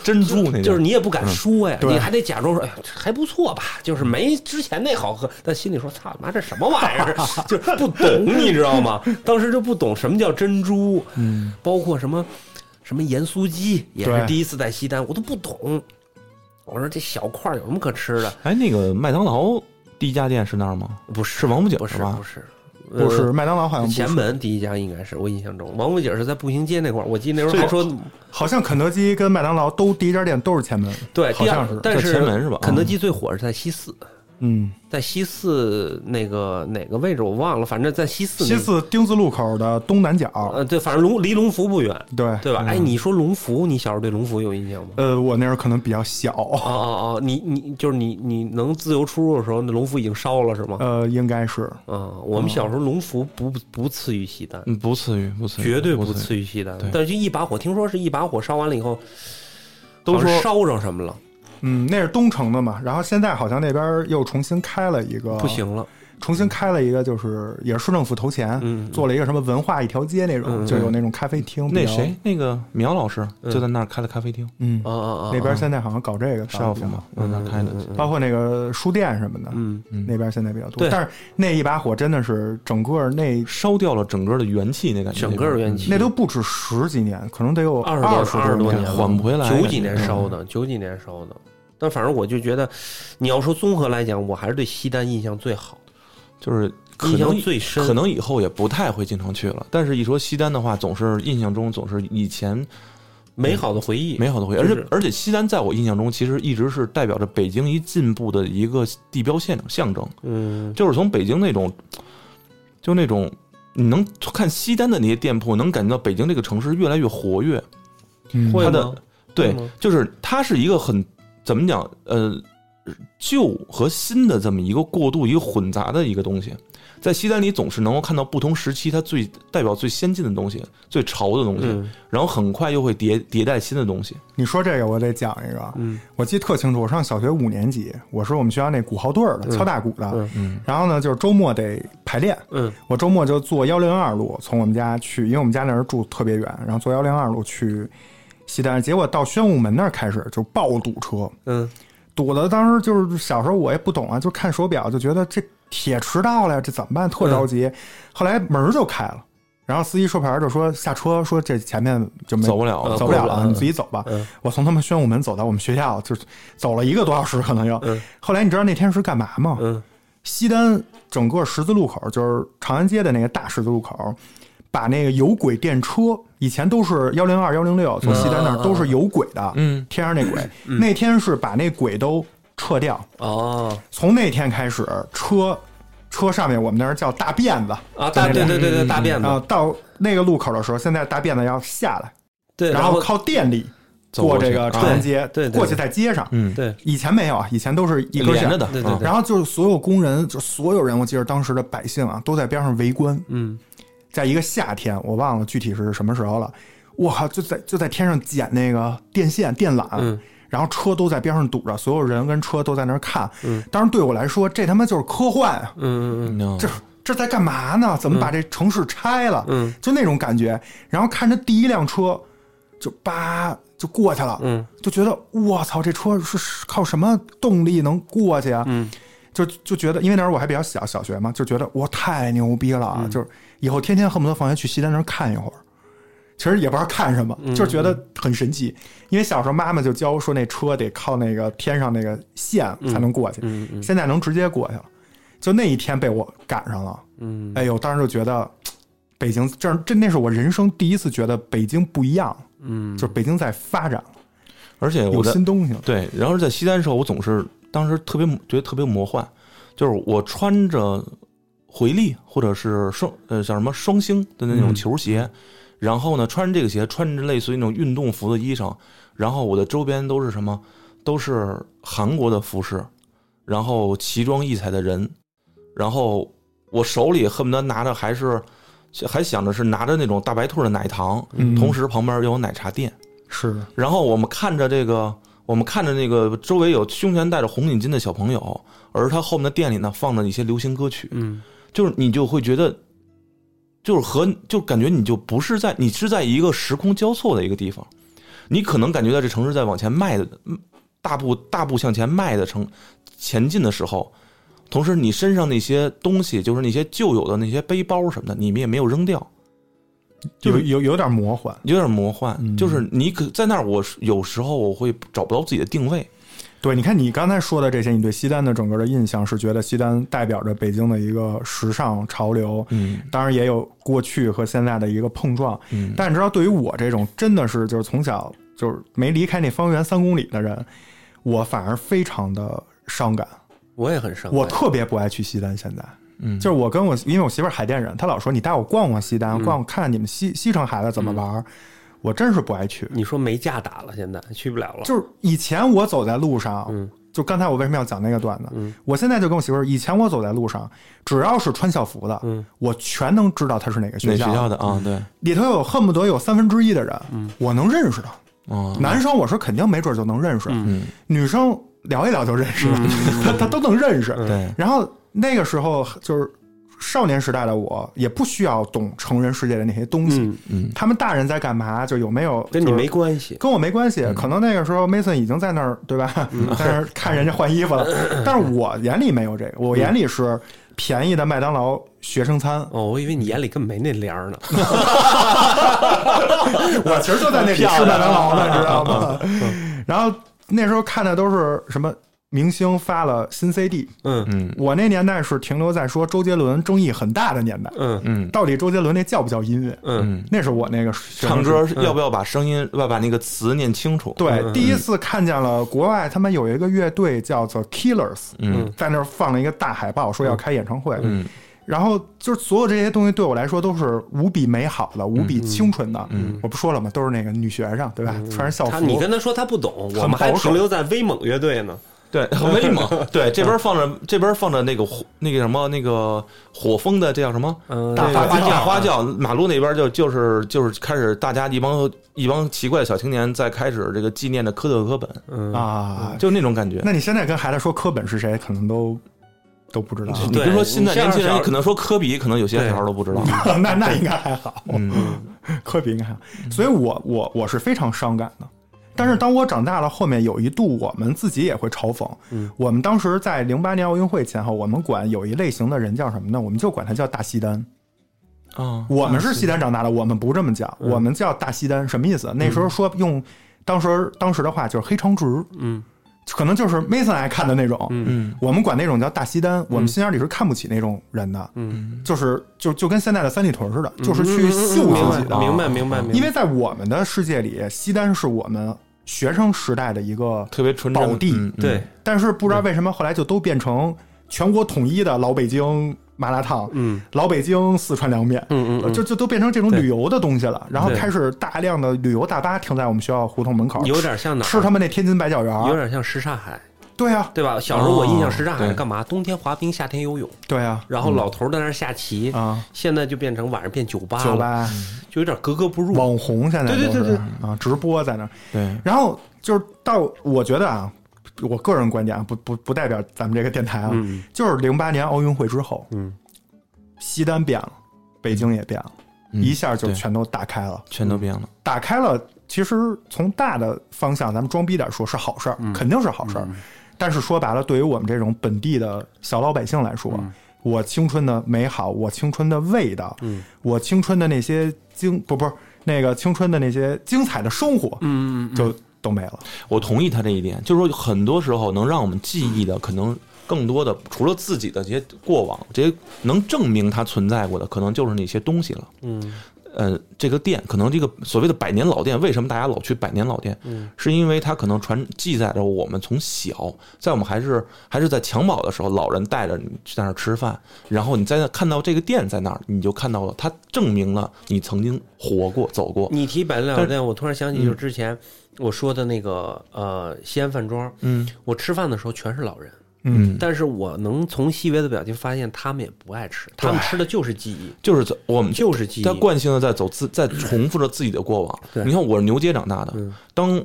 Speaker 1: 珍珠那
Speaker 3: 就是你也不敢说呀，
Speaker 2: 对
Speaker 3: 你还得假装说，哎呀，这还不错吧，就是没之前那好喝，但心里说，操妈这什么玩意儿， [LAUGHS] 就是不懂，你知道吗？当时就不懂什么叫珍珠，
Speaker 2: 嗯，
Speaker 3: 包括什么什么盐酥鸡，也是
Speaker 2: 对
Speaker 3: 第一次在西单，我都不懂。我说这小块儿有什么可吃的？
Speaker 1: 哎，那个麦当劳第一家店是那儿吗？
Speaker 3: 不是
Speaker 1: 是王府井
Speaker 3: 不是
Speaker 1: 吧
Speaker 3: 不是
Speaker 2: 不是
Speaker 3: 呃
Speaker 2: 麦当劳好像不
Speaker 3: 前
Speaker 2: 是，
Speaker 3: 门第一家应该是我印象中，王府井是在步行街那块儿，我记得那时候还说
Speaker 2: 好像肯德基跟麦当劳都第一家店都是前门，
Speaker 3: 对，
Speaker 2: 好
Speaker 3: 第二
Speaker 2: 像是，
Speaker 3: 但
Speaker 1: 在
Speaker 3: 是
Speaker 1: 前门是吧
Speaker 3: 肯德基最火是在西四，
Speaker 2: 嗯，
Speaker 3: 在西四那个哪个位置我忘了，反正在西四那
Speaker 2: 西
Speaker 3: 个。
Speaker 2: 四丁字路口的东南角，
Speaker 3: 呃，对，反正龙离龙福不远，
Speaker 2: 对嗯
Speaker 3: 对吧？哎，你说龙福，你小时候对龙福有印象吗？
Speaker 2: 呃，我那时候可能比较小，
Speaker 3: 哦哦哦，你你就是你你能自由出入的时候，那龙福已经烧了是吗？
Speaker 2: 呃，应该是，
Speaker 3: 啊，我们小时候龙福不不次于西单，
Speaker 1: 嗯，不次于，不次于，
Speaker 3: 绝对不
Speaker 1: 不于。
Speaker 3: 次于西单
Speaker 1: 对。
Speaker 3: 但是就一把火，听说是一把火烧完了以后，
Speaker 1: 都
Speaker 3: 好像
Speaker 1: 说
Speaker 3: 烧着什么了，
Speaker 2: 嗯，那是东城的嘛，然后现在好像那边又重新开了一个，
Speaker 3: 不，行了。
Speaker 2: 重新开了一个，就是也是市政府投钱，
Speaker 3: 嗯嗯
Speaker 2: 做了一个什么文化一条街那种，
Speaker 3: 嗯嗯
Speaker 2: 就有那种咖啡厅，
Speaker 1: 那
Speaker 2: 比较
Speaker 1: 谁，，那个苗老师
Speaker 3: 嗯
Speaker 1: 就在那儿开了咖啡厅，
Speaker 2: 嗯
Speaker 3: 啊，啊啊！
Speaker 2: 那边现在好像搞这个，
Speaker 1: 少妇嘛，在那儿开的。
Speaker 2: 包括那个书店什么的，
Speaker 3: 嗯，
Speaker 2: 那边现在比较多
Speaker 3: 对。
Speaker 2: 但是那一把火真的是整个那
Speaker 1: 烧掉了整个的元气，那感觉，
Speaker 3: 整个儿元气
Speaker 2: 那都不止十几年，可能得有
Speaker 3: 二
Speaker 2: 二
Speaker 3: 十
Speaker 2: 多
Speaker 3: 多
Speaker 1: 年
Speaker 3: 年了，
Speaker 1: 缓不回来
Speaker 3: 九几年
Speaker 1: 感觉
Speaker 3: 烧的，九几年烧的，但反正我就觉得，你要说综合来讲，我还是对西单印象最好，
Speaker 1: 就是可
Speaker 3: 印
Speaker 1: 能
Speaker 3: 象最深。
Speaker 1: 可能以后也不太会经常去了。但是，一说西单的话，总是印象中总是以前
Speaker 3: 美好的回忆，
Speaker 1: 美好的回忆，
Speaker 3: 就
Speaker 1: 而
Speaker 3: 是
Speaker 1: 且而且西单在我印象中，其实一直是代表着北京一进步的一个地标现象征。
Speaker 3: 嗯，
Speaker 1: 就是从北京那种，就那种你能看西单的那些店铺，能感觉到北京这个城市越来越活跃。
Speaker 2: 嗯
Speaker 3: 会
Speaker 1: 它
Speaker 3: 吗
Speaker 1: 的？对
Speaker 3: 吗，
Speaker 1: 就是它是一个很怎么讲，呃，旧和新的这么一个过渡，一个混杂的一个东西。在西单里总是能够看到不同时期它最代表最先进的东西、最潮的东西，
Speaker 3: 嗯
Speaker 1: 然后很快又会迭迭代新的东西。
Speaker 2: 你说这个我得讲一个，
Speaker 3: 嗯
Speaker 2: 我记得特清楚，我上小学五年级，我是我们学校那鼓号队儿的，敲大鼓的。
Speaker 3: 嗯
Speaker 1: 嗯
Speaker 2: 然后呢，就是周末得排练，
Speaker 3: 嗯
Speaker 2: 我周末就坐幺零二路从我们家去，因为我们家那儿住特别远，然后坐幺零二路去西单，结果到宣武门那儿开始就爆堵车，
Speaker 3: 嗯
Speaker 2: 堵的当时就是小时候我也不懂啊，就看手表就觉得这铁迟到了呀，这怎么办？特着急。后来门儿就开了，然后司机说牌儿就说下车，说这前面就没
Speaker 1: 走不了
Speaker 3: 呃
Speaker 1: 了，
Speaker 2: 走不了
Speaker 3: 过不
Speaker 2: 了，
Speaker 3: 了
Speaker 2: 你自己走吧。
Speaker 3: 嗯
Speaker 2: 我从他们宣武门走到我们学校，就是走了一个多小时，可能要。
Speaker 3: 嗯
Speaker 2: 后来你知道那天是干嘛吗？
Speaker 3: 嗯
Speaker 2: 西单整个十字路口，就是长安街的那个大十字路口，把那个有轨电车，以前都是幺零二、幺零六，从西单那儿都是有轨的，
Speaker 1: 嗯，
Speaker 2: 天上那轨，那天是把那轨都撤掉，
Speaker 3: 哦
Speaker 2: 从那天开始，车车上面我们那儿叫大辫子
Speaker 3: 啊大对对对对大辫
Speaker 2: 然后
Speaker 3: 子，
Speaker 2: 到那个路口的时候，现在大辫子要下来，
Speaker 3: 对，
Speaker 2: 然
Speaker 3: 然
Speaker 2: 后靠电力
Speaker 1: 走过
Speaker 2: 过
Speaker 1: 去
Speaker 2: 这个
Speaker 1: 啊
Speaker 2: 长安街，
Speaker 3: 对对对
Speaker 2: 过去在街上，
Speaker 1: 嗯，
Speaker 3: 对
Speaker 2: 以前没有啊，以前都是一根
Speaker 1: 连
Speaker 2: 线
Speaker 1: 着的，
Speaker 3: 对对
Speaker 1: 啊
Speaker 3: 对
Speaker 2: 然后就是所有工人，就所有人，我记得当时的百姓啊，都在边上围观。
Speaker 3: 嗯
Speaker 2: 在一个夏天，我忘了具体是什么时候了。我靠，就在就在天上剪那个电线电缆，
Speaker 3: 嗯
Speaker 2: 然后车都在边上堵着，所有人跟车都在那儿看。当然对我来说，这他妈就是科幻啊！
Speaker 3: 嗯嗯
Speaker 1: 你知道吗
Speaker 2: 这这在干嘛呢？怎么把这城市拆了？
Speaker 3: 嗯
Speaker 2: 就那种感觉。然后看着第一辆车，就叭就过去了，
Speaker 3: 嗯
Speaker 2: 就觉得我操，这车是靠什么动力能过去啊？
Speaker 3: 嗯
Speaker 2: 就就觉得，因为那时候我还比较小，小学嘛，就觉得我太牛逼了
Speaker 3: 嗯
Speaker 2: 啊！就是以后天天恨不得放学去西单那儿看一会儿。其实也不知道看什么，
Speaker 3: 嗯
Speaker 2: 就是觉得很神奇。因为小时候妈妈就教说，那车得靠那个天上那个线才能过去，
Speaker 3: 嗯嗯
Speaker 2: 现在能直接过去了。就那一天被我赶上了，
Speaker 3: 嗯，
Speaker 2: 哎呦，当时就觉得北京，这这那是我人生第一次觉得北京不一样了，
Speaker 3: 嗯
Speaker 2: 就是北京在发展了，
Speaker 1: 而且
Speaker 2: 有
Speaker 1: 我在
Speaker 2: 新东西了。
Speaker 1: 对，然后在西单的时候，我总是当时特别觉得特别魔幻，就是我穿着回力或者是双呃叫什么双星的那种球鞋，然后呢穿着这个鞋，穿着类似于那种运动服的衣裳，然后我的周边都是什么，都是韩国的服饰，然后奇装异彩的人，然后我手里恨不得拿着还是还想着是拿着那种大白兔的奶糖，
Speaker 2: 嗯
Speaker 1: 同时旁边又有奶茶店。
Speaker 2: 是，
Speaker 1: 然后我们看着这个，我们看着那个周围有胸前戴着红领巾的小朋友，而他后面的店里呢放着一些流行歌曲，
Speaker 3: 嗯
Speaker 1: 就是你就会觉得，就是和就感觉你就不是在你是在一个时空交错的一个地方，你可能感觉到这城市在往前迈的嗯大步大步向前迈的城前进的时候。同时，你身上那些东西，就是那些旧有的那些背包什么的，你们也没有扔掉，就
Speaker 2: 有
Speaker 1: 是
Speaker 2: 有有点魔幻。
Speaker 1: 有点魔幻。
Speaker 2: 嗯
Speaker 1: 就是你可在那儿，我是有时候我会找不到自己的定位，
Speaker 2: 对，你看你刚才说的这些，你对西单的整个的印象是觉得西单代表着北京的一个时尚潮流，
Speaker 1: 嗯
Speaker 2: 当然也有过去和现在的一个碰撞。
Speaker 1: 嗯，
Speaker 2: 但你知道，对于我这种真的是就是从小就是没离开那方圆三公里的人，我反而非常的伤感。
Speaker 3: 我也很伤感，
Speaker 2: 我特别不爱去西单，现在。
Speaker 1: 嗯
Speaker 2: 就是我跟我，因为我媳妇儿海淀人，她老说你带我逛逛西单，逛逛看看你们西西城孩子怎么
Speaker 1: 嗯
Speaker 2: 玩儿，我真是不爱去。
Speaker 3: 你说没架打了，现在去不了了，
Speaker 2: 就是以前我走在路上，
Speaker 3: 嗯
Speaker 2: 就刚才我为什么要讲那个段子？
Speaker 3: 嗯
Speaker 2: 我现在就跟我媳妇儿，以前我走在路上，只要是穿校服的，
Speaker 3: 嗯
Speaker 2: 我全能知道他是哪个
Speaker 1: 哪
Speaker 2: 学
Speaker 1: 学
Speaker 2: 校，
Speaker 1: 校的嗯啊？对，
Speaker 2: 里头有恨不得有三分之一的人，我能认识的。
Speaker 1: 哦，
Speaker 2: 男生我是肯定没准就能认识，
Speaker 3: 嗯
Speaker 1: 嗯，
Speaker 2: 女生聊一聊就认识了， [LAUGHS] 他他都能认识。
Speaker 1: 对，
Speaker 2: 然后那个时候就是少年时代的我，也不需要懂成人世界的那些东西。
Speaker 3: 嗯，
Speaker 1: 嗯
Speaker 2: 他们大人在干嘛，就有没有
Speaker 3: 跟你
Speaker 2: 就是
Speaker 3: 没关系，
Speaker 2: 跟我没关系，
Speaker 1: 嗯
Speaker 2: 可能那个时候 Mason 已经在那儿，对吧？[LAUGHS]
Speaker 3: 嗯
Speaker 2: 在那儿看人家换衣服了，但是我眼里没有这个，我眼里是便宜的麦当劳学生餐，
Speaker 3: 哦，我以为你眼里根本没那帘儿呢， [LAUGHS] 啊
Speaker 2: [LAUGHS] 我其实就在那里吃麦当劳呢，知道吗？然后那时候看的都是什么明星发了新 CD，
Speaker 3: 嗯
Speaker 1: 嗯
Speaker 2: 我那年代是停留在说周杰伦争议很大的年代，
Speaker 3: 嗯
Speaker 1: 嗯
Speaker 2: 到底周杰伦那叫不叫音乐？
Speaker 3: 嗯
Speaker 1: 嗯，
Speaker 2: 那是我那个
Speaker 1: 唱歌
Speaker 3: 嗯
Speaker 1: 要不要把声音要把那个词念清楚？
Speaker 2: 对，
Speaker 3: 嗯
Speaker 2: 第一次看见了国外他们有一个乐队叫做 Killers，
Speaker 1: 嗯
Speaker 2: 在那儿放了一个大海报，说要开演唱会。
Speaker 1: 嗯
Speaker 2: 然后就是所有这些东西对我来说都是无比美好的、无
Speaker 3: 嗯
Speaker 2: 比清纯的。
Speaker 1: 嗯
Speaker 2: 我不说了吗？都是那个女学生，对吧？穿着校
Speaker 3: 他
Speaker 2: 服，
Speaker 3: 你跟他说他不懂，我
Speaker 2: 很
Speaker 3: 们还
Speaker 2: 保守
Speaker 3: 停留在威猛乐队呢。
Speaker 1: 对， [LAUGHS] 很威猛。嗯对，这边放着这边放着那个火那个什么那个火风的，这叫什么？
Speaker 3: 嗯，
Speaker 2: 大
Speaker 1: 那个
Speaker 2: 花轿
Speaker 1: 大花轿，马路那边就就是就是开始，大家一帮一帮奇怪的小青年在开始这个纪念的科特·科本，
Speaker 3: 嗯，
Speaker 2: 啊，
Speaker 1: 就那种感觉。
Speaker 2: 那你现在跟孩子说科本是谁，可能都都不知道。
Speaker 1: 你别
Speaker 3: 对
Speaker 1: 说现在
Speaker 3: 你像
Speaker 1: 年轻人
Speaker 3: 小，
Speaker 1: 可能说科比，可能有些
Speaker 3: 对
Speaker 1: 小孩都不知道。
Speaker 2: [LAUGHS] 那那应该还好，
Speaker 1: 嗯
Speaker 2: 科比应该还好。
Speaker 3: 嗯
Speaker 2: 所以我我我是非常伤感的。但是当我长大了，后面有一度我们自己也会嘲讽。
Speaker 3: 嗯
Speaker 2: 我们当时在零八年奥运会前后，我们管有一类型的人叫什么呢？我们就管他叫大西单。
Speaker 1: 啊，
Speaker 2: 我们是西单长大的，我们不这么叫，
Speaker 3: 嗯
Speaker 2: 我们叫大西单，什么意思？那时候说用当时当时的话就是黑长直，
Speaker 3: 嗯
Speaker 2: 可能就是 Mason 爱看的那种。
Speaker 3: 嗯
Speaker 1: 嗯
Speaker 2: 我们管那种叫大西单，我们心眼里是看不起那种人的，
Speaker 3: 嗯，
Speaker 2: 就是就就跟现在的三里屯似的，就是去秀自己的。嗯
Speaker 3: 明白明白明白明白，
Speaker 2: 因为在我们的世界里，西单是我们学生时代的一个，
Speaker 1: 特别纯真
Speaker 2: 宝地
Speaker 1: 嗯嗯
Speaker 3: 对，
Speaker 2: 但是不知道为什么后来就都变成全国统一的老北京麻辣烫、
Speaker 3: 嗯
Speaker 2: 老北京四川凉面。
Speaker 3: 嗯
Speaker 2: 呃
Speaker 3: 嗯，
Speaker 2: 就就都变成这种
Speaker 3: 对
Speaker 2: 旅游的东西了，然后
Speaker 3: 对
Speaker 2: 开始大量的旅游大巴停在我们学校胡同门口，
Speaker 3: 有点像哪
Speaker 2: 嗯
Speaker 3: 儿？
Speaker 2: 吃他们那天津白饺园
Speaker 3: 有
Speaker 2: 儿。
Speaker 3: 点像什刹海，
Speaker 2: 对啊，
Speaker 3: 对吧？小时候我印象
Speaker 1: 哦
Speaker 3: 什刹海
Speaker 1: 对
Speaker 3: 干嘛？冬天滑冰，夏天游泳，
Speaker 2: 对啊，
Speaker 3: 然后老头儿在那儿下棋，
Speaker 2: 啊，
Speaker 3: 现在就变成晚上变酒吧
Speaker 2: 酒
Speaker 3: 了，
Speaker 2: 吧
Speaker 3: 就有点格格不入。
Speaker 2: 网红现在
Speaker 3: 啊嗯对对
Speaker 2: 都是
Speaker 3: 对对
Speaker 2: 啊，直播在那儿。
Speaker 1: 对，
Speaker 2: 然后就是到我觉得啊，我个人观点啊，不不不代表咱们这个电台啊，
Speaker 3: 嗯
Speaker 2: 就是零八年奥运会之后，
Speaker 3: 嗯，
Speaker 2: 西单变了，北京也变了，
Speaker 1: 嗯
Speaker 2: 一下就
Speaker 1: 对
Speaker 2: 全都打开了，
Speaker 1: 全都变了。
Speaker 2: 打开了。其实从大的方向，咱们装逼点说是好事
Speaker 3: 嗯
Speaker 2: 儿，肯定是好事儿。但是说白了，对于我们这种本地的小老百姓来说，我青春的美好，我青春的味道，
Speaker 3: 嗯
Speaker 2: 我青春的那些精不不是那个青春的那些精彩的生活，
Speaker 3: 嗯嗯
Speaker 2: 就都没了。
Speaker 1: 我同意他这一点，就是说很多时候能让我们记忆的，可能更多的除了自己的这些过往，这些能证明它存在过的，可能就是那些东西了。
Speaker 3: 嗯
Speaker 1: 呃，这个店可能这个所谓的百年老店，为什么大家老去百年老店？
Speaker 3: 嗯
Speaker 1: 是因为它可能传记载着我们从小，在我们还是还是在襁褓的时候，老人带着你去在那儿吃饭，然后你在那看到这个店在那儿，你就看到了，它证明了你曾经活过、走过。
Speaker 3: 你提百乐
Speaker 1: 但嗯
Speaker 3: 老店，我突然想起，就是之前我说的那个呃西安饭庄，
Speaker 1: 嗯
Speaker 3: 我吃饭的时候全是老人，
Speaker 2: 嗯，
Speaker 3: 但是我能从细微的表情发现他们也不爱吃，他们吃的就是记忆，
Speaker 1: 就是走我们
Speaker 3: 就是记
Speaker 1: 他
Speaker 3: 忆。
Speaker 1: 惯性的在走自，在重复着自己的过往。
Speaker 3: 对
Speaker 1: 你看，我是牛街长大的，
Speaker 3: 嗯
Speaker 1: 当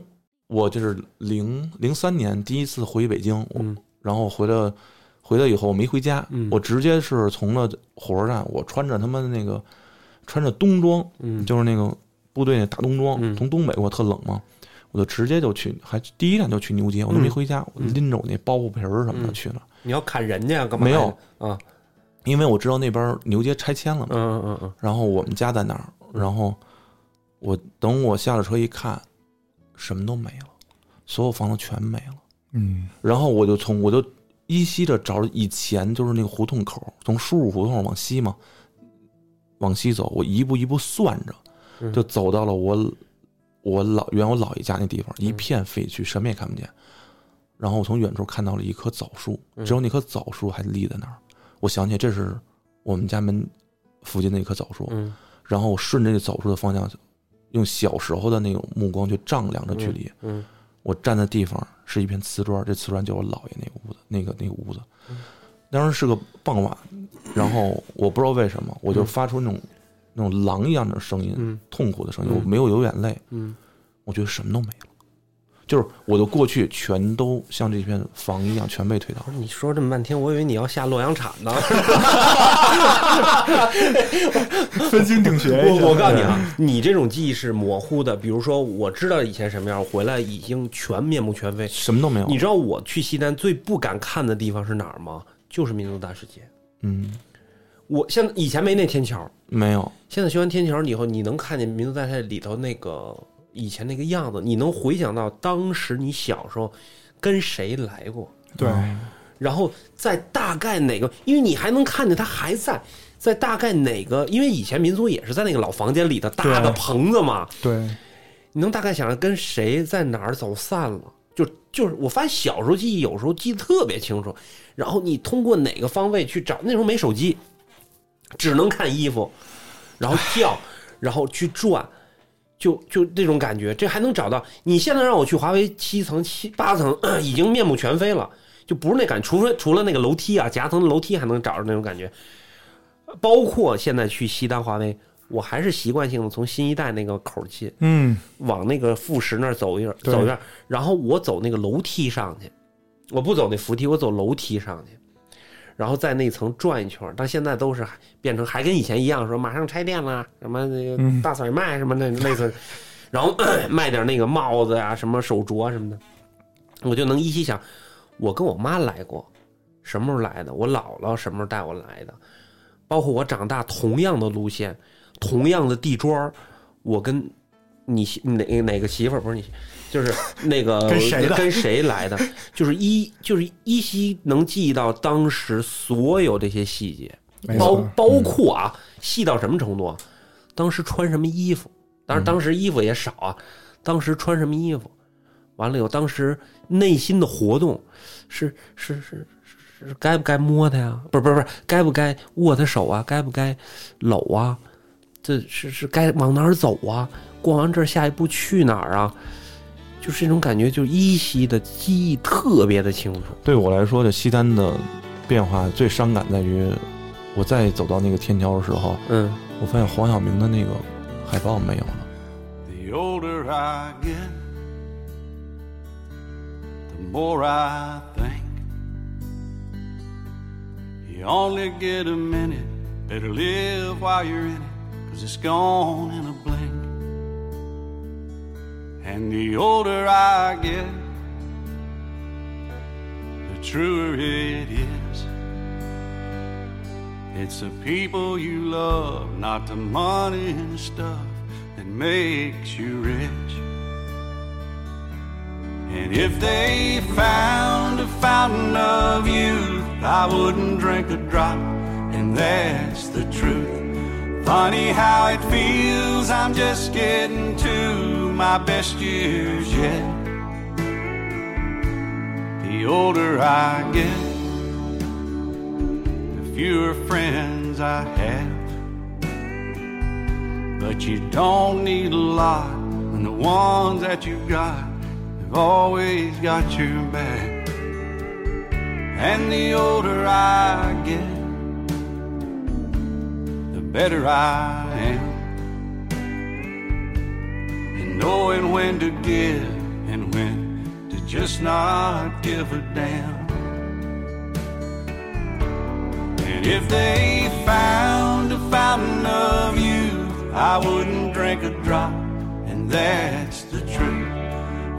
Speaker 1: 我就是零零三年第一次回北京，我
Speaker 3: 嗯
Speaker 1: 然后回来回来以后我没回家，
Speaker 3: 嗯
Speaker 1: 我直接是从了火车站，我穿着他妈的那个穿着冬装，
Speaker 3: 嗯，
Speaker 1: 就是那个部队那大冬装，
Speaker 3: 嗯
Speaker 1: 从东北我特冷嘛，我就直接就去，还第一站就去牛街，我都没
Speaker 3: 嗯
Speaker 1: 回家，我拎着我那包袱皮儿什么的
Speaker 3: 嗯
Speaker 1: 去了，
Speaker 3: 你要砍人家干嘛？
Speaker 1: 没有
Speaker 3: 啊，
Speaker 1: 因为我知道那边牛街拆迁了嘛。
Speaker 3: 嗯嗯嗯
Speaker 1: 然后我们家在哪儿，然后我等我下了车一看，什么都没了，所有房子全没了。
Speaker 2: 嗯
Speaker 1: 然后我就从我就依稀的找着以前就是那个胡同口，从输入胡同往西嘛，往西走，我一步一步算着，
Speaker 3: 嗯
Speaker 1: 就走到了我我老原我姥爷家那地方，一
Speaker 3: 嗯
Speaker 1: 片废墟，什么也看不见。然后我从远处看到了一棵枣树，
Speaker 3: 嗯
Speaker 1: 只有那棵枣树还立在那儿。我想起这是我们家门附近的一棵枣树，
Speaker 3: 嗯
Speaker 1: 然后我顺着这枣树的方向，用小时候的那种目光去丈量着距离。
Speaker 3: 嗯
Speaker 1: 我站的地方是一片瓷砖，这瓷砖就是我姥爷那个屋子，那个那个屋子。
Speaker 3: 嗯
Speaker 1: 当时是个傍晚，然后我不知道为什么，我就发出那种、那种狼一样的声音，
Speaker 3: 嗯
Speaker 1: 痛苦的声音，
Speaker 3: 嗯
Speaker 1: 我没有流眼泪，
Speaker 3: 嗯
Speaker 1: 我觉得什么都没了。就是我的过去全都像这片房一样，全被推倒。
Speaker 3: 嗯，你说这么半天，我以为你要下洛阳铲
Speaker 1: [LAUGHS]
Speaker 3: 呢。
Speaker 2: [LAUGHS] 分清定学
Speaker 3: 我我告诉你啊，你这种记忆是模糊的。比如说，我知道以前什么样，我回来已经全面目全非。
Speaker 1: 什么都没有
Speaker 3: 你，知道我去西单最不敢看的地方是哪儿吗？就是民族大世界。
Speaker 1: 嗯，
Speaker 3: 我现在以前没那天桥，
Speaker 1: 没有，
Speaker 3: 现在学完天桥以后，你能看见民族大世界里头那个以前那个样子，你能回想到当时你小时候跟谁来过，
Speaker 2: 对，嗯
Speaker 1: 嗯
Speaker 3: 然后在大概哪个，因为你还能看见他还在，在大概哪个，因为以前民族也是在那个老房间里的大的
Speaker 2: 对
Speaker 3: 棚子嘛，
Speaker 2: 对，
Speaker 3: 你能大概想着跟谁在哪儿走散了。就就是我发现小时候记忆有时候记得特别清楚，然后你通过哪个方位去找，那时候没手机，只能看衣服，然后叫，然后去转。就就那种感觉，这还能找到？你现在让我去华为七层、七八层， [CLEARS THROAT] 已经面目全非了，就不是那感觉。除非除了那个楼梯啊，夹层的楼梯还能找着那种感觉。包括现在去西单华为，我还是习惯性的从新一代那个口儿进，
Speaker 2: 嗯，
Speaker 3: 往那个副食那儿走一段
Speaker 2: 对
Speaker 3: 走一段，然后我走那个楼梯上去，我不走那扶梯，我走楼梯上去，然后在那层转一圈儿。但现在都是还变成还跟以前一样，说马上拆店了，什么那个
Speaker 2: 嗯
Speaker 3: 大甩卖什么那类似，然后 [COUGHS] 卖点那个帽子啊，什么手镯啊什么的，我就能依稀想，我跟我妈来过，什么时候来的？我姥姥什么时候带我来的？包括我长大同样的路线，同样的地砖儿，我跟你媳哪哪个媳妇儿不是你媳，就是那个
Speaker 2: [LAUGHS] 跟谁的
Speaker 3: 跟谁来的，就是依就是依稀能记忆到当时所有这些细节，
Speaker 2: 没
Speaker 3: 包
Speaker 2: 错，嗯
Speaker 3: 包括啊，细到什么程度啊？当时穿什么衣服？当然当时衣服也少啊，当时穿什么衣服？完了有当时内心的活动，是是是是是该不该摸他呀？不是不是不是，该不该握他手啊？该不该搂啊？这是是该往哪儿走啊？逛完这儿下一步去哪儿啊？就是这种感觉，就依稀的记忆特别的清楚。
Speaker 1: 对我来说，这西单的变化最伤感在于，我再走到那个天桥的时候，
Speaker 3: 嗯，
Speaker 1: 我发现黄晓明的那个海报没有了。
Speaker 4: The older I get, the more I think. You only get a minute, better live while you're in it, cause it's gone in a blink. And the older I get, the truer it is. It's the people you love, not the money and stuff that makes you rich. And if they found a fountain of youth, I wouldn't drink a drop, and that's the truth. Funny how it feels, I'm just getting to my best years yet. The older I get, the fewer friends I have. But you don't need a lot when the ones that you've got have always got your back. And the older I get, the better I am. And knowing when to give and when to just not give a damn. And if they found a fountain of youth, I wouldn't drink a drop, and that's the truth.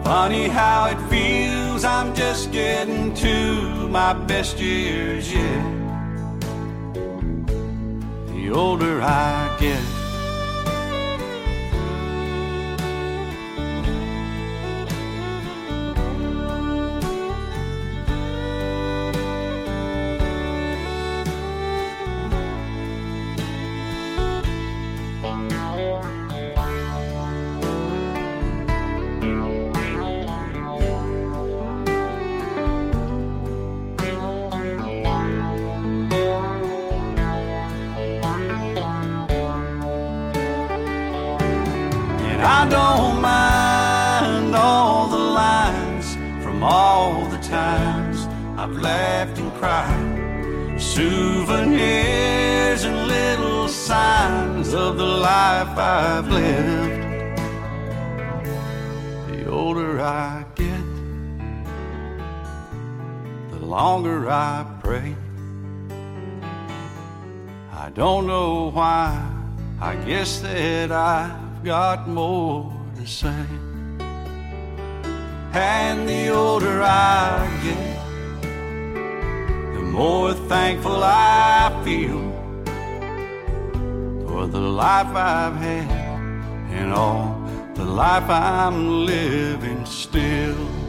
Speaker 4: Funny how it feels, I'm just getting to my best years yet. The older I get. And I don't mind all the lines from all the times I've laughed and cried. Souvenirs and little signs of the life I've lived. The older I get, the longer I pray. I don't know why. I guess that I've got more to say. And the older I get, the more thankful I feel for the life I've had and all the life I'm living still.